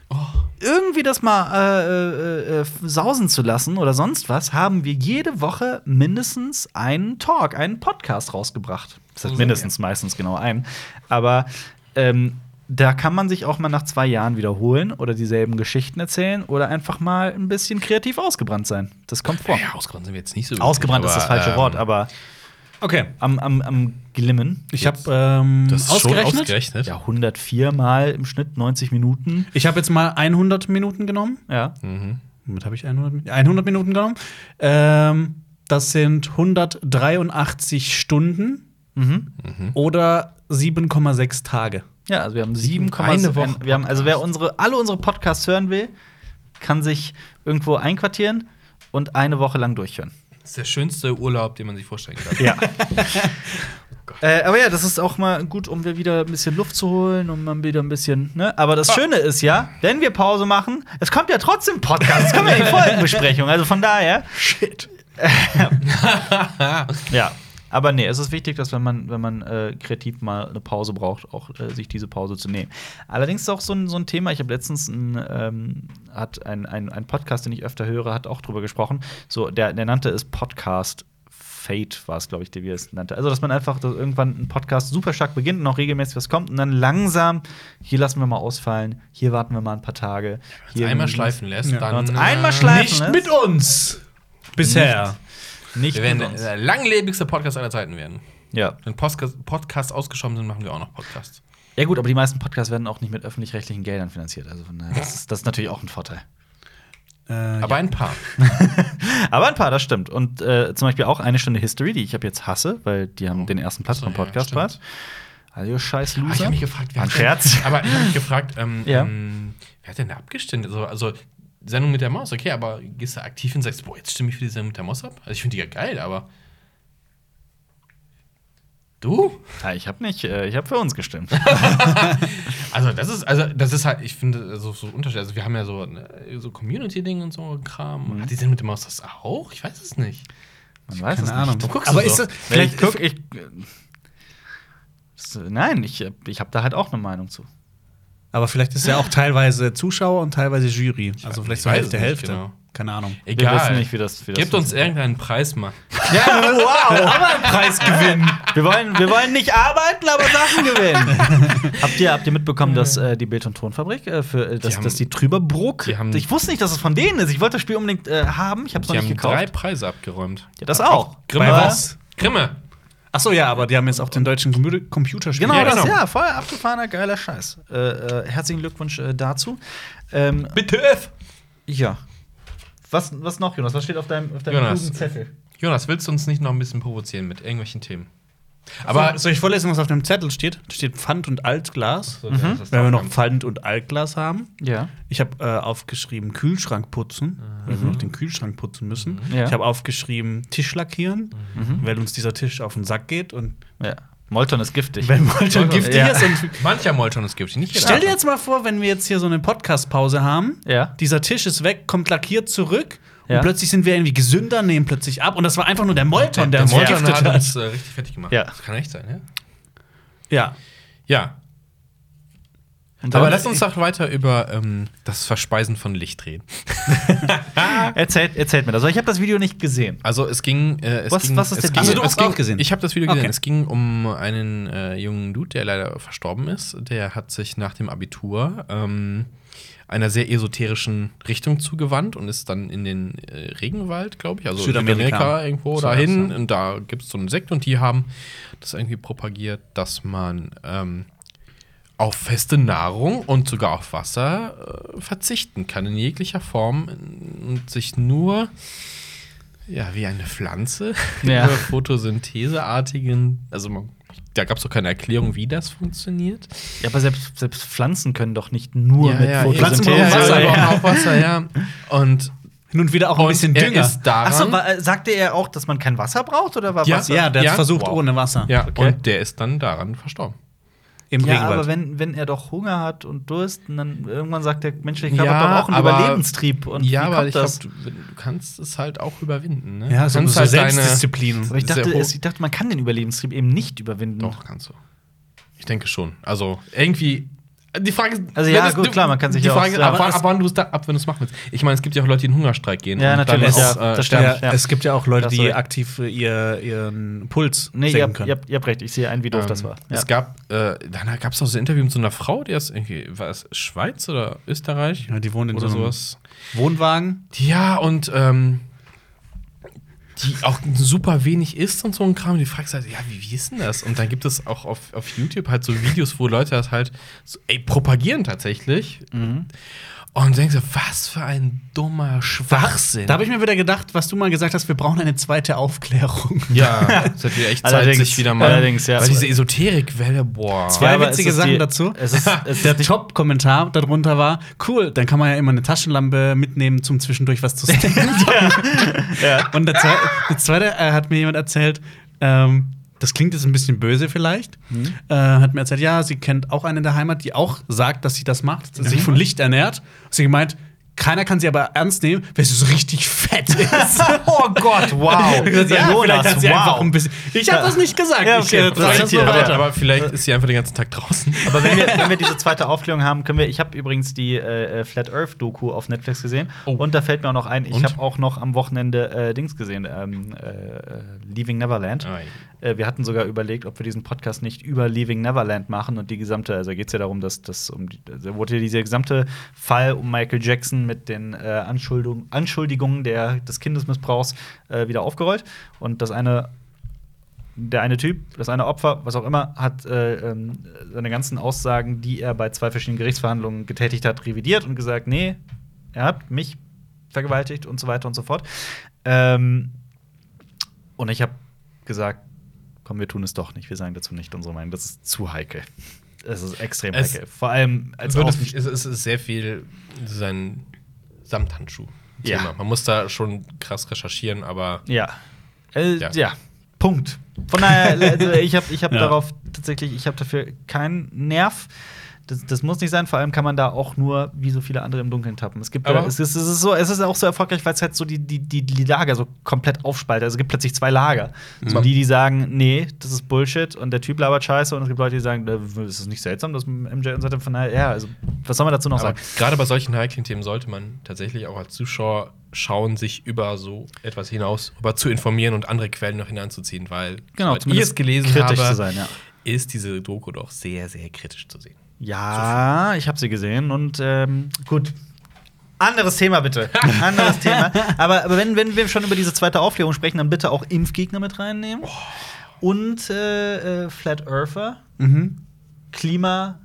Speaker 1: irgendwie das mal äh, äh, äh, sausen zu lassen oder sonst was, haben wir jede Woche mindestens einen Talk, einen Podcast rausgebracht.
Speaker 2: Oh,
Speaker 1: Das heißt mindestens meistens genau einen. Aber ähm, da kann man sich auch mal nach zwei Jahren wiederholen oder dieselben Geschichten erzählen oder einfach mal ein bisschen kreativ ausgebrannt sein. Das kommt vor.
Speaker 2: Ja, ausgebrannt sind wir jetzt nicht so.
Speaker 1: Ausgebrannt ist das falsche
Speaker 2: ähm,
Speaker 1: Wort, aber
Speaker 3: Okay.
Speaker 1: am, am, am Glimmen.
Speaker 3: Ich habe ähm,
Speaker 2: Das ist ausgerechnet? schon ausgerechnet.
Speaker 1: Ja, 104 Mal im Schnitt 90 Minuten.
Speaker 3: Ich habe jetzt mal 100 Minuten genommen.
Speaker 1: Ja.
Speaker 2: Mhm.
Speaker 3: Womit habe ich 100, Min- 100 Minuten genommen? Ähm, das sind 183 Stunden
Speaker 2: Mhm.
Speaker 3: oder 7,6 Tage.
Speaker 1: Ja, also wir haben 7,
Speaker 2: Eine Woche
Speaker 1: Wir haben, also wer unsere, alle unsere Podcasts hören will, kann sich irgendwo einquartieren und eine Woche lang durchhören.
Speaker 2: Das ist der schönste Urlaub, den man sich vorstellen kann.
Speaker 1: Ja. äh, aber ja, das ist auch mal gut, um wir wieder ein bisschen Luft zu holen, um mal wieder ein bisschen. Ne? Aber
Speaker 2: Ah.
Speaker 1: das Schöne ist ja, wenn wir Pause machen, es kommt ja trotzdem Podcast, es kommt ja die Folgenbesprechung. Also von daher.
Speaker 3: Shit.
Speaker 1: Ja. Aber nee, es ist wichtig, dass wenn man, wenn man äh, kreativ mal eine Pause braucht, auch äh, sich diese Pause zu nehmen. Allerdings ist auch so ein, so ein Thema, ich habe letztens ein, ähm, hat ein, ein, ein Podcast, den ich öfter höre, hat auch drüber gesprochen. So, der, der nannte es Podcast Fate, war es, glaube ich, der wie er es nannte. Also, dass man einfach dass irgendwann ein Podcast super stark beginnt und auch regelmäßig was kommt und dann langsam, hier lassen wir mal ausfallen, hier warten wir mal ein paar tage. Hier
Speaker 2: Einmal schleifen lässt,
Speaker 3: Ja.
Speaker 2: dann.
Speaker 1: Wenn man uns einmal
Speaker 2: äh,
Speaker 1: schleifen
Speaker 3: Nicht
Speaker 1: lässt.
Speaker 3: mit uns. Bisher.
Speaker 1: Nicht
Speaker 2: Wir werden
Speaker 1: mit uns.
Speaker 2: der langlebigste Podcast aller Zeiten werden.
Speaker 1: Ja.
Speaker 2: Wenn Podcasts Podcast ausgeschoben sind, machen wir auch noch Podcasts.
Speaker 1: Ja, gut, aber die meisten Podcasts werden auch nicht mit öffentlich-rechtlichen Geldern finanziert. Also, von daher, das ist, das ist natürlich auch ein Vorteil.
Speaker 3: Äh,
Speaker 2: Aber
Speaker 3: ja.
Speaker 2: ein paar.
Speaker 1: Aber ein paar, das stimmt. Und äh, zum Beispiel auch eine Stunde History, die ich ab jetzt hasse, weil die haben den ersten Platz
Speaker 2: so,
Speaker 1: vom
Speaker 2: Oh. ja,
Speaker 1: Podcast
Speaker 2: stimmt.
Speaker 1: gehabt. Also ihr scheiß
Speaker 2: Ah, ich
Speaker 1: Loser.
Speaker 2: habe mich gefragt,
Speaker 1: War ein
Speaker 2: hat
Speaker 1: Scherz.
Speaker 2: Denn, aber ich habe mich gefragt, ähm,
Speaker 1: Ja.
Speaker 2: ähm, wer hat denn da abgestimmt? Also, also Sendung mit der Maus, okay, aber gehst du aktiv hin und sagst, boah, jetzt stimme ich für die Sendung mit der Maus ab? Also ich finde die ja geil, aber. Du?
Speaker 1: Ja, ich habe nicht, äh, ich habe für uns gestimmt.
Speaker 2: Also das ist, also das ist halt, ich finde, also so Unterschied. Also wir haben ja so, ne, so Community-Ding und so
Speaker 1: Mhm.
Speaker 2: Kram. Hat die Sendung mit der Maus das auch? Ich weiß es nicht.
Speaker 1: Man weiß
Speaker 3: Keine
Speaker 1: es
Speaker 3: Ahnung.
Speaker 1: nicht.
Speaker 2: Du guckst
Speaker 3: Aber
Speaker 2: es
Speaker 3: ist
Speaker 2: doch.
Speaker 3: das,
Speaker 1: Wenn
Speaker 3: vielleicht
Speaker 1: ich guck, ich, äh, das, äh, nein, ich, äh, ich habe da halt auch eine Meinung zu.
Speaker 3: Aber vielleicht ist ja auch teilweise Zuschauer und teilweise Jury. also vielleicht so
Speaker 2: weiß
Speaker 3: Hälfte,
Speaker 2: es nicht
Speaker 3: Hälfte.
Speaker 2: genau.
Speaker 3: Keine Ahnung.
Speaker 1: Wir
Speaker 2: Egal.
Speaker 1: wissen nicht, wie das, wie das
Speaker 2: Gebt uns
Speaker 1: funktioniert.
Speaker 2: irgendeinen Preis mal.
Speaker 1: Ja, wow, aber einen Preis gewinnen. Wir wollen, wir wollen nicht arbeiten, aber Sachen gewinnen. habt, ihr, habt ihr mitbekommen, dass äh, die Bild- und Tonfabrik, äh, für, äh, dass,
Speaker 2: haben-
Speaker 1: dass die Trüberbruck,
Speaker 2: die haben-
Speaker 1: ich wusste nicht, dass es von denen ist. Ich wollte das Spiel unbedingt äh, haben, ich habe es noch
Speaker 2: Die
Speaker 1: nicht
Speaker 2: haben drei
Speaker 1: gekauft.
Speaker 2: Preise abgeräumt.
Speaker 1: Ja, das auch.
Speaker 2: Grimme.
Speaker 3: Bei
Speaker 1: Aber-
Speaker 3: was?
Speaker 2: Grimme.
Speaker 3: Achso, ja, aber die haben jetzt auch den deutschen Computer- Computerspiel.
Speaker 1: Genau,
Speaker 2: Ja,
Speaker 1: das
Speaker 2: genau.
Speaker 1: ja, voll abgefahrener, geiler Scheiß. Äh, äh, herzlichen Glückwunsch äh, dazu. Ähm,
Speaker 2: Bitte F.
Speaker 1: ja. Was, was noch, Jonas? Was steht auf deinem, auf deinem
Speaker 2: Jonas.
Speaker 1: klugen Zettel?
Speaker 2: Jonas, willst du uns nicht noch ein bisschen provozieren mit irgendwelchen Themen? Aber
Speaker 3: soll ich vorlesen, was auf dem Zettel steht? Da steht Pfand und
Speaker 1: Mhm.
Speaker 3: Altglas.
Speaker 2: So, ja, das ist
Speaker 3: Wenn wir
Speaker 2: auch
Speaker 3: noch
Speaker 2: ganz-
Speaker 3: Pfand und Altglas haben.
Speaker 1: Ja.
Speaker 3: Ich habe äh, aufgeschrieben Kühlschrank putzen, weil
Speaker 2: Mhm.
Speaker 3: wir noch den Kühlschrank putzen müssen.
Speaker 1: Ja.
Speaker 3: Ich habe aufgeschrieben Tisch lackieren,
Speaker 2: Mhm.
Speaker 3: weil uns dieser Tisch auf den Sack geht und
Speaker 1: ja. Molton ist giftig.
Speaker 3: wenn Molton giftig
Speaker 1: Ja.
Speaker 3: ist und
Speaker 2: mancher Molton ist giftig, nicht jeder.
Speaker 3: Stell dir jetzt mal vor, wenn wir jetzt hier so eine Podcast-Pause haben.
Speaker 1: Ja.
Speaker 3: Dieser Tisch ist weg, kommt lackiert zurück.
Speaker 1: Ja.
Speaker 3: Und plötzlich sind wir irgendwie gesünder, nehmen plötzlich ab. Und das war einfach nur der Molton,
Speaker 2: der
Speaker 3: der, uns
Speaker 2: Molton
Speaker 3: vergiftet
Speaker 2: hat
Speaker 3: hat.
Speaker 2: uns äh, richtig fertig gemacht.
Speaker 1: Ja.
Speaker 2: Das kann echt sein, ja?
Speaker 3: Ja.
Speaker 2: Ja.
Speaker 1: Und
Speaker 2: Aber
Speaker 1: dann-
Speaker 2: lass uns doch weiter über ähm, das Verspeisen von Licht reden.
Speaker 1: Erzählt, erzählt mir das. Also Ich habe das Video nicht gesehen.
Speaker 2: Also es ging. Äh, es
Speaker 1: Was-
Speaker 2: ging,
Speaker 1: was ist
Speaker 2: es
Speaker 1: denn
Speaker 2: ging,
Speaker 1: die- Also,
Speaker 3: du
Speaker 2: es
Speaker 3: hast
Speaker 2: ging,
Speaker 3: auch gesehen?
Speaker 2: Ich habe das Video gesehen.
Speaker 3: Okay.
Speaker 2: Es ging um einen äh, jungen Dude, der leider verstorben ist. Der hat sich nach dem Abitur ähm, einer sehr esoterischen Richtung zugewandt und ist dann in den äh, Regenwald, glaube ich, also
Speaker 3: Südamerika.
Speaker 2: Südamerika irgendwo
Speaker 3: Zuerst,
Speaker 2: dahin.
Speaker 3: ja.
Speaker 2: Und da gibt es so einen Sekt und die haben das irgendwie propagiert, dass man ähm, auf feste Nahrung und sogar auf Wasser äh, verzichten kann in jeglicher Form und sich nur ja, wie eine Pflanze
Speaker 1: Ja.
Speaker 2: über Photosyntheseartigen, also man, da gab es doch keine Erklärung, wie das funktioniert.
Speaker 1: Ja, aber selbst, selbst Pflanzen können doch nicht nur mit
Speaker 3: Pflanzen
Speaker 1: Photosynthese.
Speaker 3: brauchen Wasser,
Speaker 2: Ja,
Speaker 3: ja.
Speaker 2: ja. genau, Auch Wasser, ja. Und
Speaker 3: Hin und wieder auch ein bisschen
Speaker 2: er
Speaker 3: Dünger.
Speaker 2: ist daran.
Speaker 1: Achso, äh, sagte er auch, dass man kein Wasser braucht oder war
Speaker 2: Ja.
Speaker 1: Wasser?
Speaker 3: ja, der hat
Speaker 2: Ja?
Speaker 3: versucht
Speaker 2: Wow.
Speaker 3: ohne Wasser.
Speaker 2: ja,
Speaker 1: Okay.
Speaker 2: und der ist dann daran verstorben.
Speaker 3: Im
Speaker 1: Ja,
Speaker 3: Regenwald.
Speaker 1: aber wenn, wenn er doch Hunger hat und Durst, und dann irgendwann sagt der menschliche Körper
Speaker 2: Ja,
Speaker 1: doch auch einen
Speaker 2: aber-
Speaker 1: Überlebenstrieb. Und
Speaker 2: ja,
Speaker 1: wie kommt
Speaker 2: aber ich
Speaker 1: das?
Speaker 2: glaube, du, du kannst es halt auch überwinden. Ne?
Speaker 3: ja,
Speaker 2: du
Speaker 3: so,
Speaker 2: kannst
Speaker 3: so
Speaker 2: halt
Speaker 3: Selbstdisziplin.
Speaker 1: aber ich dachte,
Speaker 2: sehr hoch-
Speaker 1: es, ich dachte, man kann den Überlebenstrieb eben nicht überwinden.
Speaker 2: Deine, doch, kannst du. Ich denke schon. Also irgendwie. Die Frage ist,
Speaker 1: Also ja,
Speaker 2: wenn es-
Speaker 1: gut, klar, man kann sich
Speaker 2: die
Speaker 1: ja auch-
Speaker 2: Frage,
Speaker 1: aber
Speaker 2: ab, wann-
Speaker 1: es-
Speaker 2: ab wann du es da, ab wenn du es machen willst. Ich meine, es gibt ja auch Leute, die in den Hungerstreik gehen.
Speaker 1: Ja,
Speaker 2: und dann
Speaker 1: natürlich,
Speaker 2: auch,
Speaker 1: ja,
Speaker 2: äh,
Speaker 1: das stimmt.
Speaker 2: sterben.
Speaker 3: Ja, Es gibt ja auch Leute,
Speaker 1: Das
Speaker 3: die
Speaker 1: soll-
Speaker 3: aktiv äh, ihr, ihren Puls
Speaker 1: Nee, ihr
Speaker 3: senken
Speaker 1: habt,
Speaker 3: können.
Speaker 1: ihr, habt, ihr habt recht, ich sehe ein, wie doof
Speaker 2: Ähm,
Speaker 1: das war. Ja.
Speaker 2: Es gab, äh, dann gab es auch so ein Interview mit so einer Frau, die aus irgendwie, war es Schweiz oder Österreich?
Speaker 3: Ja, die wohnen in
Speaker 2: oder
Speaker 3: so einem-
Speaker 2: sowas.
Speaker 3: Wohnwagen.
Speaker 2: Ja, und ähm, die auch super wenig isst und so ein Kram. Die fragst halt, ja, wie, wie ist denn das? Und dann gibt es auch auf, auf YouTube halt so Videos, wo Leute das halt so, ey, propagieren tatsächlich.
Speaker 1: Mhm.
Speaker 2: Und denkst du, was für ein dummer Schwachsinn.
Speaker 3: Da habe ich mir wieder gedacht, was du mal gesagt hast, wir brauchen eine zweite Aufklärung.
Speaker 2: ja, das hat wieder echt Zeit,
Speaker 1: Allerdings,
Speaker 2: sich wieder mal.
Speaker 1: allerdings, ja.
Speaker 2: Weil diese Esoterikwelle, boah.
Speaker 3: Zwei
Speaker 1: aber
Speaker 3: witzige
Speaker 1: es ist
Speaker 3: Sachen
Speaker 1: die-
Speaker 3: dazu.
Speaker 1: Es ist, es
Speaker 3: Der
Speaker 1: ist die
Speaker 3: Top-Kommentar darunter war: Cool, dann kann man ja immer eine Taschenlampe mitnehmen, zum zwischendurch was zu snacken. Und der, zwe der zweite äh, hat mir jemand erzählt, ähm, das klingt jetzt ein bisschen böse vielleicht,
Speaker 1: Mhm.
Speaker 3: äh, hat mir erzählt, ja, sie kennt auch eine in der Heimat, die auch sagt, dass sie das macht, dass sie sich
Speaker 1: Mhm.
Speaker 3: von Licht ernährt. Und sie gemeint, keiner kann sie aber ernst nehmen, weil sie so richtig fett ist.
Speaker 1: Oh Gott, wow.
Speaker 3: Ich hab gesagt, ja, vielleicht hat sie einfach ein bisschen. Ich habe
Speaker 1: Ja.
Speaker 3: das nicht gesagt.
Speaker 1: Ja,
Speaker 3: ich, äh,
Speaker 1: okay,
Speaker 3: das ist
Speaker 1: akzeptiere.
Speaker 3: nur
Speaker 2: aber,
Speaker 3: weiter.
Speaker 2: aber vielleicht ist sie einfach den ganzen Tag draußen.
Speaker 1: Aber wenn wir, wenn wir diese zweite Aufklärung haben, können wir. Ich habe übrigens die äh, Flat Earth Doku auf Netflix gesehen.
Speaker 2: Oh.
Speaker 1: Und da fällt mir auch noch ein, ich
Speaker 2: Und?
Speaker 1: habe auch noch am Wochenende äh, Dings gesehen, ähm, äh, äh, Leaving Neverland.
Speaker 2: Ei.
Speaker 1: Äh, wir hatten sogar überlegt, ob wir diesen Podcast nicht über Leaving Neverland machen und die gesamte, also geht es ja darum, dass das um die, also wurde dieser gesamte Fall um Michael Jackson mit den äh, Anschuldigung, Anschuldigungen der, des Kindesmissbrauchs äh, wieder aufgerollt. Und das eine der eine Typ, das eine Opfer, was auch immer, hat äh, ähm, seine ganzen Aussagen, die er bei zwei verschiedenen Gerichtsverhandlungen getätigt hat, revidiert und gesagt, nee, er hat mich vergewaltigt und so weiter und so fort. Ähm, und ich habe gesagt, komm, wir tun es doch nicht. Wir sagen dazu nicht unsere Meinung. Das ist zu heikel. Es ist extrem
Speaker 2: Es
Speaker 1: heikel. Vor allem als
Speaker 2: Wird
Speaker 1: Außen-
Speaker 2: es, es es ist sehr viel sein Samthandschuh.
Speaker 1: Ja.
Speaker 2: Thema. Man muss da schon krass recherchieren, aber
Speaker 1: Ja. Äh, ja.
Speaker 2: Ja.
Speaker 1: Punkt. Von daher, also ich habe ich hab
Speaker 3: Ja.
Speaker 1: darauf tatsächlich, ich habe dafür keinen Nerv. Das, das muss nicht sein, vor allem kann man da auch nur wie so viele andere im Dunkeln tappen. Es gibt
Speaker 2: Aber-
Speaker 1: es ist, es ist so, es ist auch so erfolgreich, weil es halt so die, die, die, die Lager so komplett aufspaltet. Also es gibt plötzlich zwei Lager.
Speaker 2: Mhm.
Speaker 1: So die, die sagen, nee, das ist Bullshit und der Typ labert scheiße und es gibt Leute, die sagen, äh, ist es nicht seltsam, dass MJ und so weiter. von daher, ja, also was soll man dazu noch
Speaker 2: aber
Speaker 1: sagen?
Speaker 2: gerade bei solchen heiklen Themen sollte man tatsächlich auch als Zuschauer schauen, sich über so etwas hinaus über zu informieren und andere Quellen noch hineinzuziehen, weil
Speaker 1: Genau,
Speaker 2: soweit ich es gelesen
Speaker 1: kritisch
Speaker 2: habe,
Speaker 1: zu sein, ja.
Speaker 2: ist diese Doku doch sehr, sehr kritisch zu sehen.
Speaker 1: Ja, ich habe sie gesehen und ähm, gut. Anderes Thema bitte. Anderes Thema. Aber, aber wenn, wenn wir schon über diese zweite Aufklärung sprechen, dann bitte auch Impfgegner mit reinnehmen. Und äh, äh, Flat Earther,
Speaker 3: Mhm.
Speaker 1: Klima.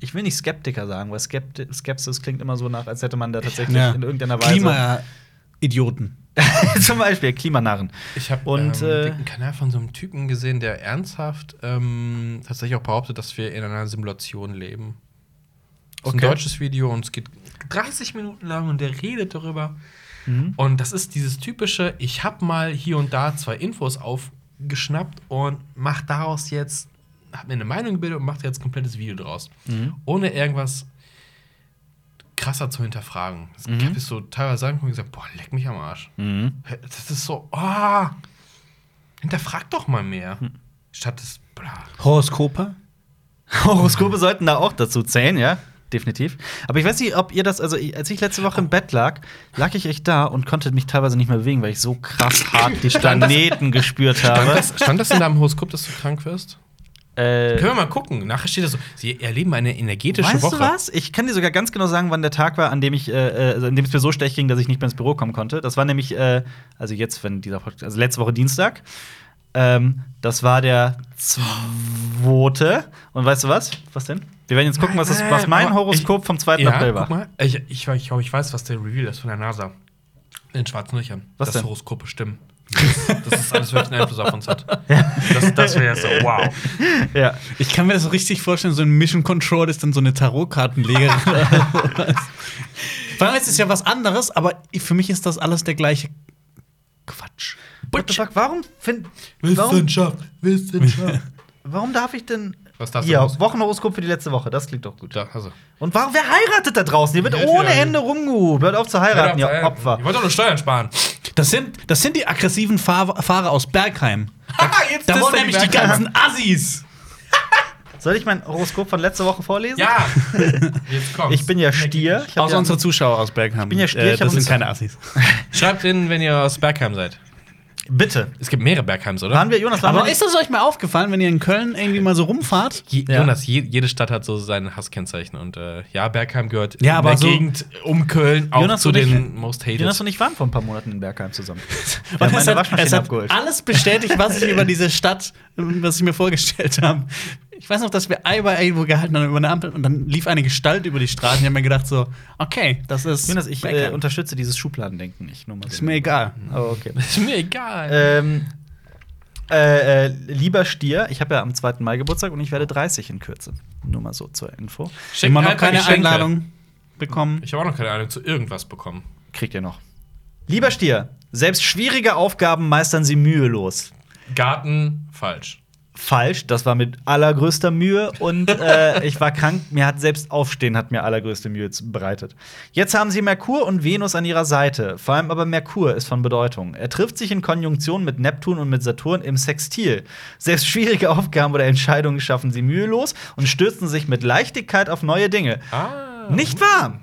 Speaker 1: Ich will nicht Skeptiker sagen, weil Skepti Skepsis klingt immer so nach, als hätte man da tatsächlich
Speaker 3: Ja.
Speaker 1: in irgendeiner Weise.
Speaker 3: Klima-Idioten.
Speaker 1: Zum Beispiel Klimanarren.
Speaker 2: Ich habe ähm,
Speaker 1: Und, äh,
Speaker 2: einen Kanal von so einem Typen gesehen, der ernsthaft ähm, tatsächlich auch behauptet, dass wir in einer Simulation leben. Das ist
Speaker 1: Okay.
Speaker 2: ein deutsches Video und es geht 30 Minuten lang und der redet darüber.
Speaker 1: Mhm.
Speaker 2: Und das ist dieses typische, ich habe mal hier und da zwei Infos aufgeschnappt und mach daraus jetzt, hab mir eine Meinung gebildet und mache jetzt ein komplettes Video draus.
Speaker 1: Mhm.
Speaker 2: Ohne irgendwas krasser zu hinterfragen. Das
Speaker 1: Mhm.
Speaker 2: habe ich so teilweise angeguckt und gesagt, boah, leck mich am Arsch.
Speaker 1: Mhm.
Speaker 2: Das ist so, ah, hinterfrag doch mal mehr.
Speaker 1: Hm.
Speaker 2: Statt des, bla.
Speaker 3: Horoskope?
Speaker 1: Horoskope sollten da auch dazu zählen, ja. Definitiv. Aber ich weiß nicht, ob ihr das, also ich- als ich letzte Woche im Bett lag, lag ich echt da und konnte mich teilweise nicht mehr bewegen, weil ich so krass hart die Planeten gespürt
Speaker 2: Stand
Speaker 1: habe.
Speaker 2: das, stand das in deinem Horoskop, dass du krank wirst?
Speaker 1: Äh,
Speaker 2: Können wir mal gucken. Nachher steht das so, sie erleben eine energetische
Speaker 1: weißt
Speaker 2: Woche.
Speaker 1: du was? Ich kann dir sogar ganz genau sagen, wann der Tag war, an dem ich, äh, äh, an dem es mir so schlecht ging, dass ich nicht mehr ins Büro kommen konnte. Das war nämlich, äh, also jetzt, wenn dieser Podcast, also letzte Woche Dienstag. Ähm, das war der zweite. Und weißt du was? Was denn? Wir werden jetzt gucken, was, das, was mein
Speaker 2: Äh, Aber
Speaker 1: Horoskop
Speaker 2: ich-
Speaker 1: vom 2.
Speaker 2: ja,
Speaker 1: April war.
Speaker 2: Guck mal, ich, ich, ich glaube, ich weiß, was der Reveal ist von der NASA. In schwarzen Löchern.
Speaker 1: Was
Speaker 2: das
Speaker 1: denn?
Speaker 2: Horoskope stimmen. Das ist alles, was einen Einfluss auf uns hat. Das, das wäre so, wow.
Speaker 1: Ja.
Speaker 3: Ich kann mir das so richtig vorstellen, so ein Mission Control ist dann so eine Tarotkartenlegerin. oder sowas. Vor allem ist es ja was anderes, aber für mich ist das alles der gleiche Quatsch.
Speaker 1: What the fuck, warum, find, warum,
Speaker 2: Wissenschaft, Wissenschaft.
Speaker 1: warum darf ich denn.
Speaker 2: Was darfst du
Speaker 1: Ja,
Speaker 2: raus?
Speaker 1: Wochenhoroskop für die letzte Woche, das klingt doch gut.
Speaker 2: Da, also.
Speaker 1: Und warum, wer heiratet da draußen? Ihr wird
Speaker 2: Ja,
Speaker 1: ohne
Speaker 2: ja, ja.
Speaker 1: Ende rumgehupt. Hört auf zu heiraten, ihr Opfer.
Speaker 2: Äh, Ich wollte doch nur Steuern sparen.
Speaker 3: Das sind, das sind die aggressiven Fahr Fahrer aus Bergheim. Da wollen nämlich die ganzen Assis.
Speaker 1: Soll ich mein Horoskop von letzter Woche vorlesen?
Speaker 2: Ja! Jetzt kommt's.
Speaker 1: Ich bin ja Stier. Ich hab
Speaker 3: Außer
Speaker 1: ja-
Speaker 3: unsere Zuschauer aus Bergheim. Äh,
Speaker 1: bin ja Stier, ich hab
Speaker 3: das sind
Speaker 1: uns-
Speaker 3: keine Assis.
Speaker 2: Schreibt in, wenn ihr aus Bergheim seid.
Speaker 1: Bitte.
Speaker 2: Es gibt mehrere Bergheims, oder?
Speaker 1: Waren wir, Jonas, waren
Speaker 3: Aber
Speaker 1: wir
Speaker 3: ist das euch mal aufgefallen, wenn ihr in Köln irgendwie mal so rumfahrt?
Speaker 2: Je,
Speaker 1: Ja.
Speaker 2: Jonas, je, jede Stadt hat so sein Hasskennzeichen. Und äh, ja, Bergheim gehört
Speaker 3: Ja, aber
Speaker 2: in der
Speaker 3: so-
Speaker 2: Gegend um Köln auch
Speaker 1: Jonas
Speaker 2: zu
Speaker 1: und ich-
Speaker 2: den Most Hated.
Speaker 1: Jonas und ich waren vor ein paar Monaten in Bergheim zusammen. Wir
Speaker 3: Und
Speaker 1: haben
Speaker 3: es
Speaker 1: meine
Speaker 3: hat, es
Speaker 1: Waschmaschine
Speaker 3: hat
Speaker 1: abgeholt.
Speaker 3: alles bestätigt, was ich über diese Stadt, ähm, was ich mir vorgestellt habe. Ich weiß noch, dass wir einmal irgendwo gehalten haben über eine Ampel und dann lief eine Gestalt über die Straße. Ich habe mir gedacht so, okay, das ist
Speaker 1: Jonas, ich äh,
Speaker 3: Bergheim.
Speaker 1: unterstütze dieses Schubladendenken. Ich nur mal so.
Speaker 3: ist mir egal.
Speaker 1: Oh, okay.
Speaker 2: ist mir egal.
Speaker 1: Ähm, äh, äh, lieber Stier, ich habe ja am 2. Mai Geburtstag und ich werde 30 in Kürze. Nur mal so zur Info.
Speaker 2: Schenkt
Speaker 3: Immer noch
Speaker 2: einfach
Speaker 3: keine
Speaker 2: Geschenke.
Speaker 3: Einladung bekommen.
Speaker 2: Ich habe auch noch keine Ahnung zu irgendwas bekommen.
Speaker 1: Kriegt ihr noch. Lieber Stier, selbst schwierige Aufgaben meistern Sie mühelos.
Speaker 2: Garten, falsch.
Speaker 1: Falsch, das war mit allergrößter Mühe und äh, ich war krank. Mir hat selbst Aufstehen hat mir allergrößte Mühe z- bereitet. Jetzt haben Sie Merkur und Venus an Ihrer Seite. Vor allem aber Merkur ist von Bedeutung. Er trifft sich in Konjunktion mit Neptun und mit Saturn im Sextil. Selbst schwierige Aufgaben oder Entscheidungen schaffen Sie mühelos und stürzen sich mit Leichtigkeit auf neue Dinge.
Speaker 2: Ah.
Speaker 1: Nicht wahr?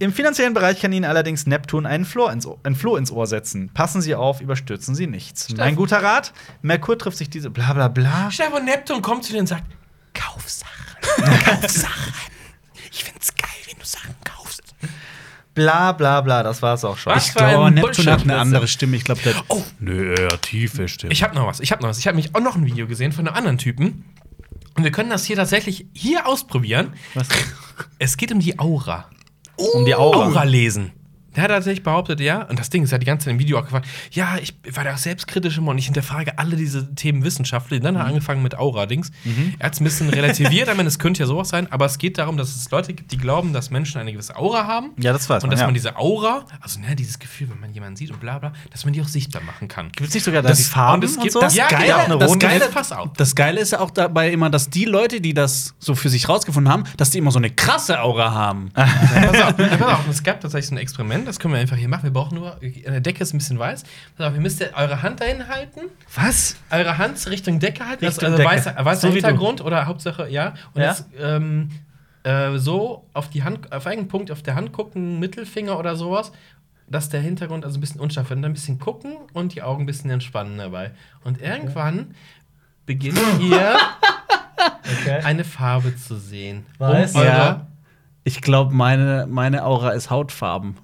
Speaker 1: Im finanziellen Bereich kann Ihnen allerdings Neptun einen Floh ins, Ohr- ein Floh ins Ohr setzen. Passen Sie auf, überstürzen Sie nichts. Mein guter Rat: Merkur trifft sich diese bla bla bla.
Speaker 2: Stefan Neptun kommt zu dir und sagt: Kauf Sachen. Kauf Sachen. Ich find's geil, wenn du Sachen kaufst.
Speaker 1: Bla bla bla, das war's auch schon.
Speaker 2: Was?
Speaker 1: Was?
Speaker 3: Ich
Speaker 2: war ein
Speaker 3: glaube, Neptun hat
Speaker 2: Bullshit-Wissen.
Speaker 3: eine andere Stimme. Ich glaube, der
Speaker 2: Oh.
Speaker 3: Nö, er hat tiefe Stimme.
Speaker 2: Ich habe noch was. Ich habe noch was. Ich habe mich auch noch ein Video gesehen von einem anderen Typen. Und wir können das hier tatsächlich hier ausprobieren. Es geht um die Aura.
Speaker 1: Um die Aura.
Speaker 2: lesen. Der hat tatsächlich behauptet, ja, und das Ding ist ja die ganze Zeit im Video auch gefragt, ja, ich war da auch selbstkritisch immer und ich hinterfrage alle diese Themen wissenschaftlich. Und dann
Speaker 1: Mhm.
Speaker 2: hat er angefangen mit Aura-Dings. Er hat es ein bisschen relativiert, aber es könnte ja sowas sein, aber es geht darum, dass es Leute gibt, die glauben, dass Menschen eine gewisse Aura haben.
Speaker 1: Ja, das weiß
Speaker 2: Und
Speaker 1: man,
Speaker 2: dass
Speaker 1: ja.
Speaker 2: man diese Aura, also ne, dieses Gefühl, wenn man jemanden sieht und bla bla, dass man die auch sichtbar machen kann.
Speaker 1: Gibt es nicht sogar da
Speaker 3: Das-
Speaker 1: die Farben
Speaker 2: und es gibt-
Speaker 1: so?
Speaker 2: das
Speaker 1: ja,
Speaker 2: Geile-
Speaker 1: Geile, auch eine
Speaker 2: das
Speaker 1: Runde.
Speaker 2: Geile-
Speaker 1: Geile,
Speaker 2: pass auf.
Speaker 3: Das genau. Geile ist ja auch dabei immer, dass die Leute, die das so für sich rausgefunden haben, dass die immer so eine krasse Aura haben.
Speaker 2: Pass auf, ja, pass auf. Und es gab tatsächlich so ein Experiment, das können wir einfach hier machen. Wir brauchen nur, an der Decke ist ein bisschen weiß. Pass auf, ihr müsst eure Hand dahin halten,
Speaker 1: was?
Speaker 2: eure Hand Richtung Decke halten,
Speaker 1: Richtung
Speaker 2: also
Speaker 1: Decke.
Speaker 2: weißer, weißer
Speaker 1: So wie du.
Speaker 2: Hintergrund oder Hauptsache, ja. Und
Speaker 1: Ja.
Speaker 2: jetzt ähm, äh, so auf die Hand, auf einen Punkt auf der Hand gucken, Mittelfinger oder sowas, dass der Hintergrund also ein bisschen unscharf wird. Und dann ein bisschen gucken und die Augen ein bisschen entspannen dabei. Und irgendwann beginnt ihr eine Farbe zu sehen.
Speaker 1: Weiß?
Speaker 2: eure-
Speaker 3: Ja. Ich glaube, meine, meine Aura ist Hautfarben.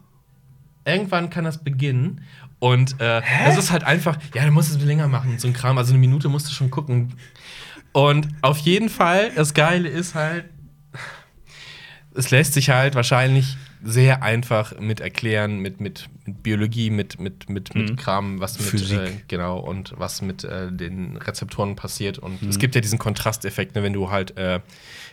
Speaker 2: irgendwann kann das beginnen. Und äh, das ist halt einfach, ja, du musst es länger machen, so ein Kram. Also eine Minute musst du schon gucken. Und auf jeden Fall, das Geile ist halt, es lässt sich halt wahrscheinlich sehr einfach mit erklären, mit, mit, mit Biologie, mit, mit, mit, mit Kram, was mit
Speaker 3: Physik.
Speaker 2: Äh, genau und was mit äh, den Rezeptoren passiert. Und
Speaker 3: Mhm.
Speaker 2: es gibt ja diesen Kontrasteffekt, ne, wenn du halt äh,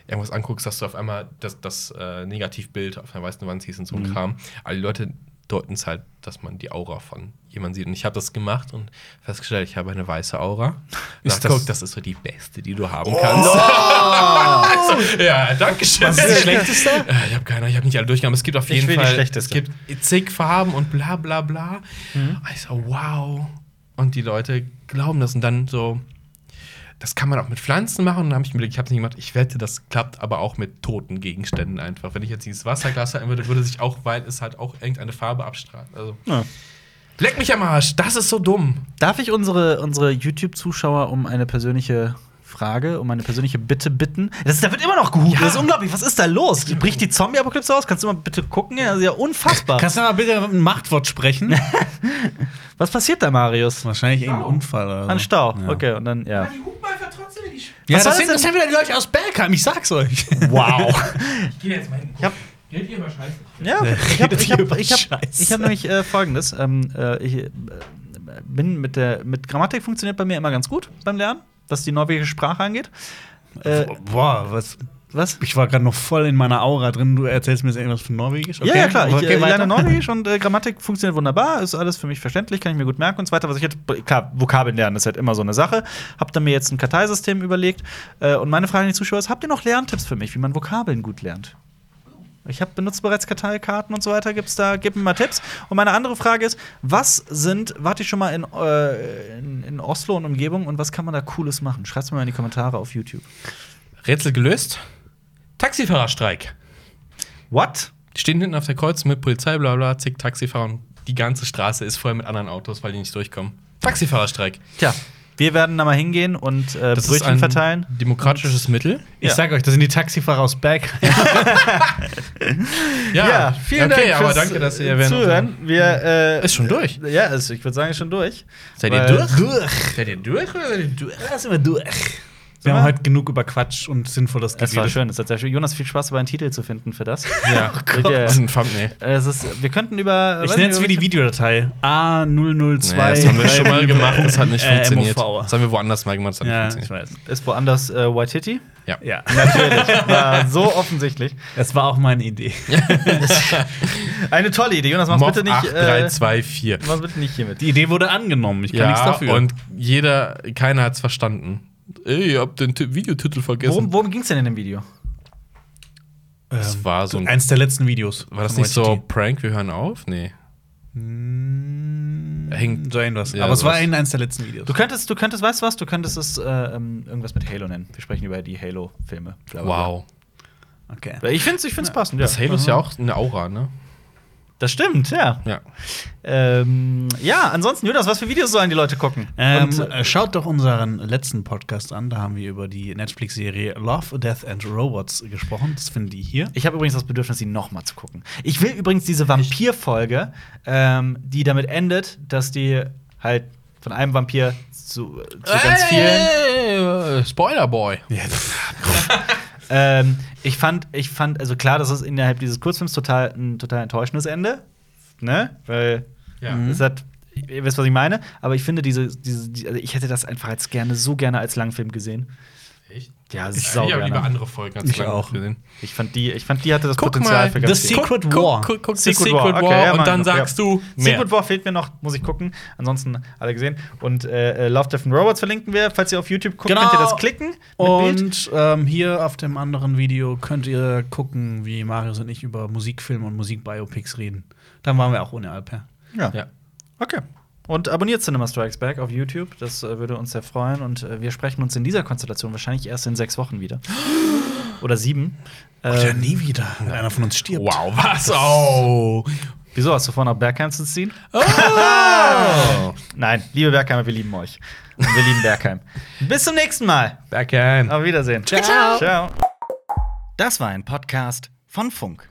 Speaker 2: irgendwas anguckst, dass du auf einmal das, das äh, Negativbild auf einer weißen Wand siehst und so
Speaker 3: Mhm.
Speaker 2: ein Kram. Alle Leute deuten es halt, dass man die Aura von jemandem sieht. Und ich habe das gemacht und festgestellt, ich habe eine weiße Aura.
Speaker 3: Ist
Speaker 2: Nachguck,
Speaker 3: das- Oh!
Speaker 2: das ist so die beste, die du haben kannst. ja, danke schön.
Speaker 3: Was ist das Schlechteste?
Speaker 2: Äh, Ich habe keine, ich habe nicht alle durchgegangen, aber es gibt auf
Speaker 1: Ich
Speaker 2: jeden
Speaker 1: will die
Speaker 2: Fall es
Speaker 1: schlechteste. Mhm.
Speaker 2: gibt zig Farben und bla bla bla. Ich so, wow. Und die Leute glauben das und dann so das kann man auch mit Pflanzen machen. Und dann habe ich mir überlegt, ich habe es nicht gemacht. Ich wette, das klappt aber auch mit toten Gegenständen einfach. Wenn ich jetzt dieses Wasserglas halten würde, würde sich auch, weil es halt auch irgendeine Farbe abstrahlt. Also,
Speaker 1: Ja.
Speaker 2: leck mich am Arsch, das ist so dumm.
Speaker 1: Darf ich unsere, unsere YouTube-Zuschauer um eine persönliche Frage, um eine persönliche Bitte bitten? Das ist, da wird immer noch gehupt. Das ist unglaublich. Was ist da los? Bricht die Zombie-Apokalypse aus? Kannst du mal bitte gucken? Das ist ja unfassbar.
Speaker 3: Kannst du mal bitte ein Machtwort sprechen?
Speaker 1: Was passiert da, Marius?
Speaker 3: Wahrscheinlich irgendein Unfall. Oder so.
Speaker 1: An Stau.
Speaker 3: Ja.
Speaker 1: Okay, und dann, ja.
Speaker 2: die hupen einfach trotzdem in die Sch
Speaker 3: Ja,
Speaker 1: Was soll das
Speaker 3: das sind,
Speaker 1: denn?
Speaker 3: das sind wieder die Leute aus Bergheim, ich sag's euch.
Speaker 1: Wow.
Speaker 2: Ich gehe jetzt mal hin.
Speaker 1: Ich hab-
Speaker 2: Geht ihr über Scheiße?
Speaker 1: Ja, okay. ich habe
Speaker 3: Äh, Redet
Speaker 1: ich
Speaker 3: ihr
Speaker 1: hab,
Speaker 3: über
Speaker 1: ich hab,
Speaker 3: Scheiße?
Speaker 1: ich hab nämlich äh, folgendes. Ähm, äh, ich äh, bin mit der mit Grammatik funktioniert bei mir immer ganz gut beim Lernen, was die norwegische Sprache angeht. Äh,
Speaker 3: Boah, was.
Speaker 1: was?
Speaker 3: Ich war gerade noch voll in meiner Aura drin. Du erzählst mir jetzt irgendwas von Norwegisch?
Speaker 1: ja, ja, klar. Ich, äh,
Speaker 3: weiter.
Speaker 1: lerne Norwegisch und äh, Grammatik funktioniert wunderbar, ist alles für mich verständlich, kann ich mir gut merken und so weiter. Was ich jetzt, klar, Vokabeln lernen ist halt immer so eine Sache. Hab dann mir jetzt ein Karteisystem überlegt. Äh, und meine Frage an die Zuschauer ist: Habt ihr noch Lerntipps für mich, wie man Vokabeln gut lernt? Ich habe benutzt bereits Karteikarten und so weiter. Gibt's da, gib mir mal Tipps. Und meine andere Frage ist, was sind, warte ich schon mal in, äh, in, in Oslo und Umgebung und was kann man da Cooles machen? Schreib's mir mal in die Kommentare auf YouTube.
Speaker 2: Rätsel gelöst. Taxifahrerstreik.
Speaker 1: What?
Speaker 2: Die stehen hinten auf der Kreuzung mit Polizei, bla bla, zig Taxifahrer und die ganze Straße ist voll mit anderen Autos, weil die nicht durchkommen. Taxifahrerstreik.
Speaker 1: Tja, wir werden da mal hingehen und äh,
Speaker 2: Das ist
Speaker 1: Brötchen
Speaker 2: ein
Speaker 1: verteilen.
Speaker 2: demokratisches Mittel.
Speaker 3: Ich
Speaker 1: Ja.
Speaker 3: sag euch, das sind die Taxifahrer aus Bergheim.
Speaker 2: Ja,
Speaker 1: Okay,
Speaker 2: aber danke, dass ihr erwähnt habt.
Speaker 1: Zuhören. Wir, äh,
Speaker 2: Ist schon durch.
Speaker 1: Ja, also ich würde sagen, ist schon durch.
Speaker 2: Seid ihr
Speaker 1: Weil-
Speaker 2: durch? Seid ihr durch oder seid ihr durch?
Speaker 3: Das sind wir durch. Wir haben heute genug über Quatsch und Sinnvolles
Speaker 1: Es war
Speaker 3: geredet.
Speaker 1: schön, es hat sehr schön. Jonas, viel Spaß dabei, einen Titel zu finden für das. Oh
Speaker 2: Ja, das ist ein Thumbnail.
Speaker 1: äh, es ist, wir könnten über.
Speaker 3: Ich
Speaker 1: weiß
Speaker 3: nenne
Speaker 1: nicht,
Speaker 3: es wie die Videodatei. A002.
Speaker 2: Nee, das haben wir schon mal gemacht, das hat nicht
Speaker 3: Äh,
Speaker 2: funktioniert.
Speaker 3: MOV.
Speaker 2: Das haben wir woanders mal gemacht, das hat
Speaker 3: Ja,
Speaker 2: nicht
Speaker 3: ich
Speaker 2: funktioniert.
Speaker 3: weiß.
Speaker 1: Ist woanders äh, White Titty?
Speaker 3: Ja,
Speaker 1: Natürlich. War so offensichtlich.
Speaker 3: das war auch meine Idee.
Speaker 1: Eine tolle Idee. Jonas, mach's
Speaker 2: Mob
Speaker 1: bitte nicht. Äh,
Speaker 2: 8324.
Speaker 1: mach's bitte nicht hiermit.
Speaker 3: Die Idee wurde angenommen. Ich kann nichts
Speaker 2: Ja,
Speaker 3: dafür.
Speaker 2: und jeder, keiner hat's verstanden. Ey, ihr habt den Ti- Videotitel vergessen.
Speaker 1: Worum, worum ging's denn in dem Video?
Speaker 2: Das war so ein
Speaker 3: Ähm, eins der letzten Videos.
Speaker 2: War das
Speaker 3: von
Speaker 2: nicht so
Speaker 3: YTT.
Speaker 2: Prank, wir hören auf? Nee. Hängt.
Speaker 3: So irgendwas.
Speaker 2: Ja,
Speaker 3: Aber es war
Speaker 2: sowas.
Speaker 3: in eins der letzten Videos.
Speaker 1: Du könntest, du könntest, weißt du was? Du könntest es äh, ähm, irgendwas mit Halo nennen. Wir sprechen über die Halo-Filme. bla, bla, bla.
Speaker 2: Wow.
Speaker 3: Okay.
Speaker 1: Ich find's, ich find's passend. Ja.
Speaker 2: Das Halo ist ja auch eine Aura, ne?
Speaker 1: Das stimmt, ja.
Speaker 2: Ja.
Speaker 1: Ähm, ja, ansonsten, Jonas, was für Videos sollen die Leute gucken?
Speaker 3: Ähm,
Speaker 1: Und,
Speaker 3: äh, schaut doch unseren letzten Podcast an. Da haben wir über die Netflix-Serie Love, Death and Robots gesprochen. Das findet ihr hier.
Speaker 1: Ich habe übrigens das Bedürfnis, sie nochmal zu gucken. Ich will übrigens diese Vampir-Folge, ähm, die damit endet, dass die halt von einem Vampir zu, zu ganz vielen.
Speaker 2: vielen. Spoiler Boy.
Speaker 1: Ähm, ich fand, ich fand, also klar, das ist innerhalb dieses Kurzfilms total ein total enttäuschendes Ende. ne? Weil
Speaker 2: Ja.
Speaker 1: das hat, ihr wisst, was ich meine. Aber ich finde, diese, diese die, also ich hätte das einfach als gerne, so gerne als Langfilm gesehen.
Speaker 2: Echt?
Speaker 1: Ja,
Speaker 2: Ich
Speaker 1: sau
Speaker 2: habe lieber
Speaker 1: gerne.
Speaker 2: andere Folgen als
Speaker 3: Ich
Speaker 2: lange
Speaker 3: auch.
Speaker 2: gesehen.
Speaker 1: Ich fand die, ich fand die hatte das Potenzial für ganz
Speaker 3: das
Speaker 1: viel.
Speaker 3: Secret
Speaker 2: guck,
Speaker 3: War.
Speaker 2: Guck, guck,
Speaker 1: Secret
Speaker 2: Secret, Secret
Speaker 1: War.
Speaker 2: War,
Speaker 1: Okay, ja,
Speaker 2: und dann
Speaker 1: Meinung,
Speaker 2: sagst
Speaker 1: ja.
Speaker 2: du mehr.
Speaker 1: Secret War fehlt mir noch, muss ich gucken. Ansonsten alle gesehen. Und äh, äh, Love, Death and Robots verlinken wir. Falls ihr auf YouTube guckt,
Speaker 3: Genau.
Speaker 1: könnt ihr das klicken. Mit Bild.
Speaker 3: Und ähm, hier auf dem anderen Video könnt ihr gucken, wie Marius und ich über Musikfilme und Musikbiopics reden. Dann waren wir auch ohne Alper.
Speaker 1: Ja.
Speaker 2: Ja.
Speaker 1: okay. Und abonniert Cinema Strikes Back auf YouTube. Das äh, würde uns sehr freuen. Und äh, wir sprechen uns in dieser Konstellation wahrscheinlich erst in sechs Wochen wieder. Oder sieben.
Speaker 2: Oh,
Speaker 3: Oder
Speaker 1: Ähm,
Speaker 3: nie wieder, wenn einer von uns stirbt.
Speaker 2: Wow, was? Oh.
Speaker 1: wieso? Hast du vor, nach Bergheim zu ziehen? Nein, liebe Bergheimer, wir lieben euch. Und wir lieben Bergheim. Bis zum nächsten Mal.
Speaker 2: Back in.
Speaker 1: Auf Wiedersehen.
Speaker 3: Ciao.
Speaker 1: Ciao. Das war ein Podcast von Funk.